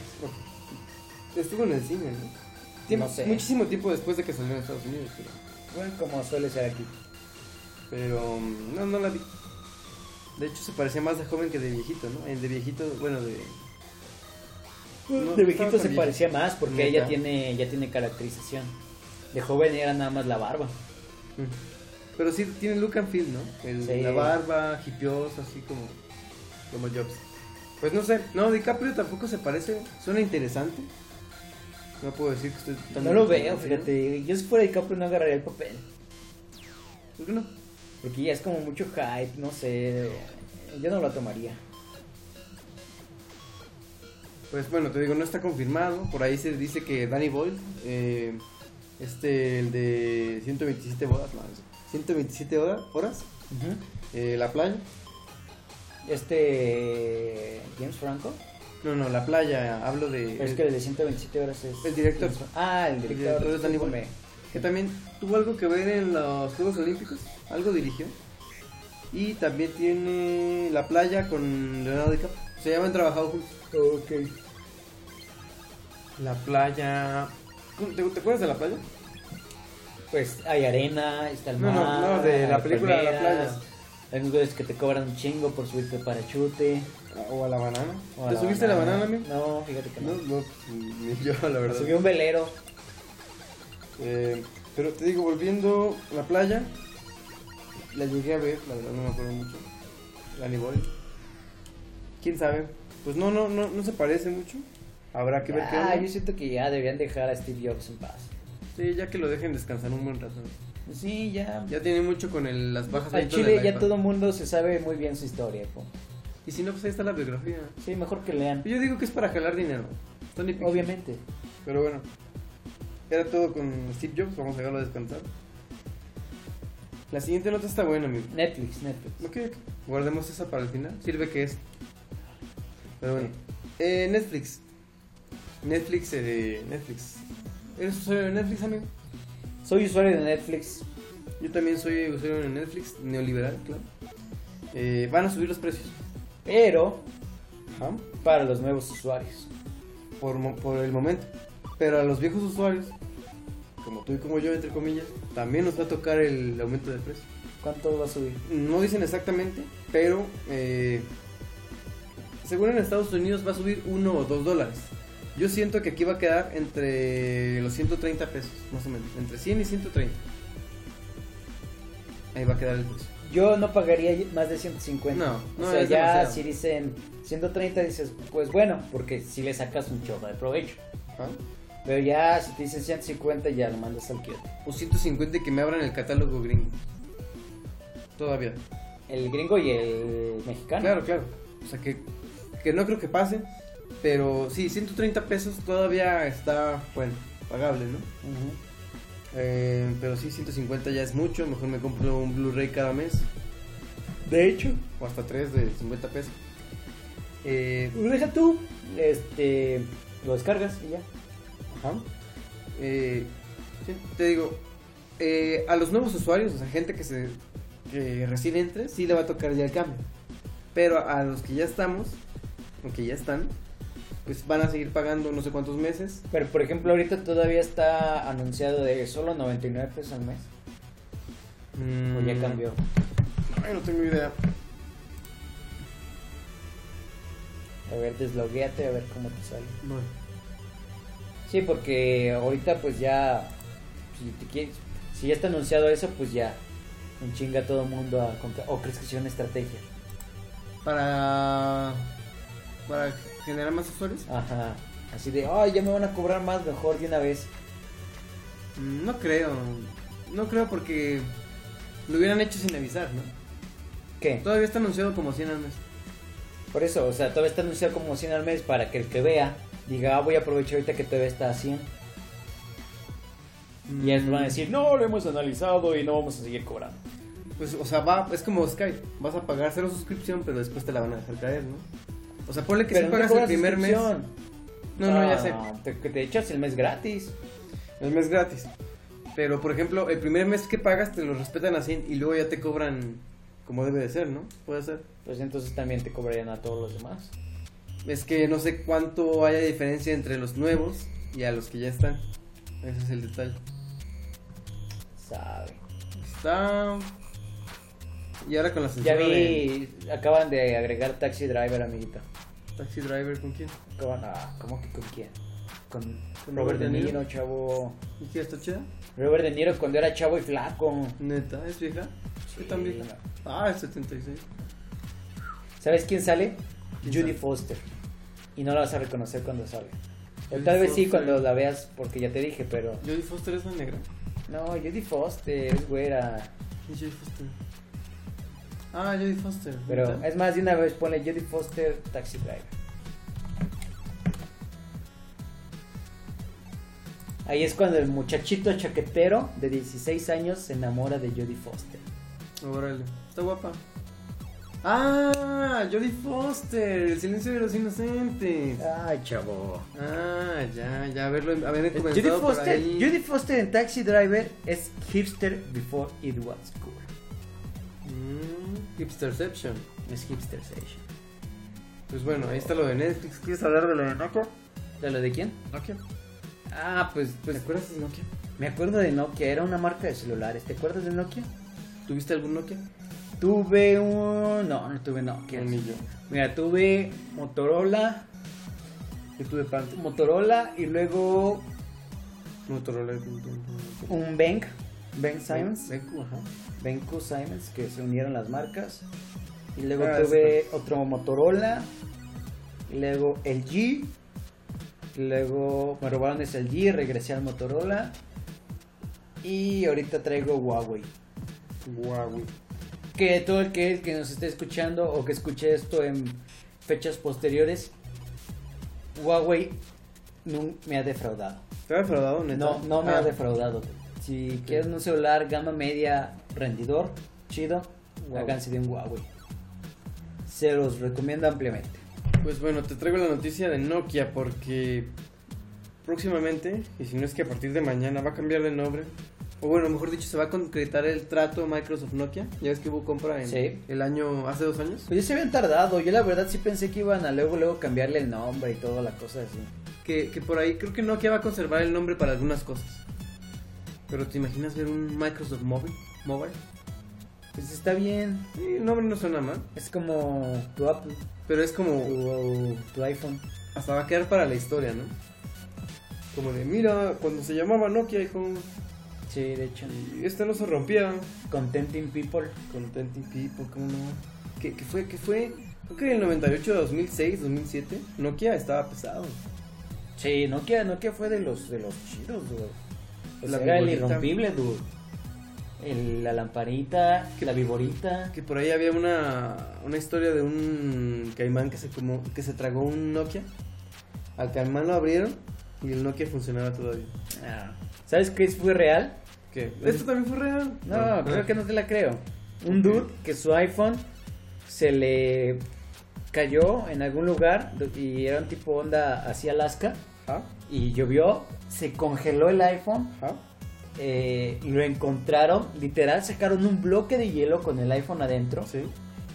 Estuvo en el cine, ¿no? Tiempo-
No sé.
Muchísimo tiempo después de que salió en Estados Unidos, pero...
Bueno, como suele ser aquí.
pero, mm, no, no la vi. De hecho, se parecía más de joven que de viejito, ¿no? El de viejito, bueno, de... No,
Mm, de
estaba
viejito
tan
se
viejo.
parecía más porque
Neta.
ella tiene, ya tiene caracterización. De joven era nada más la barba.
Mm. Pero sí tiene look and feel, ¿no? El-
Sí.
La barba, hipiosa, así como, como Jobs. Pues no sé, no, DiCaprio tampoco se parece, suena interesante. No puedo decir que estoy
No
totalmente
lo veo,
convencido.
fíjate. Yo si fuera DiCaprio no agarraría el papel.
¿Por qué no?
Porque ya es como mucho hype, no sé. Yo no lo tomaría.
Pues bueno, te digo, no está confirmado. Por ahí se dice que Danny Boyle, eh, este, el de 127 bodas, no, es- 127 hora- horas. Eh, la playa.
Este. James Franco.
No, no, la playa. Hablo de.
Pero es que el de 127 horas es.
El director.
Ah, el
el
director.
director de Danny Boyle.
discúlpame.
Que también tuvo algo que ver en los Juegos Olímpicos. Algo dirigió. Y también tiene la playa con Leonardo DiCaprio. Se llaman Trabajado Juntos. La playa. ¿Cómo- ¿Te, te acuerdas de la playa?
Pues hay arena, está el
No,
mar.
no, no, de la
hay
película de la
palmeras,
playa.
Hay unos güeyes que te cobran un chingo por subirte parachute.
O a la banana.
o a
¿Te subiste a la banana, amigo?
No, fíjate que no.
No, no, ni yo, la
Me
verdad.
subí a un velero.
Eh, pero te digo, volviendo a la playa, la llegué a ver, la verdad no me acuerdo mucho. La Boy. ¿Quién sabe? Pues no, no, no, no se parece mucho. Habrá que ver qué
Ah,
onda.
yo siento que ya deberían dejar a Steve Jobs en paz.
Sí, ya que lo dejen descansar un buen rato.
Sí, ya.
Pues Ya tiene mucho con el- las bajas
Al
dentro
Chile
del
ya
iPad.
todo mundo se sabe muy bien su historia. po.
Y si no, pues ahí está la biografía.
Sí, mejor que lean.
Yo digo que es para jalar dinero. Tony Pickett.
Obviamente.
Pero bueno, era todo con Steve Jobs, vamos a dejarlo descansar. La siguiente nota está buena, amigo.
Netflix, Netflix.
Ok, ok. guardemos esa para el final. Sirve que es. Pero bueno. Eh, Netflix. Netflix, eh, Netflix. ¿Eres usuario de Netflix, amigo?
Soy usuario de Netflix.
Yo también soy usuario de Netflix, neoliberal, claro. Eh, van a subir los precios.
Pero
Ajá.
para los nuevos usuarios.
Por, mo- por el momento. Pero a los viejos usuarios, como tú y como yo, entre comillas, también nos va a tocar el aumento de precio.
¿Cuánto va a subir?
No dicen exactamente, pero eh, según en Estados Unidos va a subir uno o dos dólares. Yo siento que aquí va a quedar entre los 130 pesos, más o menos. Entre 100 y 130. Ahí va a quedar el precio.
Yo no pagaría más de 150.
No, no,
o sea,
es
ya
demasiado.
si dicen 130 dices, pues bueno, porque si le sacas un chorro de provecho. Pero ya si te dicen 150 ya lo mandas al Kioto.
O 150 que me abran el catálogo gringo. Todavía.
El gringo y el mexicano.
Claro, claro. O sea que, que no creo que pase. Pero sí, 130 pesos todavía está, bueno, pagable, ¿no?
Ujú.
Eh, pero sí, 150 ya es mucho. Mejor me compro un Blu-ray cada mes.
De hecho,
O hasta 3 de 50 pesos. Eh,
lo deja tú, este, lo descargas y ya.
ajá. Eh, sí, te digo, eh, a los nuevos usuarios, o sea, gente que, se, que recién entre, sí le va a tocar ya el cambio. Pero a los que ya estamos, o que ya están, pues van a seguir pagando no sé cuántos meses.
Pero por ejemplo, ahorita todavía está anunciado de solo 99 pesos al mes. O
Mm.
ya cambió.
Ay, no tengo idea.
A ver, deslogueate a ver cómo te sale.
Bueno.
Sí, porque ahorita pues ya, si, te quieres- si ya está anunciado eso, pues ya en chinga todo el mundo a comprar. ¿O crees que sea una estrategia?
Para, para generar más usuarios.
Ajá. Así de, ay, ya me van a cobrar más mejor de una vez.
Mm, No creo. No creo porque lo hubieran hecho sin avisar, ¿no?
¿Qué?
Todavía está anunciado como 100 al mes.
Por eso, o sea, todavía está anunciado como 100 al mes para que el que vea diga, ah, voy a aprovechar ahorita que todavía está a 100. Y ya nos van a decir, no, lo hemos analizado y no vamos a seguir cobrando.
Pues, o sea, va, es como Skype. Vas a pagar cero suscripción, pero después te la van a dejar caer, ¿no? O sea, ponle que si
no te
pagas el
cobran
primer mes.
suscripción.
No, no, ya
Ah,
sé.
Te, que te echas el mes gratis.
El mes gratis. Pero, por ejemplo, el primer mes que pagas te lo respetan a 100 y luego ya te cobran como debe de ser, ¿no? Puede ser.
Pues entonces también te cobrarían a todos los demás.
Es que no sé cuánto haya diferencia entre los nuevos y a los que ya están. Ese es el detalle.
Sabe.
Está. Y ahora con la
Pues Ya
censura de
vi, acaban de agregar Taxi Driver, amiguita.
Taxi Driver con quién?
Acaban- ah, ¿Cómo que con quién? Con
¿Con
Robert De Niro, chavo.
¿Y qué está chida?
Robert De Niro cuando era chavo y flaco.
Neta, es vieja. ¿Qué tan vieja? Ah, es 76.
¿Sabes quién sale?
¿Quién
Judy
sale?
Foster. Y no la vas a reconocer cuando sale. O
Judy
tal vez sí
Foster.
cuando la veas, porque ya te dije, pero.
Jodie Foster es la negra.
No, Judy Foster es güera.
¿Y Jodie Foster? Ah, Jodie Foster.
Pero
neta.
es más, de una vez ponle Judy Foster Taxi Driver. Ahí es cuando el muchachito chaquetero de 16 años se enamora de Jodie Foster.
Órale, está guapa. Ah, Jodie Foster, el silencio de los inocentes.
Ay, chavo.
Ah, ya, ya, haberlo, haber
Eh, Jodie
comenzado por
Foster,
ahí.
Jodie Foster en Taxi Driver es hipster before it was cool.
Mm, Hipsterception.
Es hipster session.
Pues bueno, ahí está lo de Netflix. ¿Quieres hablar de lo de Nokia?
¿De lo de quién?
Nokia.
Ah, pues,
¿Te
pues
acuerdas de Nokia?
me acuerdo de Nokia, era una marca de celulares. ¿Te acuerdas de Nokia?
¿Tuviste algún Nokia?
Tuve un... No, no tuve Nokia.
Un yo.
Mira, tuve Motorola,
Yo tuve Panther.
Motorola y luego
Motorola. Benq,
un Bank, Bank Simons,
Benq, ajá.
Benko Simons, que se unieron las marcas. Y luego
Ah,
tuve otro Motorola, y luego el G, luego me robaron ese LG, regresé al Motorola y ahorita traigo Huawei.
Huawei.
que todo aquel que nos esté escuchando o que escuche esto en fechas posteriores, Huawei no me ha defraudado.
¿Te había defraudado, neta?
No, no me
Ah,
ha defraudado. Si quieres un celular gama media rendidor, chido,
Huawei.
háganse de un Huawei. Se los recomiendo ampliamente.
Pues bueno, te traigo la noticia de Nokia porque próximamente, y si no es que a partir de mañana, va a cambiar de nombre. O bueno, mejor dicho, se va a concretar el trato Microsoft-Nokia. Ya ves que hubo compra en
Sí.
el año, hace dos años.
Pues ya se habían tardado, yo la verdad sí pensé que iban a luego luego cambiarle el nombre y toda la cosa así.
Que, que por ahí creo que Nokia va a conservar el nombre para algunas cosas. Pero ¿te imaginas ver un Microsoft Mobile? Mobile?
Pues está bien,
Sí, el nombre no suena mal,
es como tu Apple,
pero es como
tu, tu iPhone.
hasta va a quedar para la historia, ¿no? Como de, mira, cuando se llamaba Nokia, hijo,
Sí, de hecho.
y esta no se rompía.
Contenting People.
Contenting people, ¿cómo no? ¿Qué, qué fue? ¿Qué fue? Creo que en el 98, 2006, 2007, Nokia estaba pesado.
Sí, Nokia, Nokia fue de los de los chidos, dude. Pues
La
era el
viborita.
irrompible, dude. El- la lamparita, la viborita.
Que por ahí había una, una historia de un caimán que se, como, que se tragó un Nokia. Al caimán lo abrieron y el Nokia funcionaba todavía.
Ah. ¿Sabes qué fue real?
¿Qué? ¿Esto también fue real? Ah,
No, creo que no te la creo. Un dude que su iPhone se le cayó en algún lugar du- y era un tipo onda hacia Alaska
Ajá,
y llovió, se congeló el iPhone
ajá.
eh, y lo encontraron, literal sacaron un bloque de hielo con el iPhone adentro.
Sí.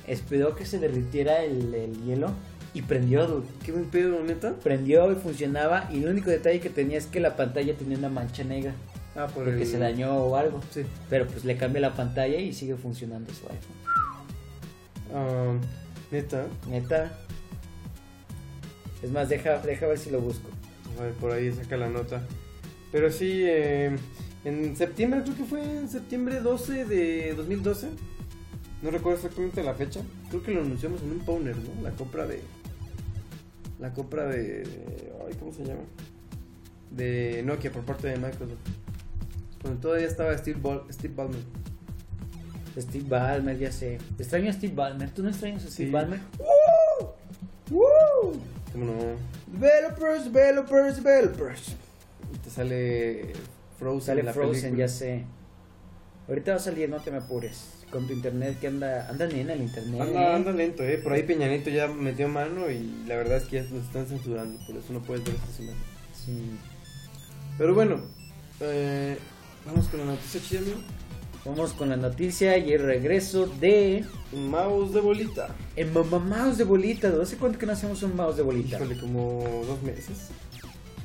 esperó que se derritiera el, el hielo y prendió, dude.
¿Qué buen pedo, neta?
Prendió y funcionaba y el único detalle que tenía es que la pantalla tenía una mancha negra
Ah, por
porque se dañó o algo.
Sí.
Pero pues le cambia la pantalla y sigue funcionando su iPhone.
Ah, neta.
Neta. Es más, deja, deja ver si lo busco.
A ver, por ahí saca la nota. Pero sí, eh, en septiembre, creo que fue en septiembre 12 de 2012. No recuerdo exactamente la fecha. Creo que lo anunciamos en un Powner, ¿no? La compra de. La compra de. Ay, ¿cómo se llama? De Nokia por parte de Microsoft. Cuando todavía estaba Steve, Ball, Steve Ballmer.
Steve Ballmer, ya sé. Extraño a Steve Ballmer. ¿Tú no extrañas a Steve
Sí.
Ballmer?
¿Cómo no? Developers, developers, developers. Y te sale Frozen.
Sale
la
Frozen,
película.
ya sé. Ahorita va a salir, no te me apures. Con tu internet que anda, anda bien el internet.
Anda,
¿eh?
anda lento, eh. Por ahí Peñanito ya metió mano y la verdad es que ya nos están censurando, por eso no puedes ver estas imágenes.
Sí.
Pero bueno, eh, vamos con la noticia chida, amigo.
Vamos con la noticia y el regreso de
Un mouse de bolita.
el mamá mouse de bolita. ¿De hace cuánto que no hacemos un mouse de bolita?
Híjole, como dos meses,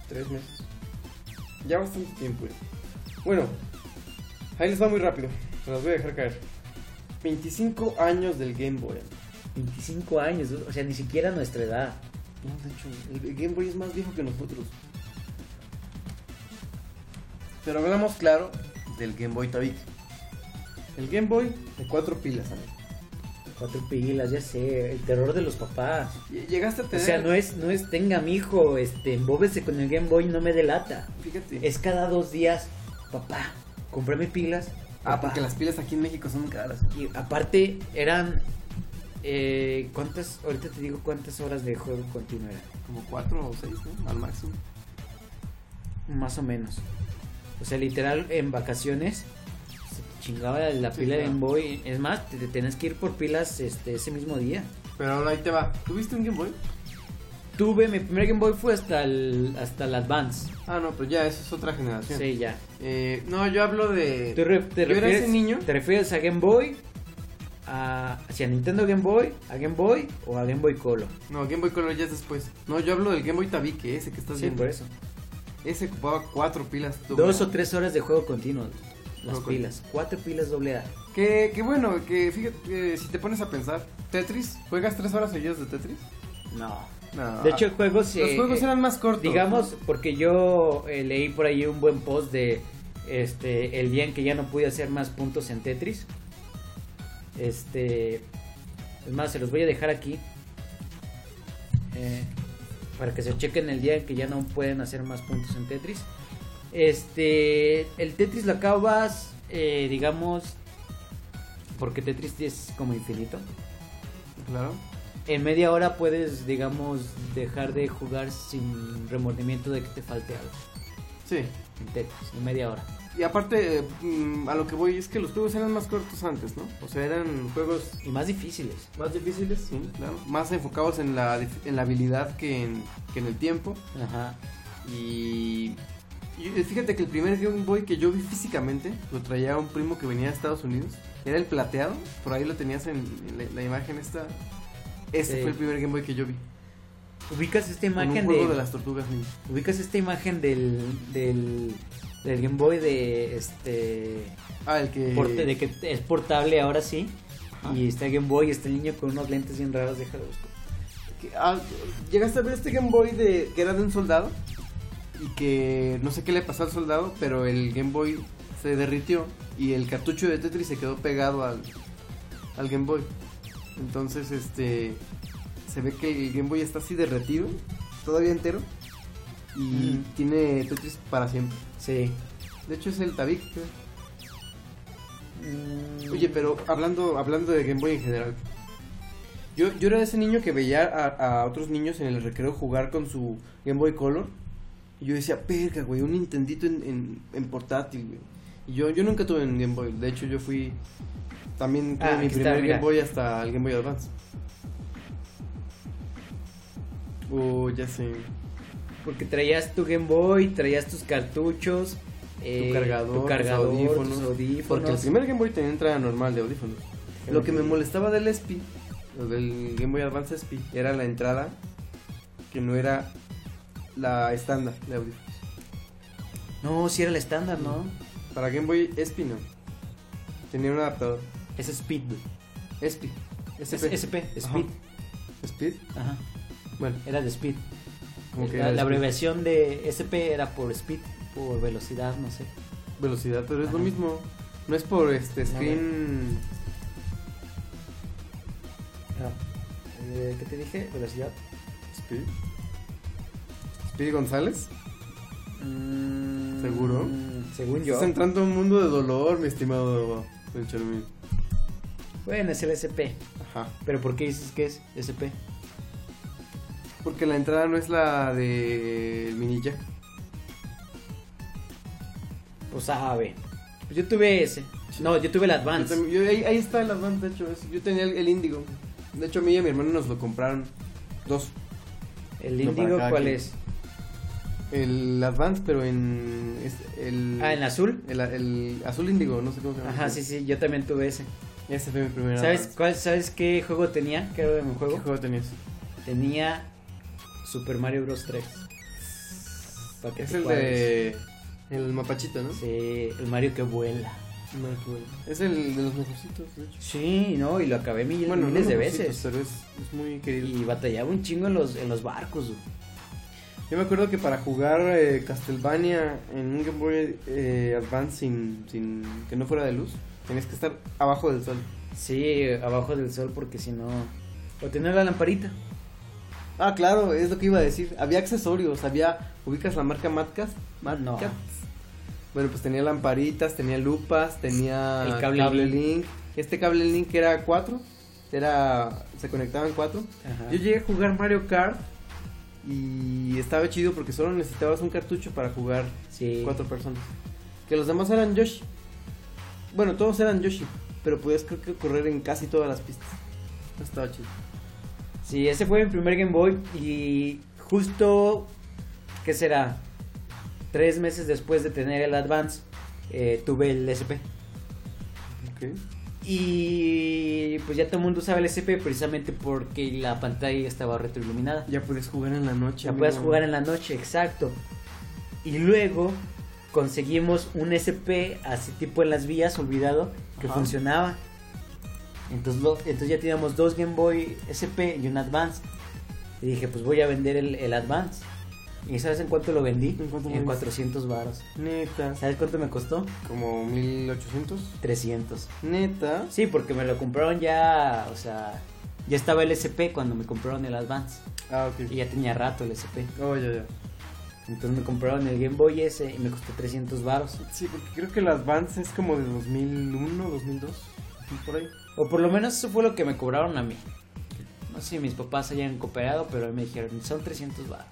tres meses. Ya bastante tiempo, eh. Bueno, ahí les va muy rápido, se las voy a dejar caer. 25 años del Game Boy. amigo.
25 años, o sea, ni siquiera nuestra edad.
No, de hecho, el Game Boy es más viejo que nosotros. Pero hablamos claro del Game Boy Tabique. El Game Boy de cuatro pilas, amigo.
Cuatro pilas, ya sé, el terror de los papás.
Lle- Llegaste a
O
tener.
sea, no es, no es, tenga mi hijo, este, embóbese con el Game Boy, no me delata.
Fíjate.
Es cada dos días, papá, comprame pilas.
Ah,
papá.
porque las pilas aquí en México son caras.
Y aparte, eran, eh, ¿cuántas, ahorita te digo cuántas horas de juego continuo eran?
Como cuatro o seis, ¿no? Al máximo.
Más o menos. O sea, literal, en vacaciones se te chingaba la, la
Sí,
pila de
claro.
Game Boy. Es más, te, te tenías que ir por pilas este, ese mismo día.
Pero ahora ahí te va. ¿Tuviste un Game Boy?
Tuve, mi primer Game Boy fue hasta el, hasta el Advance.
Ah, no, pues ya, esa es otra generación.
Sí, ya.
Eh, no, yo hablo de.
¿Te, re- te
yo era
refieres,
ese niño.
¿Te refieres a Game Boy? A, ¿Hacia Nintendo Game Boy? ¿A Game Boy o a Game Boy Color?
No, Game Boy Color ya es después. No, yo hablo del Game Boy Tabique, ese que estás
Sí,
viendo.
por eso.
Ese ocupaba cuatro pilas. doble
Dos
A.
o tres horas de juego continuo. Las
Juego
pilas. Cuatro pilas doble A.
Que, que bueno, que fíjate, que si te pones a pensar, Tetris, ¿juegas tres horas seguidas de Tetris?
No.
No.
De hecho, el juego se...
los juegos eran más cortos.
Digamos, porque yo eh, leí por ahí un buen post de este el día en que ya no pude hacer más puntos en Tetris. Este, es más, se los voy a dejar aquí eh, para que se chequen el día en que ya no pueden hacer más puntos en Tetris. Este, el Tetris lo acabas, eh, digamos, porque Tetris es como infinito.
Claro.
En media hora puedes, digamos, dejar de jugar sin remordimiento de que te falte algo.
Sí.
En Tetris, en media hora.
Y aparte, eh, mm, a lo que voy es que los juegos eran más cortos antes, ¿no? O sea, eran juegos
Y más difíciles.
más difíciles, sí, claro. Más enfocados en la, dif- en la habilidad que en, que en el tiempo.
Ajá.
Y, y fíjate que el primer Game Boy que yo vi físicamente lo traía un primo que venía de Estados Unidos. Era el plateado, por ahí lo tenías en, en la, la imagen esta. Ese
Sí.
fue el primer Game Boy que yo vi.
Ubicas esta
Con un
imagen
juego
de,
de... las tortugas ninja.
ubicas esta imagen del del del Game Boy de este
Ah, el que.
porte- de que es portable ahora sí. Y está el Game Boy, está el niño con unos lentes bien raros, deja de buscar.
que- ah, Llegaste a ver este Game Boy de que era de un soldado y que no sé qué le pasó al soldado, pero el Game Boy se derritió y el cartucho de Tetris se quedó pegado al, al Game Boy. Entonces, este se ve que el Game Boy está así derretido, todavía entero y tiene Tetris para siempre.
Sí.
De hecho es el Tabic.
Mm,
creo. Oye, pero hablando, hablando de Game Boy en general. Yo, yo era ese niño que veía a, a otros niños en el recreo jugar con su Game Boy Color. Y yo decía, perga, güey, un Nintendito en, en, en portátil, güey. Y yo, yo nunca tuve un Game Boy. De hecho, yo fui. También tuve
Ah,
mi
aquí está,
primer
mira.
Game Boy hasta el Game Boy Advance. Oh, ya sé.
Porque traías tu Game Boy, traías tus cartuchos, eh,
tu cargador,
tu cargador,
tus audífonos.
tus audífonos.
Porque el primer Game Boy tenía entrada normal de audífonos. Lo que me molestaba del SP, o del Game Boy Advance SP, era la entrada que no era la estándar de audífonos.
No, si era el estándar, ¿no?
Para Game Boy SP no. Tenía un adaptador.
Es Speed, güey.
SP.
Es
SP.
SP, Speed.
Speed.
Ajá.
Bueno,
Era de Speed.
como que
la,
era
la
SP.
abreviación de SP era por Speed, por velocidad, no sé.
velocidad, pero es lo
Ajá.
mismo. No es por este
No,
screen. Ah.
Eh, ¿Qué te dije? ¿Velocidad?
Speed. Speed González.
Mm,
¿Seguro?
Según yo.
Estás entrando a un mundo de dolor, mi estimado Don Charmin.
Bueno, es el SP.
Ajá.
¿Pero por qué dices que es SP?
Porque la entrada no es la del mini jack.
Pues sabe. Pues yo tuve ese. No, yo tuve el
Yo
Advance.
también- yo- ahí, ahí está el Advance, de hecho. es- yo tenía el, el Indigo. De hecho, a mí y a mi hermano nos lo compraron dos.
¿El
No, para
Indigo
cada
cuál
quien.
es?
El Advance, pero en. es- el,
Ah, ¿en azul?
El, el azul Indigo, no sé cómo se llama.
Ajá, sí, sí, yo también tuve ese.
Ese fue mi primer
¿Sabes
Ah, Advance.
cuál? ¿Sabes qué juego tenía? ¿Qué era de mi
¿Qué
juego?
juego tenías?
Tenía Super Mario Bros 3. Para que
Es
te
el
cuadres.
de. El mapachito, ¿no?
Sí, el Mario que vuela.
No, qué bueno. Es el de los mejorcitos, de hecho.
Sí, no, y lo acabé mil-
no pues,
miles de
mejorcitos,
veces.
Pero es, es muy querido.
Y batallaba un chingo en los, en los barcos. güey.
Yo me acuerdo que para jugar eh, Castlevania en un Game Boy eh, Advance sin, sin que no fuera de luz, tenías que estar abajo del sol.
Sí, abajo del sol porque si no... O tener la lamparita.
Ah, claro, es lo que iba a decir. Había accesorios, había. ¿Ubicas la marca Matcast? Matcast.
No.
Bueno, pues tenía lamparitas, tenía lupas, tenía
El cable
link. Este cable link era 4, era se conectaban 4.
Ajá.
Yo llegué a jugar Mario Kart y estaba chido porque solo necesitabas un cartucho para jugar
Sí.
cuatro personas. Que los demás eran Yoshi. Bueno, todos eran Yoshi, pero podías creo que correr en casi todas las pistas. Estaba chido.
Sí, ese fue mi primer Game Boy y justo, ¿qué será? Tres meses después de tener el Advance, eh, tuve el SP. Y pues ya todo el mundo sabe el SP precisamente porque la pantalla estaba retroiluminada.
Ya puedes jugar en la noche.
Ya
amigo.
puedes jugar en la noche, exacto. Y luego conseguimos un SP así tipo en las vías, olvidado, que
Ajá.
funcionaba. Entonces, lo- entonces ya teníamos dos Game Boy SP y un Advance. Y dije, pues voy a vender el, el Advance. ¿Y sabes en cuánto lo vendí?
¿En cuánto lo
en
vendiste?
400 varos.
Neta.
¿Sabes cuánto me costó?
Como 1800.
300.
Neta.
Sí, porque me lo compraron ya, o sea, ya estaba el SP cuando me compraron el Advance.
Ah,
Y
ok.
ya tenía rato el SP.
Oh, ya, ya.
Entonces me compraron el Game Boy ese y me costó 300 varos.
Sí, porque creo que el Advance es como de 2001, 2002. Por ahí.
O por lo menos eso fue lo que me cobraron a mí. No sé si mis papás hayan cooperado, pero a mí me dijeron, son 300 varos.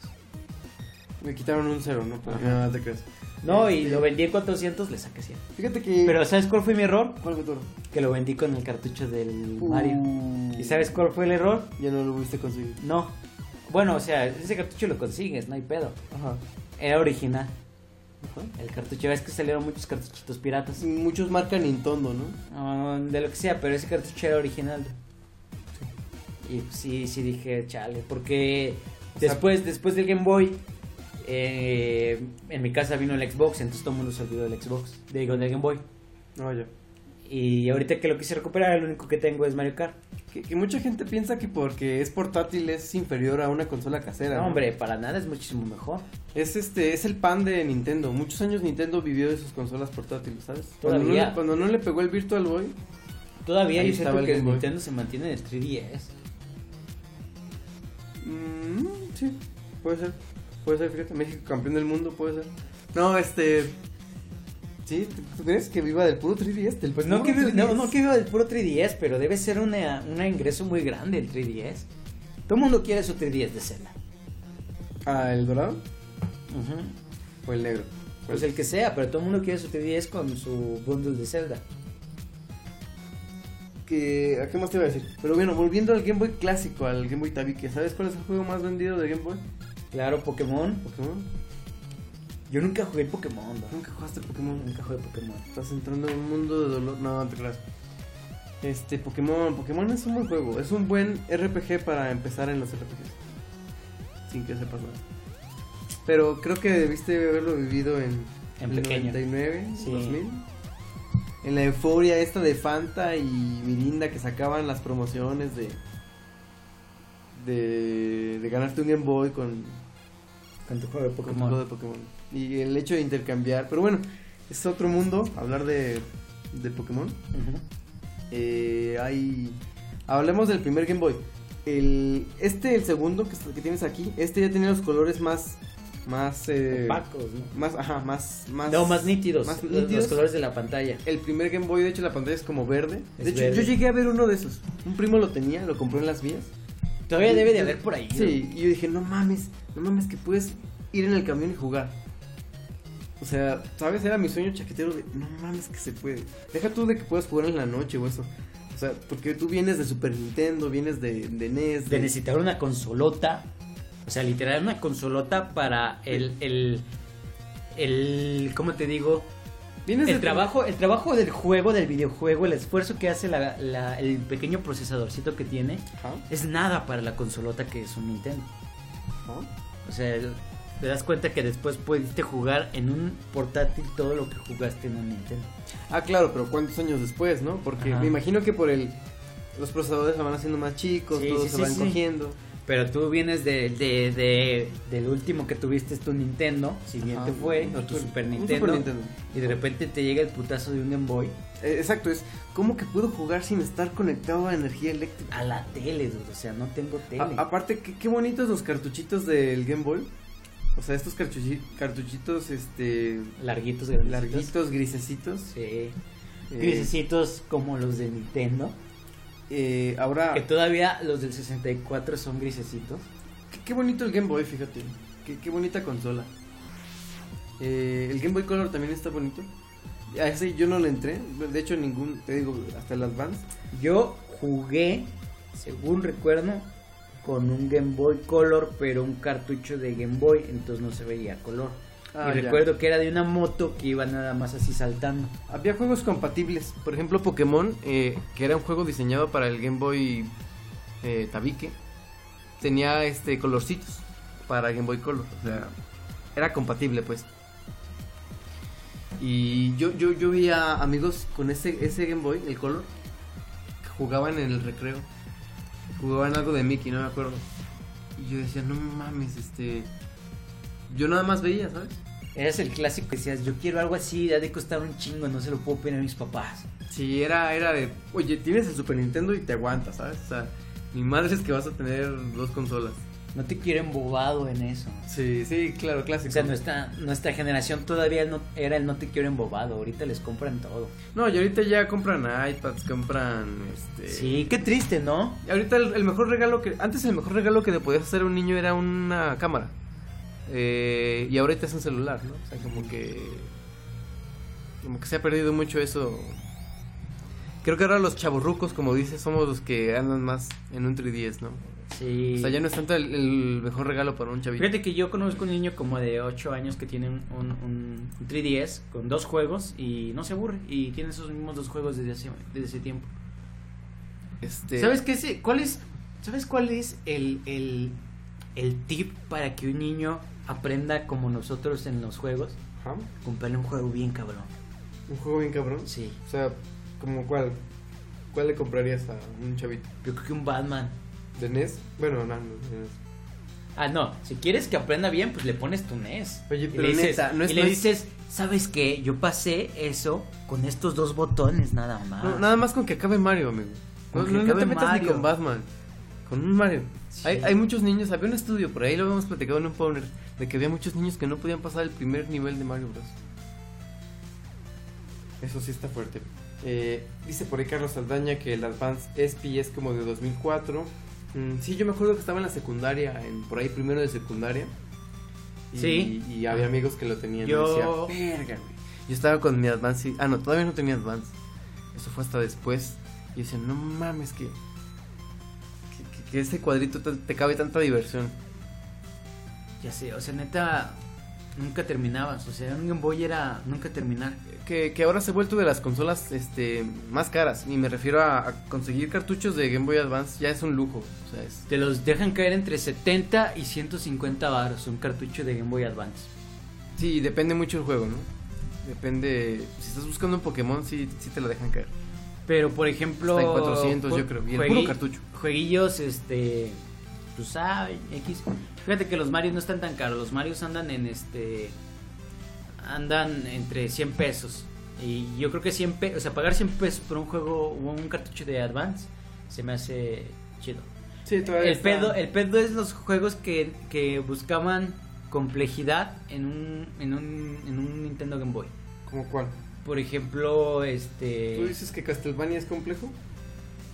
Me quitaron un cero, ¿no? Porque
Ajá.
nada te crees.
No, y lo vendí en 400, le saqué 100.
Fíjate que.
Pero ¿sabes cuál fue mi error?
¿Cuál fue tu error?
Que lo vendí con el cartucho del Mario.
Uh,
¿Y sabes cuál fue el error?
Ya no lo pudiste conseguir.
No. Bueno, o sea, ese cartucho lo consigues, no hay pedo.
Ajá.
Era original.
Ajá.
El cartucho, es que salieron muchos cartuchitos piratas.
Muchos marcan Nintendo, ¿no?
Ah, de lo que sea, pero ese cartucho era original. Y pues, sí, sí dije, chale, porque
sea-
después, después del Game Boy, eh, en mi casa vino el Xbox, entonces todo el mundo se olvidó del Xbox, digo, del Game Boy.
No, Oh, ya.
Y ahorita que lo quise recuperar, lo único que tengo es Mario Kart.
Que, que mucha gente piensa que porque es portátil es inferior a una consola casera.
No,
¿no?
hombre, para nada es muchísimo mejor.
Es este, es el pan de Nintendo. Muchos años Nintendo vivió de sus consolas portátiles, ¿sabes? Cuando no,
Todavía.
le, cuando no le pegó el Virtual Boy,
Todavía
Ahí
yo siento
estaba el
que
Game Boy.
Nintendo se mantiene en el 3DS.
mm, sí, puede ser. Puede ser, fíjate, México campeón del mundo, puede ser. No, este Sí, ¿tú, tú crees que viva del puro 3DS? Del
Pues no que,
puro
vi- no,
3DS?
no que viva del puro 3DS, pero debe ser una- un ingreso muy grande el 3DS. Todo el mundo quiere su 3DS de cena.
Ah, el dorado o el negro.
Pues el que sea, pero todo el mundo quiere su 3DS con su bundle de Zelda.
Que, ¿A qué más te iba a decir? Pero bueno, volviendo al Game Boy clásico, al Game Boy Tabique, ¿sabes cuál es el juego más vendido de Game Boy?
Claro, Pokémon.
Pokémon.
Yo nunca jugué Pokémon, bro.
¿Nunca jugaste Pokémon?
Nunca jugué Pokémon.
Estás entrando en un mundo de dolor. No, no te creas. Este, Pokémon. Pokémon es un buen juego. Es un buen RPG para empezar en los RPGs. Sin que sepas nada. Pero creo que debiste haberlo vivido en,
En pequeño.
99,
Sí.
2000. En la euforia esta de Fanta y Mirinda que sacaban las promociones de. De, de ganarte un Game Boy con,
Con tu juego de
con tu juego de Pokémon. Y el hecho de intercambiar. Pero bueno, es otro mundo hablar de, de Pokémon. Eh, hay... Hablemos del primer Game Boy. El, este, el segundo que, está- que tienes aquí, este ya tenía los colores más... Más... eh,
Pacos, ¿no?
más, ajá, más... más
No, más nítidos.
más
los-
nítidos.
Los colores de la pantalla.
El primer Game Boy, de hecho, la pantalla es como verde.
Es
de hecho,
verde.
yo llegué a ver uno de esos. Un primo lo tenía, lo compró en las vías.
Todavía debe de haber por ahí. ¿no?
Sí, y yo dije, no mames, no mames que puedes ir en el camión y jugar. O sea, ¿sabes? Era mi sueño chaquetero de, no mames que se puede. Deja tú de que puedas jugar en la noche o eso. O sea, porque tú vienes de Super Nintendo, vienes de, E de NES.
De E necesitar una consolota. O sea, literal, una consolota para el. el el ¿cómo te digo?
vienes
El
de-
trabajo, el trabajo del juego, del videojuego, el esfuerzo que hace la- la- el pequeño procesadorcito que tiene,
Ajá,
es nada para la consolota que es un Nintendo.
ajá.
O sea, el- te das cuenta que después pudiste jugar en un portátil todo lo que jugaste en un Nintendo.
Ah, claro, pero ¿cuántos años después, no? Porque
Ajá.
me imagino que por el... Los procesadores se van haciendo más chicos,
Sí,
todos
sí,
se
sí,
van
sí.
cogiendo.
Pero tú vienes de, de- de- del último que tuviste es tu Nintendo, si bien
Ajá,
te fue,
Ah, un
o tu
Super-
Super
un
Nintendo,
Super Nintendo.
y de repente te llega el putazo de un Game Boy
Eh, exacto, es como que puedo jugar sin estar conectado a energía eléctrica. Ah,
a la tele, dude, o sea, no tengo tele.
A- aparte, qué, qué bonitos los cartuchitos del Game Boy. O sea, estos cartuchi- cartuchitos, este,
larguitos, grandes.
larguitos, grisecitos.
Sí.
Eh,
Grisecitos como los de Nintendo.
eh,
Ah.
ahora,
Que todavía los del 64 son grisecitos.
qué, qué bonito el Game Boy, fíjate. Qué, qué bonita consola. Eh, el Game Boy Color también está bonito.
A ese yo no le entré. De hecho, ningún. Te digo, hasta el Advance.
Yo jugué, según recuerdo, con un Game Boy Color, pero un cartucho de Game Boy, entonces no se veía a color.
Ah,
y
ya.
recuerdo que era de una moto que iba nada más así saltando.
Había juegos compatibles.
Por ejemplo, Pokémon, eh, que era un juego diseñado para el Game Boy eh, Tabique, tenía este colorcitos para Game Boy Color. O sea, era compatible, pues. Y yo, yo, yo vi a amigos con ese, ese Game Boy, el Color, que jugaban en el recreo. Jugaban algo de Mickey, no me acuerdo. Y yo decía, no mames, este. Yo nada más veía, ¿sabes?
Eras el clásico que decías, yo quiero algo así, ha de costar un chingo, no se lo puedo pedir a mis papás.
Sí, era, era de, oye, tienes el Super Nintendo y te aguantas, ¿sabes? O sea, mi madre es que vas a tener dos consolas.
No te quiero embobado en eso.
Sí, sí, claro, clásico.
O sea, nuestra, nuestra generación todavía no, era el no te quiero embobado, ahorita les compran todo.
No, y ahorita ya compran iPads, compran, este...
Sí, qué triste, ¿no?
Y ahorita el, el mejor regalo que... Antes el mejor regalo que le podías hacer a un niño era una cámara. Eh, y ahorita es un celular, ¿no? O sea, como que... Como que se ha perdido mucho eso. Creo que ahora los chavorrucos, como dices, somos los que andan más en un 3DS, ¿no?
Sí.
O sea, ya no es tanto el, el mejor regalo para un chavito.
Fíjate que yo conozco un niño como de 8 años que tiene un, un, un 3DS con dos juegos y no se aburre y tiene esos mismos dos juegos desde hace, desde ese tiempo.
Este,
¿Sabes qué es, cuál es, ¿sabes cuál es el, el, el tip para que un niño aprenda como nosotros en los juegos?
Ajá.
Comprarle un juego bien cabrón.
Un juego bien cabrón.
Sí.
O sea, como cuál. ¿Cuál le comprarías a un chavito?
Yo creo que un Batman.
¿De NES? Bueno, no, no, de E NES.
Ah, no, si quieres que aprenda bien, pues le pones tu NES.
Oye,
Y
pero
le dices,
neta, no es-
y le
no es-
dices, ¿sabes qué? Yo pasé eso con estos dos botones nada más.
No, nada más con que acabe Mario, amigo. No,
Con que
no- no
acabe
te metas ni
Mario.
con Batman. Con un Mario.
Sí.
Hay, hay muchos niños, había un estudio por ahí, lo habíamos platicado en un powner, de que había muchos niños que no podían pasar el primer nivel de Mario Bros.
Eso sí está fuerte. Eh, dice por ahí Carlos Saldaña que el Advance SP es como de 2004.
Mm, sí, yo me acuerdo que estaba en la secundaria, en, por ahí primero de secundaria. Y-
Sí.
Y, había amigos que lo tenían. y
Yo-
decía, "Verga, güey".
Yo estaba con mi Advance. y- Ah, no, todavía no tenía Advance. Eso fue hasta después. Y decía, no mames, que. Que, que- que este cuadrito te- te cabe tanta diversión.
Ya sé, o sea, neta, nunca terminabas. O sea, un Game Boy era nunca terminar.
que, que ahora se ha vuelto de las consolas este, más caras. Y me refiero a, a conseguir cartuchos de Game Boy Advance. Ya es un lujo. O sea, es-
Te los dejan caer entre 70 y 150 baros, un cartucho de Game Boy Advance.
sí, depende mucho el juego, ¿no? Depende. Si estás buscando un Pokémon, sí, sí te la dejan caer.
Pero, por ejemplo...
Está en 400,
ju-
yo creo, y el puro
juegui-
cartucho.
Jueguillos, este... Tú sabes, X. Fíjate que los Marios no están tan caros. Los Marios andan en este... Andan entre 100 pesos. Y yo creo que 100 pesos... O sea, pagar 100 pesos por un juego o un cartucho de Advance se me hace chido.
Sí, todavía
El
está.
pedo, el pedo es los juegos que, que buscaban complejidad en un, en, un, en un Nintendo Game Boy.
¿Cómo cuál?
Por ejemplo,
¿Tú
este...
dices que Castlevania es complejo?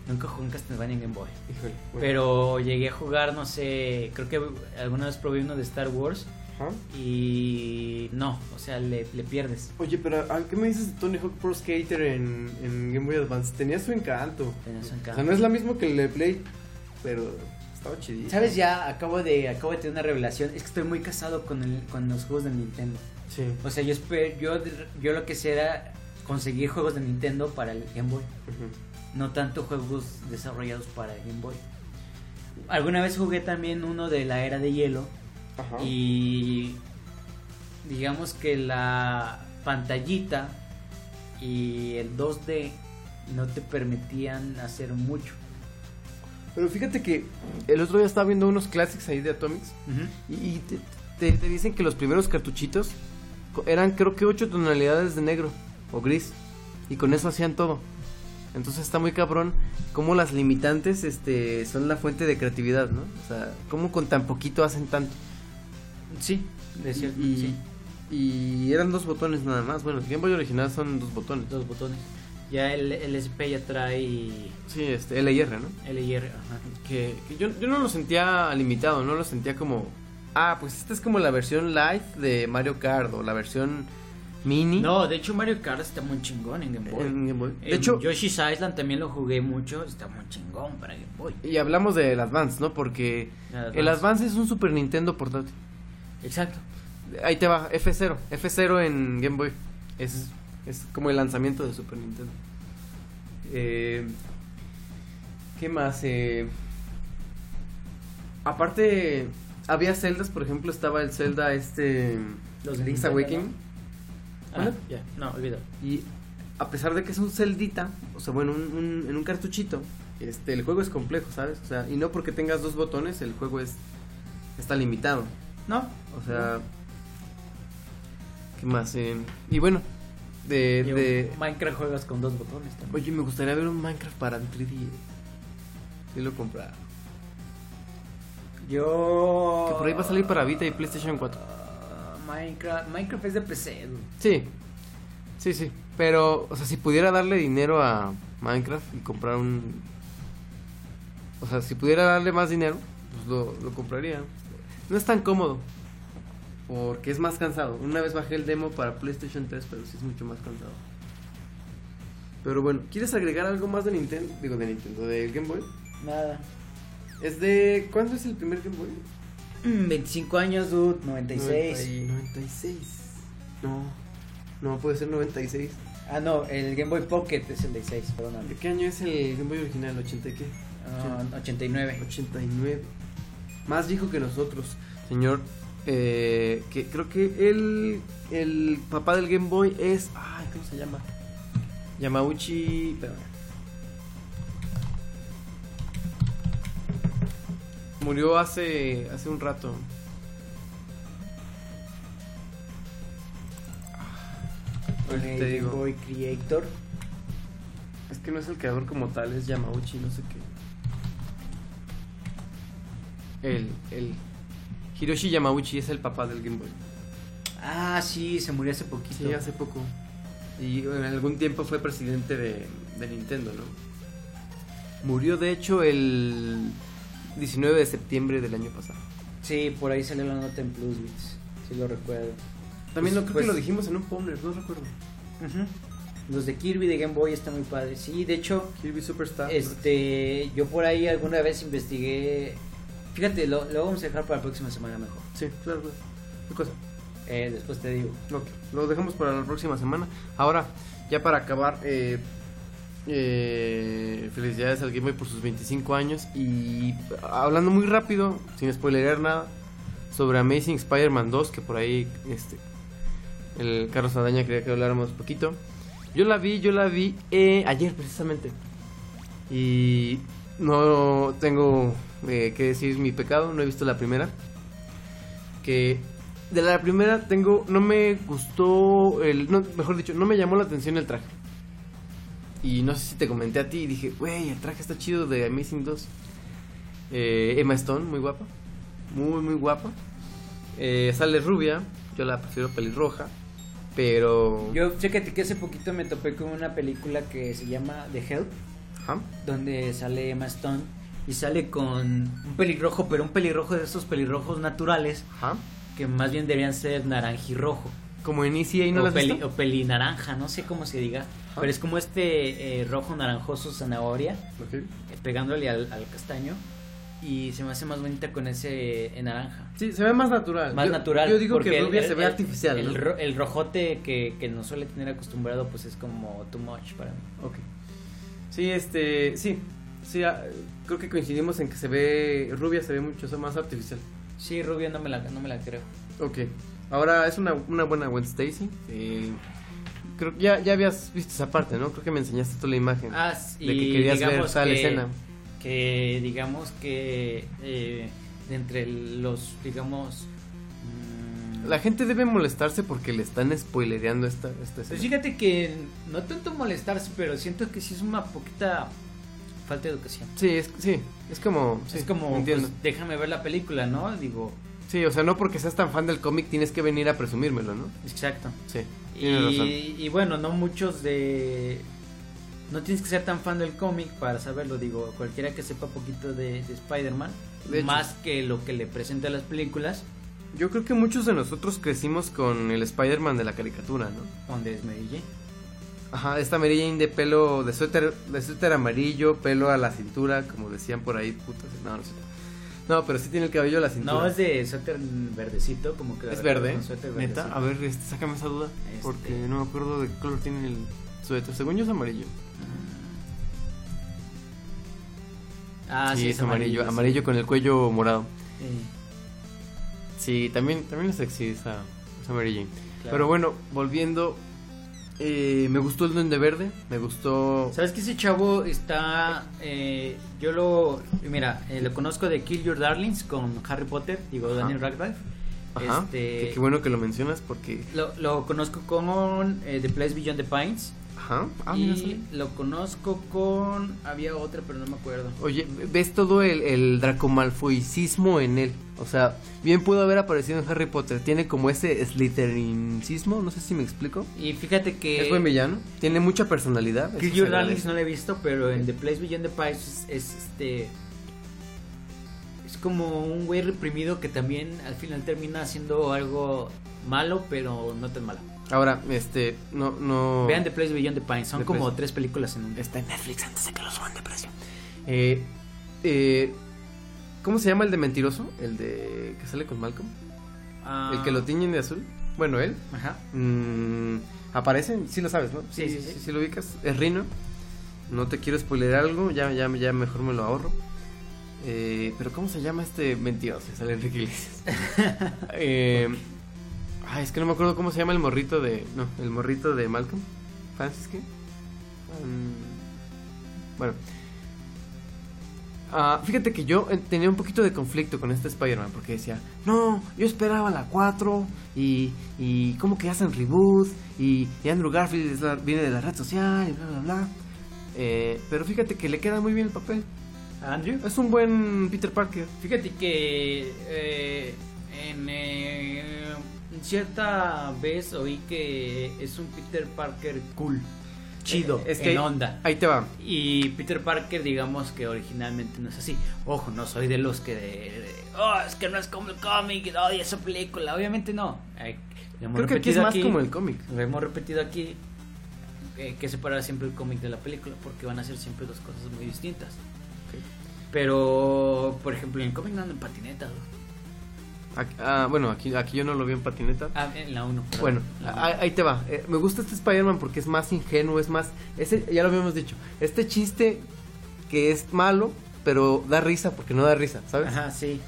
Nunca jugué un Castlevania en Game Boy.
Híjole. bueno.
Pero llegué a jugar, no sé, creo que alguna vez probé uno de Star Wars
Ajá.
y no, o sea, le, le pierdes.
Oye, pero
ah,
¿a- ¿qué me dices de Tony Hawk Pro Skater en, en Game Boy Advance? Tenía su encanto.
Tenía su
O
encanto.
sea, no es la misma que el de Play, pero estaba chidito.
¿Sabes? Ya acabo de, acabo de tener una revelación. Es que estoy muy casado con, el, con los juegos de Nintendo.
Sí.
O sea, yo, esper- yo, de- yo lo que sé era conseguir juegos de Nintendo para el Game Boy.
Ujú.
No tanto juegos desarrollados para el Game Boy. Alguna vez jugué también uno de la era de hielo.
Ajá.
Y digamos que la pantallita y el 2D no te permitían hacer mucho.
Pero fíjate que el otro día estaba viendo unos clásicos ahí de Atomics. Y, y te, te- te dicen que los primeros cartuchitos co- eran, creo que, 8 tonalidades de negro o gris. Y con eso hacían todo. Entonces está muy cabrón cómo las limitantes este, son la fuente de creatividad, ¿no? O sea, cómo con tan poquito hacen tanto.
Sí, de cierto,
y,
sí.
y eran dos botones nada más. Bueno, el Game Boy original son dos botones.
Dos botones. Ya el, el SP ya trae
Sí, este, L y R, ¿no?
LR, ajá.
Que, que yo, yo no lo sentía limitado, no lo sentía como. Ah, pues esta es como la versión live de Mario Kart o la versión Mini.
No, de hecho Mario Kart está muy chingón en Game Boy.
En Game Boy.
de
De hecho,
Yoshi's Island también lo jugué mucho, está muy chingón para Game Boy.
y hablamos del Advance, ¿no? Porque
El Advance.
el Advance es un Super Nintendo portátil.
Exacto.
Ahí te va, F0. F0 en Game Boy. Es, es como el lanzamiento de Super Nintendo. Eh, ¿Qué más? Eh, aparte, había celdas, por ejemplo, estaba el Zelda este.
Los
Link's
Link's
Awakening.
Ah,
¿Vale?
ya, no, olvido.
Y a pesar de que es un celdita, o sea, bueno, un- un- en un cartuchito, este, el juego es complejo, ¿sabes? O sea, y no porque tengas dos botones, el juego es está limitado.
No,
O sea, ¿qué más? Eh, y bueno, de,
y
de-
un Minecraft juegas con dos botones también.
Oye, me gustaría ver un Minecraft para el 3D. Sí lo compraba.
Yo.
Que por ahí va a salir para Vita y PlayStation 4.
Ah, Minecraft, Minecraft es de PC. dude.
Sí, sí, sí. Pero, o sea, si pudiera darle dinero a Minecraft y comprar un... O sea, si pudiera darle más dinero, pues lo, lo compraría. No es tan cómodo. Porque es más cansado. Una vez bajé el demo para PlayStation 3, pero sí es mucho más cansado. Pero bueno, ¿quieres agregar algo más de Nintendo? Digo, de Nintendo, del Game Boy.
Nada.
Es de... ¿Cuándo es el primer Game Boy?
Mm, 25 años, dude, 96.
96. No. No, puede ser 96.
Ah, no, el Game Boy Pocket es el 16, perdóname.
¿De qué año es el Game Boy original? ¿80 y qué?
Ah, 89.
89. Más viejo que nosotros. Señor, eh, que creo que el, el papá del Game Boy es... Ay, ¿cómo se llama? Yamauchi... espérame. Murió hace, hace un rato. Ahorita
Game
te digo.
Boy Creator.
Es que no es el creador como tal, es Yamauchi, no sé qué. El, el Hiroshi Yamauchi es el papá del Game Boy.
Ah, sí, se murió hace poquito.
Sí, hace poco. Y en algún tiempo fue presidente de, de Nintendo, ¿no? Murió de hecho el 19 de septiembre del año pasado.
Sí, por ahí salió la nota en Plus Bits, si lo recuerdo.
También
Pues-
lo creo
pues-
que lo dijimos en un Powner, no recuerdo.
Los de Kirby de Game Boy están muy padres. Sí, de hecho,
Kirby Superstar.
este, yo por ahí alguna vez investigué. Fíjate, lo, lo vamos a dejar para la próxima semana mejor.
Sí, claro, claro. ¿Qué cosa?
Eh, después te digo.
Ok, lo dejamos para la próxima semana. Ahora, ya para acabar, eh, eh, felicidades al Game Boy por sus 25 años. Y hablando muy rápido, sin spoilerear nada, sobre Amazing Spider-Man 2, que por ahí este, el Carlos Adaña quería que habláramos poquito. Yo la vi, yo la vi eh, ayer precisamente. Y no tengo eh, que decir mi pecado, no he visto la primera. Que de la primera tengo, no me gustó, el, no, mejor dicho, no me llamó la atención el traje. Y no sé si te comenté a ti y dije, wey, el traje está chido de Amazing 2. Eh, Emma Stone, muy guapa. Muy, muy guapa. Eh, sale rubia, yo la prefiero pelirroja. Pero...
Yo, fíjate que hace poquito me topé con una película que se llama The Help,
Ajá.
donde sale Emma Stone y sale con un pelirrojo, pero un pelirrojo de esos pelirrojos naturales
Ajá.
que más bien deberían ser naranjirrojo.
Como inicia y no
o,
la has
peli,
visto?
o pelinaranja, no sé cómo se diga. Pero es como este eh, rojo naranjoso zanahoria
Ok.
eh, pegándole al, al castaño. Y se me hace más bonita con ese eh, naranja.
Sí, se ve más natural.
Más
Yo-
natural.
Yo digo
porque
que
el-
rubia
el-
se ve
el-
artificial.
El,
¿no?
ro- el rojote que, que nos suele tener acostumbrado, pues es como too much para mí.
Ok. Sí, este, sí. Sí, ah, creo que coincidimos en que se ve rubia, se ve mucho o sea, más artificial.
Sí, rubia no me la, no me la creo.
Ok. Ahora es una, una buena Gwen Stacy. eh, creo que ya, ya habías visto esa parte, ¿no? Creo que me enseñaste toda la imagen.
Ah, s-
de que
y
querías ver
digamos
tal
que-
escena.
que digamos que eh, entre los digamos mm,
La gente debe molestarse porque le están spoilereando esta, esta escena.
pues fíjate que no tanto molestarse pero siento que sí es una poquita falta de educación
Sí, es, sí, es como... sí,
es como
Entiendo.
pues, déjame ver la película no digo
Sí, o sea, no porque seas tan fan del cómic tienes que venir a presumírmelo, ¿no?
exacto
Sí,
y,
tienes razón.
y bueno no muchos de no tienes que ser tan fan del cómic para saberlo digo cualquiera que sepa poquito de, de Spider-Man
De hecho.
más que lo que le presenta las películas
Yo creo que muchos de nosotros crecimos con el Spider-Man de la caricatura, ¿no?
¿Dónde es Mary Jane?
Ajá, esta Mary Jane de pelo, de suéter, de suéter amarillo, pelo a la cintura, como decían por ahí, putas. No, no sé. No, pero sí tiene el cabello a la cintura.
No, es de suéter verdecito, como que... la
¿Es
recuerdo
verde.
con suéter
Neta,
verdecito.
a ver, este, sácame esa duda.
Este.
Porque no me acuerdo de qué color tiene el suéter. Según yo es amarillo.
Ah, sí,
es amarillo.
sí.
Amarillo con el cuello morado.
Eh,
Sí, también, también es sexy esa, esa Mary Jane.
claro.
Pero bueno, volviendo. eh, me gustó el Duende Verde. Me gustó.
¿Sabes que ese chavo está... eh, yo lo... Mira, eh, lo conozco de Kill Your Darlings con Harry Potter, digo,
Ajá.
Daniel Radcliffe.
Ajá.
Este,
que Qué bueno que lo mencionas porque.
Lo, lo conozco con eh, The Place Beyond the Pines.
Ajá. Ah, mira,
y
sale.
lo conozco con... Había otra, pero no me acuerdo.
Oye, ves todo el, el dracomalfoicismo en él. O sea, bien pudo haber aparecido en Harry Potter. Tiene como ese slytherincismo, no sé si me explico.
Y fíjate que...
es buen villano, tiene mucha personalidad. eso
Eh, Kill
se
Your
agradece.
Darlings no la he visto, pero en The Place Beyond the Pines es, es, este. Es como un güey reprimido que también al final termina haciendo algo malo, pero no tan malo.
Ahora, este, no, no.
Vean The Place Beyond the Pines, son
The
como
Place-
tres películas en un.
Está en Netflix antes de que lo suban de precio. Eh, eh, ¿Cómo se llama el de mentiroso? El de que sale con Malcolm.
Ah,
El que lo tiñen de azul. Bueno, él.
Ajá.
Mm, aparece, sí lo sabes, ¿no?
Sí, sí, sí.
Si lo ubicas, es Rino. No te quiero spoiler algo, ya, ya, ya mejor me lo ahorro. Eh, Pero ¿cómo se llama este mentiroso? Sale Enrique Iglesias. Eh, ay, es que no me acuerdo cómo se llama el morrito de... No, el morrito de Malcolm. Francis, ¿qué? Fan- Mm, Bueno. Ah, fíjate que yo eh, tenía un poquito de conflicto con este Spider-Man porque decía, no, yo esperaba la 4 y, y cómo que hacen reboot y, y Andrew Garfield es la- viene de la red social y bla, bla, bla. Eh, pero fíjate que le queda muy bien el papel.
Andrew.
Es un buen Peter Parker.
Fíjate que eh, en eh, cierta vez oí que es un Peter Parker cool, chido,
Eh, es que-
en onda.
Ahí te va.
Y Peter Parker, digamos que originalmente no es así. Ojo, no soy de los que. de- oh, es que no es como el cómic, odio esa película. Obviamente no. Eh, lo hemos
Creo que aquí es
repetido
más como el cómic.
Lo hemos repetido aquí. eh, que separar siempre el cómic de la película, porque van a ser siempre dos cosas muy distintas. Pero, por ejemplo, en el cómic no ando en patineta. güey.
Ac- ah, bueno, aquí, aquí yo no lo vi en patineta.
Ah, en la 1.
Bueno, ahí, ahí te va. Eh, me gusta este Spider-Man porque es más ingenuo, es más... Ese, ya lo habíamos dicho. Este chiste que es malo, pero da risa porque no da risa, ¿sabes?
Ajá, sí.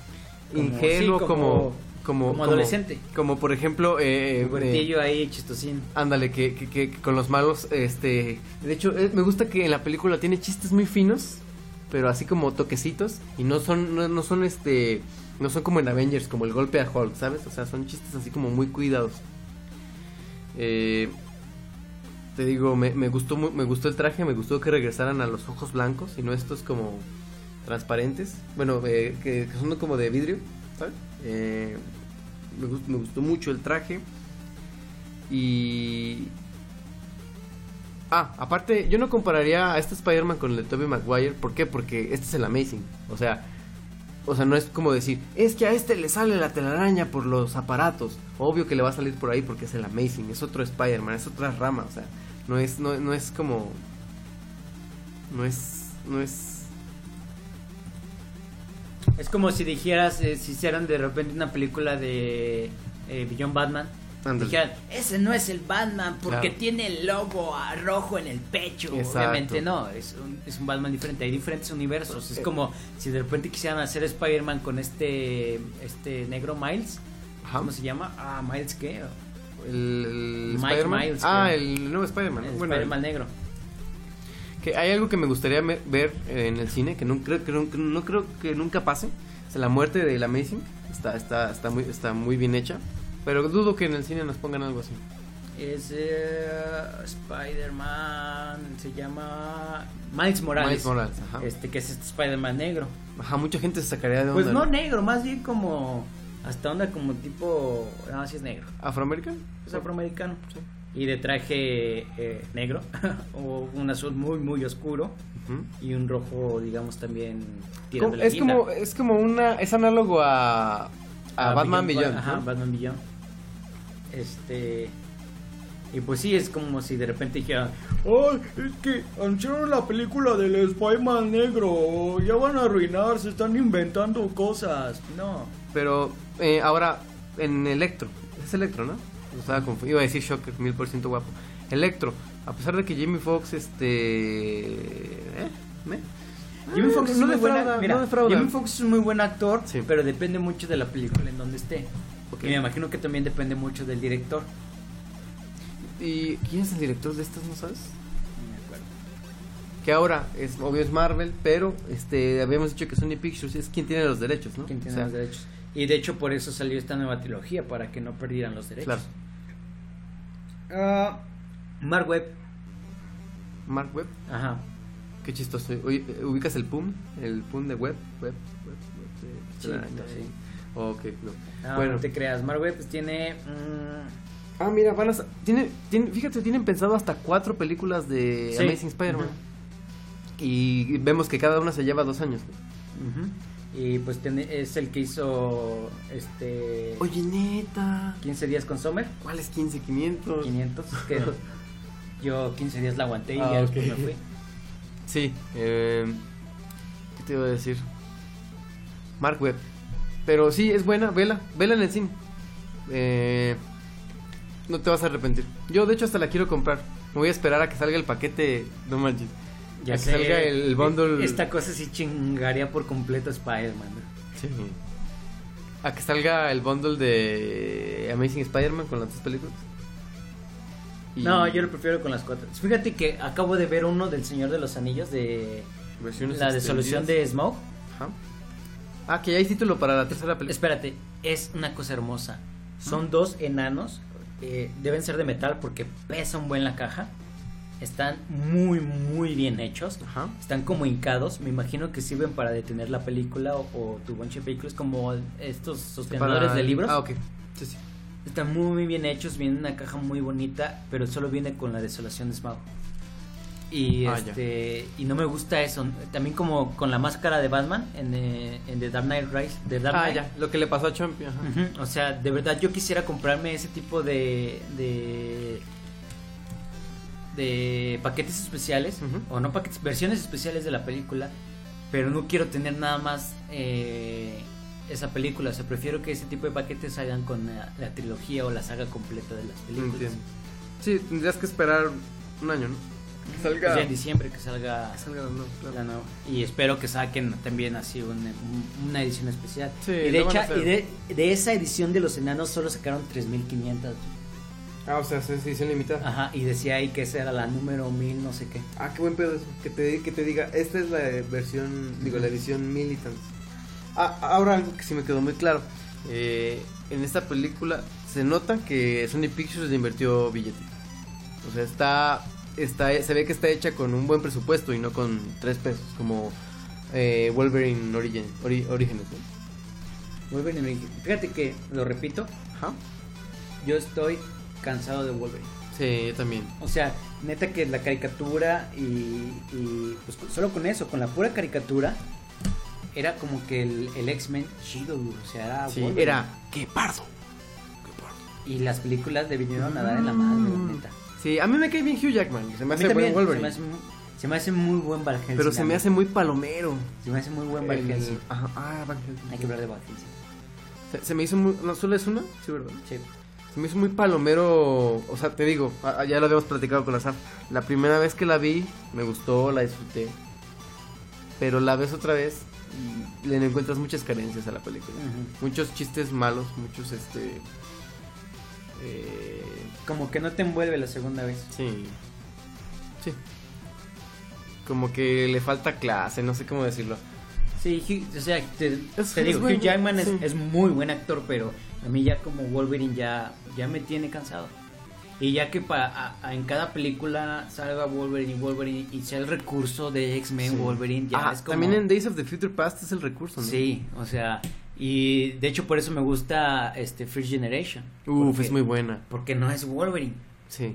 Como-
Ingenuo
sí,
ah, como, como,
como adolescente.
Como por ejemplo... eh, eh,
Huertillo ahí, chistosín.
Ándale, que, que- que- que con los malos, este... De hecho, eh, me gusta que en la película tiene chistes muy finos, pero así como toquecitos, y no son, no, no son este... No son como en Avengers, como el golpe a Hulk, ¿sabes? O sea, son chistes así como muy cuidados. Eh, te digo, me, me gustó, mu- me gustó el traje, me gustó que regresaran a los ojos blancos y no estos como transparentes. Bueno, eh, que, que son como de vidrio, ¿sabes? Eh, me, gust- me gustó mucho el traje. Y... Ah, aparte, yo no compararía a este Spider-Man con el de Tobey Maguire. ¿Por qué? Porque este es el Amazing. O sea, o sea, no es como decir, es que a este le sale la telaraña por los aparatos. Obvio que le va a salir por ahí porque es el Amazing, es otro Spider-Man, es otra rama. O sea, no es, no, no es como... No es... No es...
Es como si dijeras, eh, si hicieran de repente una película de eh, Beyond Batman.
Ándale.
Dijeran, ese no es el Batman porque
Claro.
tiene el logo a- rojo en el pecho.
Exacto.
Obviamente no, es un, es un Batman diferente. Hay diferentes universos.
Eh.
Es como si de repente quisieran hacer Spider-Man con este, este negro Miles.
Ajá.
¿Cómo se llama? Ah, Miles qué?
El, el
Mike
Spider-Man.
Miles,
ah,
creo.
el nuevo Spider-Man. ¿no?
El
Bueno, eh.
Spider-Man negro.
Que hay algo que me gustaría me- ver eh, en el cine, que no creo, que no- que no creo que nunca pase. Es la muerte de la Amazing. Está, está, está, muy, está muy bien hecha. Pero dudo que en el cine nos pongan algo así.
Es eh, Spider-Man, se llama Miles Morales.
Miles Morales, ajá.
Este que es este Spider-Man negro.
Ajá, mucha gente se sacaría de onda.
Pues no negro, más bien como hasta onda como tipo, no, sí es negro,
¿Afroamericano?
es afroamericano. Y de traje eh, negro o un azul muy muy oscuro
Ujú.
y un rojo, digamos también
Como-
tirando
Es como, es como una. Es análogo a. A Batman Beyond,
Ajá,
¿no?
Batman Beyond. Este. Y pues sí, es como si de repente dijeran: ¡Ay, es que anunciaron la película del Spider-Man negro! ¡Ya van a arruinar! ¡Se están inventando cosas! No.
Pero eh, ahora, en Electro, es Electro, ¿no? Estaba confu- Iba a decir Shocker, mil por ciento guapo. Electro, a pesar de que Jamie Foxx, este. ¿Eh? ¿Me?
Jimmy
Eh,
Fox Ah, es,
no
muy buena-
defrauda,
mira,
no defrauda.
Jamie Foxx es un muy buen actor,
Sí.
pero depende mucho de la película en donde esté.
Ok.
Y me imagino que también depende mucho del director.
¿Y quién es el director de estas, no sabes? Que ahora, es obvio, es Marvel, pero este habíamos dicho que Sony Pictures es quien tiene los derechos, ¿no?
quien tiene
O sea,
los derechos. Y de hecho por eso salió esta nueva trilogía, para que no perdieran los derechos.
Claro.
Ah, Mark Webb,
Mark Webb,
ajá.
qué chistoso. Oye, eh, ¿Ubicas el PUM? El PUM de Webb. Webb, Webb, Webb, eh,
Sí,
extraño,
está
sí.
bien.
Oh, Ok, no.
Ah,
Bueno.
No te creas, Mark Webb pues, tiene... mm,
Ah, mira, van a. sa- Tiene, tiene- fíjate, tienen pensado hasta cuatro películas de
Sí.
Amazing Spider-Man. Y vemos que cada una se lleva dos años. ¿no?
ujú. Y pues tiene- es el que hizo este...
Oye, neta.
15 días con Summer,
¿Cuál es 15500?
500, que yo 15 días la aguanté y
Ah,
ya
ok.
después me fui.
Sí, eh, ¿qué te iba a decir? Mark Webb. Pero sí, es buena, vela, vela en el cine. Eh, no te vas a arrepentir. Yo, de hecho, hasta la quiero comprar. Me voy a esperar a que salga el paquete, no manches. a que
sé,
salga el bundle.
Esta cosa sí chingaría por completo a Spider-Man. ¿no?
Sí. A que salga el bundle de Amazing Spider-Man con las dos películas. Y-
No, yo lo prefiero con las cuatro. Fíjate que acabo de ver uno del Señor de los Anillos de
Versiones
la desolución
extendidas.
de Smoke.
Ajá. Ah, que ya hay título para la tercera película.
Espérate, es una cosa hermosa. Son dos enanos, eh, deben ser de metal porque pesa un buen la caja. Están muy, muy bien hechos.
Ajá.
Están como hincados. Me imagino que sirven para detener la película o, o tu bonche de películas como estos sostenedores
Para-
de libros.
Ah, ok. Sí, sí.
Están muy, muy bien hechos, viene en una caja muy bonita, pero solo viene con la desolación de Smaug. Y
Ah, ya.
este y no me gusta eso. También como con la máscara de Batman en, eh, en The Dark Knight Rise. The Dark
Ah,
Knight.
ya, lo que le pasó a Champion. ajá.
Ujú, O sea, de verdad yo quisiera comprarme ese tipo de de, de paquetes especiales
Ujú.
o no paquetes, versiones especiales de la película, pero no quiero tener nada más eh, esa película. O sea, prefiero que ese tipo de paquetes salgan con la, la trilogía o la saga completa de las películas.
Entiendo. Sí, tendrías que esperar un año, ¿no? Que
Pues
salga.
ya en diciembre que salga
que salga la nueva, claro.
la nueva. Y espero que saquen también así un- un- una edición especial.
Sí,
y de,
lo van a
hecha-
hacer.
y de, de esa edición de los enanos solo sacaron 3.500.
Ah, o sea, se edición limitada.
Ajá, y decía ahí que esa era la número mil, no sé qué.
Ah, qué buen pedo eso. Que te, que te diga, esta es la versión, digo, la edición Militants. Ah, ahora algo que sí me quedó muy claro. Eh, en esta película se nota que Sony Pictures le invirtió billete. O sea, está, está, se ve que está hecha con un buen presupuesto y no con tres pesos, como eh, Wolverine Origin, Ori- Origins, ¿no?
Wolverine, me dije- fíjate que, lo repito,
Ajá.
yo estoy cansado de Wolverine.
Sí, yo también.
O sea, neta que la caricatura y, y, pues con- solo con eso, con la pura caricatura, era como que el, el X-Men chido, güey, o sea, era
Sí,
Ah, Wolverine.
era.
¡Qué pardo!
Y las películas le vinieron a dar en la madre, güey, neta.
Sí, a mí Mm. me cae bien Hugh Jackman. Se me
A mí
hace buen
también,
Wolverine.
Se me, hace, mu- se me hace muy buen Van Helsing,
pero se me
a mí.
hace muy palomero.
Se me hace muy buen Van
El-
Helsing.
Ajá, ah, Van Helsing.
Hay que hablar de Van Helsing.
Se, se me hizo muy. ¿No solo es una? Sí, ¿verdad?
Sí.
Se me hizo muy palomero. O sea, te digo, a- a- ya lo habíamos platicado con Azar. La primera vez que la vi, me gustó, la disfruté. Pero la ves otra vez y le encuentras muchas carencias a la película.
Ujú.
Muchos chistes malos, muchos este. eh,
Como que no te envuelve la segunda vez.
sí. Sí. Como que le falta clase, no sé cómo decirlo.
Sí, Hugh- o sea, te,
Es-
te
es
digo,
buen-
Hugh Jackman es,
sí.
es muy buen actor, pero a mí ya como Wolverine ya, ya me tiene cansado. Y ya que para, a- a- en cada película salga Wolverine, Wolverine y sea el recurso de X-Men, Wolverine, ya
Ah,
es como...
También en Days of the Future Past es el recurso, ¿no?
Sí, o sea, y de hecho por eso me gusta este First Generation.
Uf,
porque-
es muy buena.
Porque no es Wolverine.
Sí.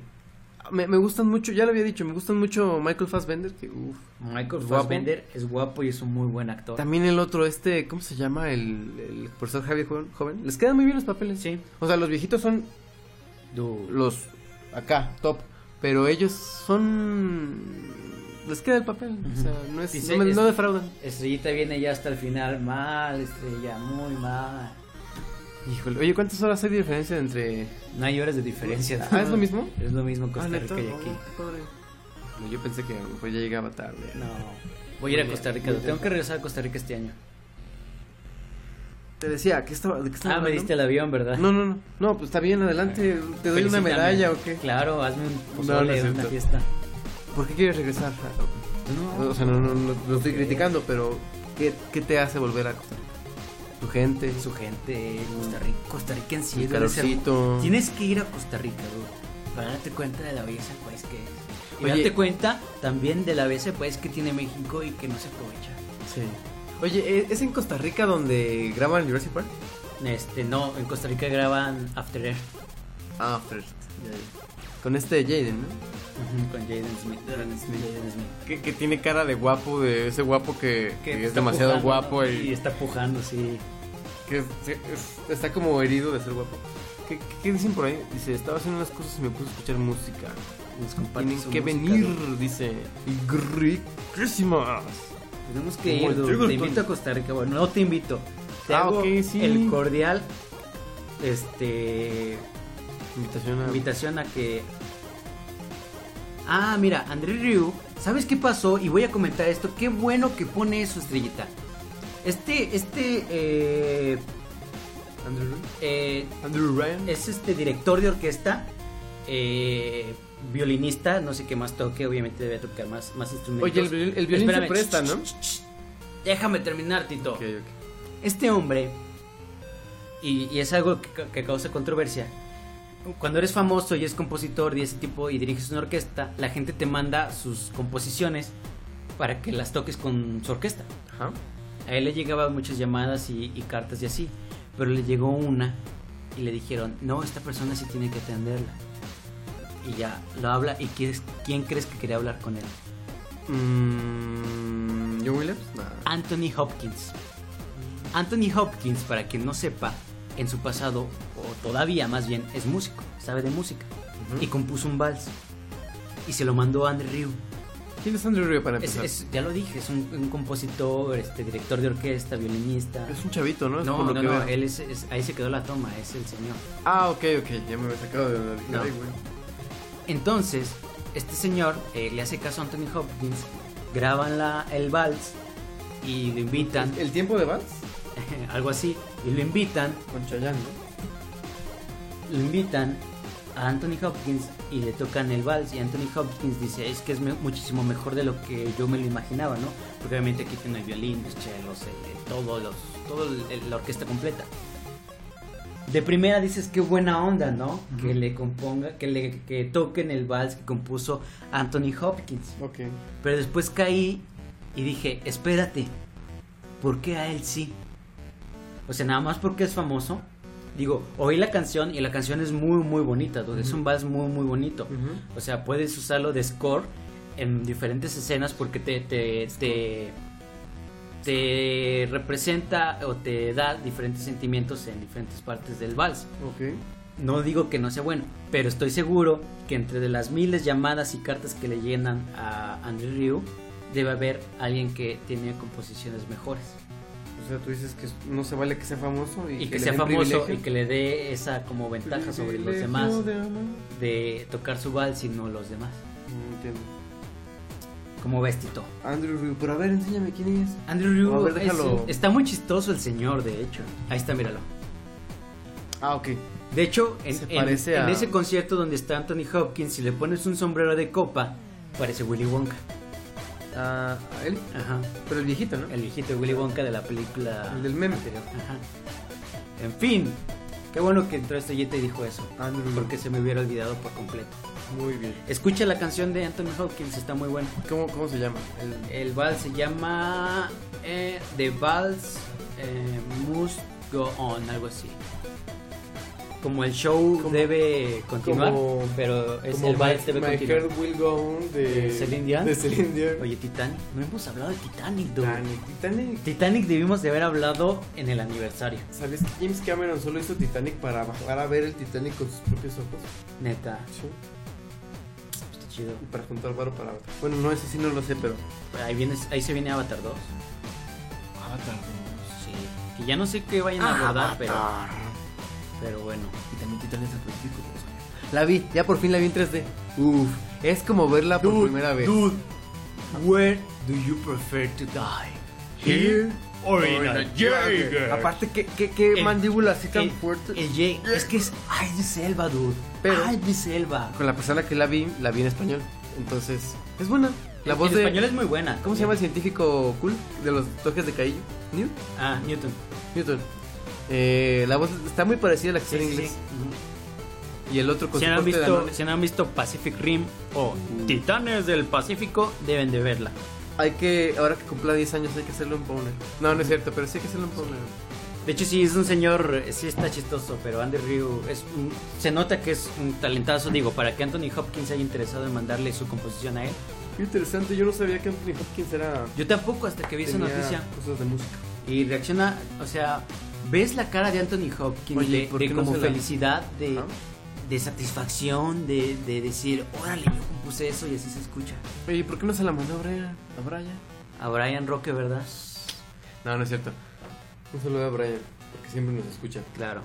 me, me gustan mucho, ya lo había dicho, me gustan mucho Michael Fassbender, que uff.
Michael
Es guapo.
Fassbender es guapo y es un muy buen actor.
También el otro, este, ¿cómo se llama? El, el profesor Javier joven, Joven. Les quedan muy bien los papeles.
Sí.
O sea, los viejitos son
Du-
los acá, top. Pero ellos son. Les queda el papel. O sea, no, es,
Dice-
no, me-
es-
no defraudan.
Estrellita viene ya hasta el final mal, Estrella, muy mal.
Híjole. Oye, ¿cuántas horas hay de diferencia entre.
No hay horas de diferencia.
Ah, ¿es lo mismo?
Es lo mismo en
Ah,
Costa
¿neta?
Rica y
Oh,
aquí.
qué padre. No, yo pensé que a lo mejor ya llegaba tarde.
No. Voy a ir a Costa Rica. Tengo que regresar a Costa Rica este año.
Te decía, ¿qué estaba, ¿de qué estaba
Ah, me
hablando?
diste el avión, ¿verdad?
No, no, no. No, pues está bien, adelante. ¿Te doy una
Felicítame.
medalla o qué?
Claro, hazme un
No, no
pozole,
es
una
cierto.
fiesta.
¿Por qué quieres regresar? O sea, no, no, no, no estoy criticando, pero ¿qué, qué te hace volver a Costa Rica? Tu gente,
Su gente, Costa Rica, Costa Rica en sí.
el
debe ser-
calorcito.
Tienes que ir a Costa Rica, dude, para darte cuenta de la belleza del país que es. Y
Oye.
darte cuenta también de la belleza del país que tiene México y que no se aprovecha.
Sí. Oye, ¿e- ¿es en Costa Rica donde graban Jurassic Park?
Este, no, en Costa Rica graban After Air
Ah, first. Ya, ya. Con este Jaden, ¿no?
con Jaden Smith. Jaden Smith.
Que, que tiene cara de guapo, de ese guapo que,
Que
que es
está
demasiado
pujando,
guapo
¿no?
y
Y está pujando, sí.
que es- es- está como herido de ser guapo. ¿Qué, qué- qué dicen por ahí? Dice, estaba haciendo unas cosas y me puse a escuchar música.
Nos comparte
Tienen
su
que
música,
venir,
dude.
dice. Y riquísimas.
Tenemos que
Como
ir,
el
dude.
Trigger
Te
Tonic.
invito a Costa Rica. Bueno, no te invito. Te
Ah,
hago
ok, sí.
el cordial este
Invitación a...
invitación a que. Ah, mira, André Ryu, ¿sabes qué pasó? Y voy a comentar esto. Qué bueno que pone su estrellita. Este, este, eh,
Andrew,
eh,
Andrew Ryan.
es este director de orquesta, eh, violinista, no sé qué más toque, obviamente debe tocar más, más instrumentos.
Oye, el violín- el violín se presta, ¿no?
ch, ch, ch. Déjame terminar, Tito.
Ok, ok.
Este hombre, y, y es algo que, ca- que causa controversia, cuando eres famoso y eres compositor y ese tipo y diriges una orquesta, la gente te manda sus composiciones para que las toques con su orquesta.
Ajá.
A él le llegaban muchas llamadas y, y cartas y así, pero le llegó una y le dijeron, no, esta persona sí tiene que atenderla. Y ya lo habla y ¿quién, es- quién crees que quería hablar con él?
Mm, John Williams. Nah.
Anthony Hopkins. Anthony Hopkins, para quien no sepa, en su pasado, o todavía más bien, es músico, sabe de música, y compuso un vals. Y se lo mandó a Andrew Ryu.
¿Quién es Andrew Ryan para
Es-
empezar? Es,
es- ya lo dije, es un, un compositor, este, director de orquesta, violinista.
un chavito, ¿no? Es
No,
por
no,
lo que
no,
veo.
él es, es- ahí se quedó la toma, es el señor.
Ah, ok, ok, ya me había sacado de la
No.
Ay, güey.
Entonces, este señor eh, le hace caso a Anthony Hopkins, graban la, el vals y lo invitan,
¿El tiempo de Vals?
algo así, y lo invitan
Con Chayanne, ¿no?
lo invitan a Anthony Hopkins y le tocan el vals y Anthony Hopkins dice es que es me- muchísimo mejor de lo que yo me lo imaginaba, ¿no? Porque obviamente aquí tiene el violín, los chelos, el- el- todo, los, todo el- el- la orquesta completa. De primera dices qué buena onda, ¿no? Que le componga, que le que toquen el vals que compuso Anthony Hopkins.
Ok.
Pero después caí y dije, espérate, ¿por qué a él sí? O sea, nada más porque es famoso. Digo, oí la canción y la canción es muy, muy bonita. dude, Es un vals muy, muy bonito. O sea, puedes usarlo de score en diferentes escenas porque te, te, te, te representa o te da diferentes sentimientos en diferentes partes del vals.
Ok.
No digo que no sea bueno, pero estoy seguro que entre de las miles llamadas y cartas que le llenan a Andrew Ryu, debe haber alguien que tiene composiciones mejores.
O sea, tú dices que no se vale que sea famoso y,
Y que,
le
sea
den
famoso
privilegio.
y que le dé esa como ventaja sobre los
Privilegio
demás
de amar.
de tocar su vals y no los demás.
No entiendo.
Como ves, Tito.
Andrew Ryu, pero a ver, enséñame quién es.
Andrew Ryu
A ver,
es
déjalo.
un- está muy chistoso el señor, de hecho. Ahí está, míralo.
Ah, ok.
De hecho, en,
Se
en-
parece a-
en ese concierto donde está Anthony Hopkins, si le pones un sombrero de copa, parece Willy Wonka.
Ah, a él,
Ajá.
pero el viejito, ¿no?
El viejito de Willy Wonka de la película.
El del meme.
Ajá. En fin, qué bueno que entró este yete y dijo eso.
Andrew.
Porque se me hubiera olvidado por completo.
Muy bien.
Escucha la canción de Anthony Hopkins, está muy buena.
¿Cómo, cómo se llama? El...
El vals se llama eh, The Vals eh, Must Go On, algo así. como el show
Como-
debe continuar,
como-
pero es
Como
el
My,
vals debe
My
continuar.
Heart Will Go On de
¿De Celine Dion?
de Celine Dion.
Oye, Titanic, no hemos hablado de Titanic, dude.
Titanic, Titanic.
Titanic debimos de haber hablado en el aniversario.
¿Sabes que James Cameron solo hizo Titanic para bajar a ver el Titanic con sus propios ojos?
Neta,
Sí.
está chido.
Y para juntar varo para Bueno, no, eso sí no lo sé, pero.
Ahí, viene, ahí se viene Avatar 2.
Avatar.
Sí. Que ya no sé qué vayan a rodar, pero. Pero bueno.
Y también Titanic al principio. La vi, ya por fin la vi en 3D. Uf, es como verla por primera vez.
Dude, where do you prefer to die? Here or in a
Jaeger. Aparte, ¿qué, qué, qué
El-
mandíbula así tan
el-
fuerte?
El Jake, es que es. Ay, de selva, dude.
Pero-
ay, de selva.
Con la persona que la vi, la vi en español. Entonces, es buena. La voz
en
de.
español es muy buena.
¿Cómo se llama el científico cool? De los toques de caillo. Newt.
Ah, Newton.
Newton. Eh, la voz está muy parecida a la que
Sí,
está en
sí,
inglés.
sí. Ujú.
Y el otro con
Si
su
no, han
corte de
visto,
Danone.
si no han visto Pacific Rim o Titanes del Pacífico, deben de verla.
Hay que, ahora que cumpla 10 años, hay que hacerlo en Powner. No, no es cierto, pero sí hay que hacerlo en Powner.
De hecho, sí, es un señor, eh, sí está chistoso, pero Andy Ryu es un- se nota que es un talentazo, digo, para que Anthony Hopkins haya interesado en mandarle su composición a él.
Qué interesante, yo no sabía que Anthony Hopkins era.
Yo tampoco, hasta que vi esa
tenía
noticia.
Cosas de música.
Y reacciona, o sea, ves la cara de Anthony Hopkins
Oye,
de-
¿por
de,
qué no
como
se la-
felicidad, de,
Ajá.
de satisfacción, de, de decir, órale, yo compuse eso y así se escucha.
Oye, ¿por qué no se la mandó a Brian? ¿A Brian?
A Brian Roque, ¿verdad?
No, no es cierto. Un saludo a Brian, porque siempre nos escucha.
Claro.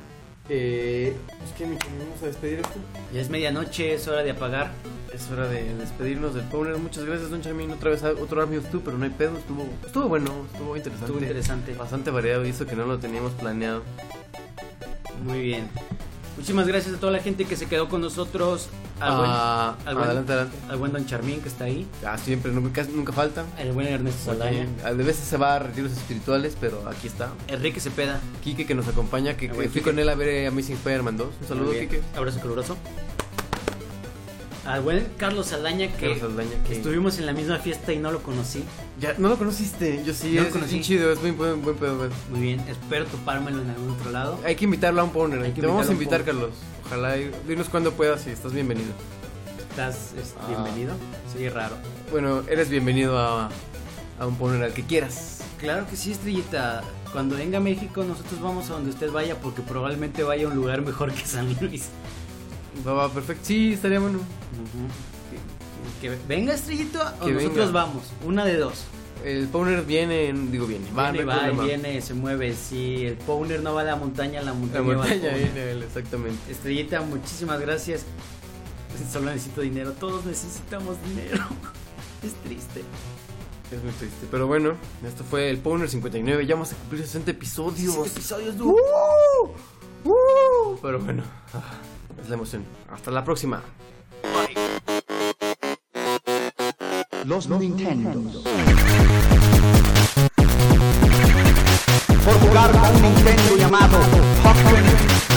Eh, es que mi querido, vamos a despedir esto.
Ya es medianoche, es hora de apagar.
Es hora de despedirnos del Powner. Muchas gracias, Don Chamin. Otra vez, otro Army of Two, pero no hay pedo. Estuvo, estuvo bueno, estuvo interesante.
Estuvo interesante.
Bastante variado y eso que no lo teníamos planeado.
Muy bien. Muchísimas gracias a toda la gente que se quedó con nosotros. Al,
Ah,
buen, al buen-
adelante, adelante.
al buen Don Charmín que está ahí.
Ah, siempre, nunca, casi nunca falta.
Al buen
Pues
Ernesto Saldaña.
Oye, De veces se va a retiros espirituales, pero aquí está.
Enrique Cepeda.
Kike que nos acompaña, que,
Ah,
que
bueno,
fui
Quique.
con él a ver eh, Amazing Spider-Man 2. Un saludo,
Muy bien.
Kike.
Abrazo caluroso. Al buen Carlos Saldaña que
Carlos Saldaña, que-
estuvimos en la misma fiesta y no lo conocí.
Ya, no lo conociste, yo sí,
No lo
es, es
conocí.
bien chido, es muy buen, buen pedo. güey.
Muy bien, espero topármelo en algún otro lado.
Hay que invitarlo a un
Hay
Powner.
que
Te vamos a
invitarlo a
invitar,
un
Carlos. Ojalá, y- dinos cuando puedas y estás bienvenido.
Estás es-
Ah.
bienvenido. Soy raro.
Bueno, eres bienvenido a, a un Powner al que quieras.
Claro que sí, Estrellita. Cuando venga a México, nosotros vamos a donde usted vaya porque probablemente vaya a un lugar mejor que San Luis.
Va, va, perfecto. Sí, estaría bueno.
Que venga Estrellita o
Que
nosotros
venga.
vamos. Una de dos.
El Powner viene, en- digo viene, va,
viene,
Ah, no hay
va,
problema.
viene, se mueve. Si el Powner no va a la montaña, la montaña,
La
va
montaña eh.
al Powner.
viene, él, exactamente.
Estrellita, muchísimas gracias. Solo necesito dinero. Todos necesitamos dinero. Es triste.
Es muy triste. Pero bueno, esto fue el Powner 59. Ya vamos a cumplir 60 episodios.
60 episodios, dude.
¡Uh! ¡Uh! Pero bueno, ah, es la emoción. Hasta la próxima.
Los Nintendo. Por jugar con un Nintendo llamado Hawkman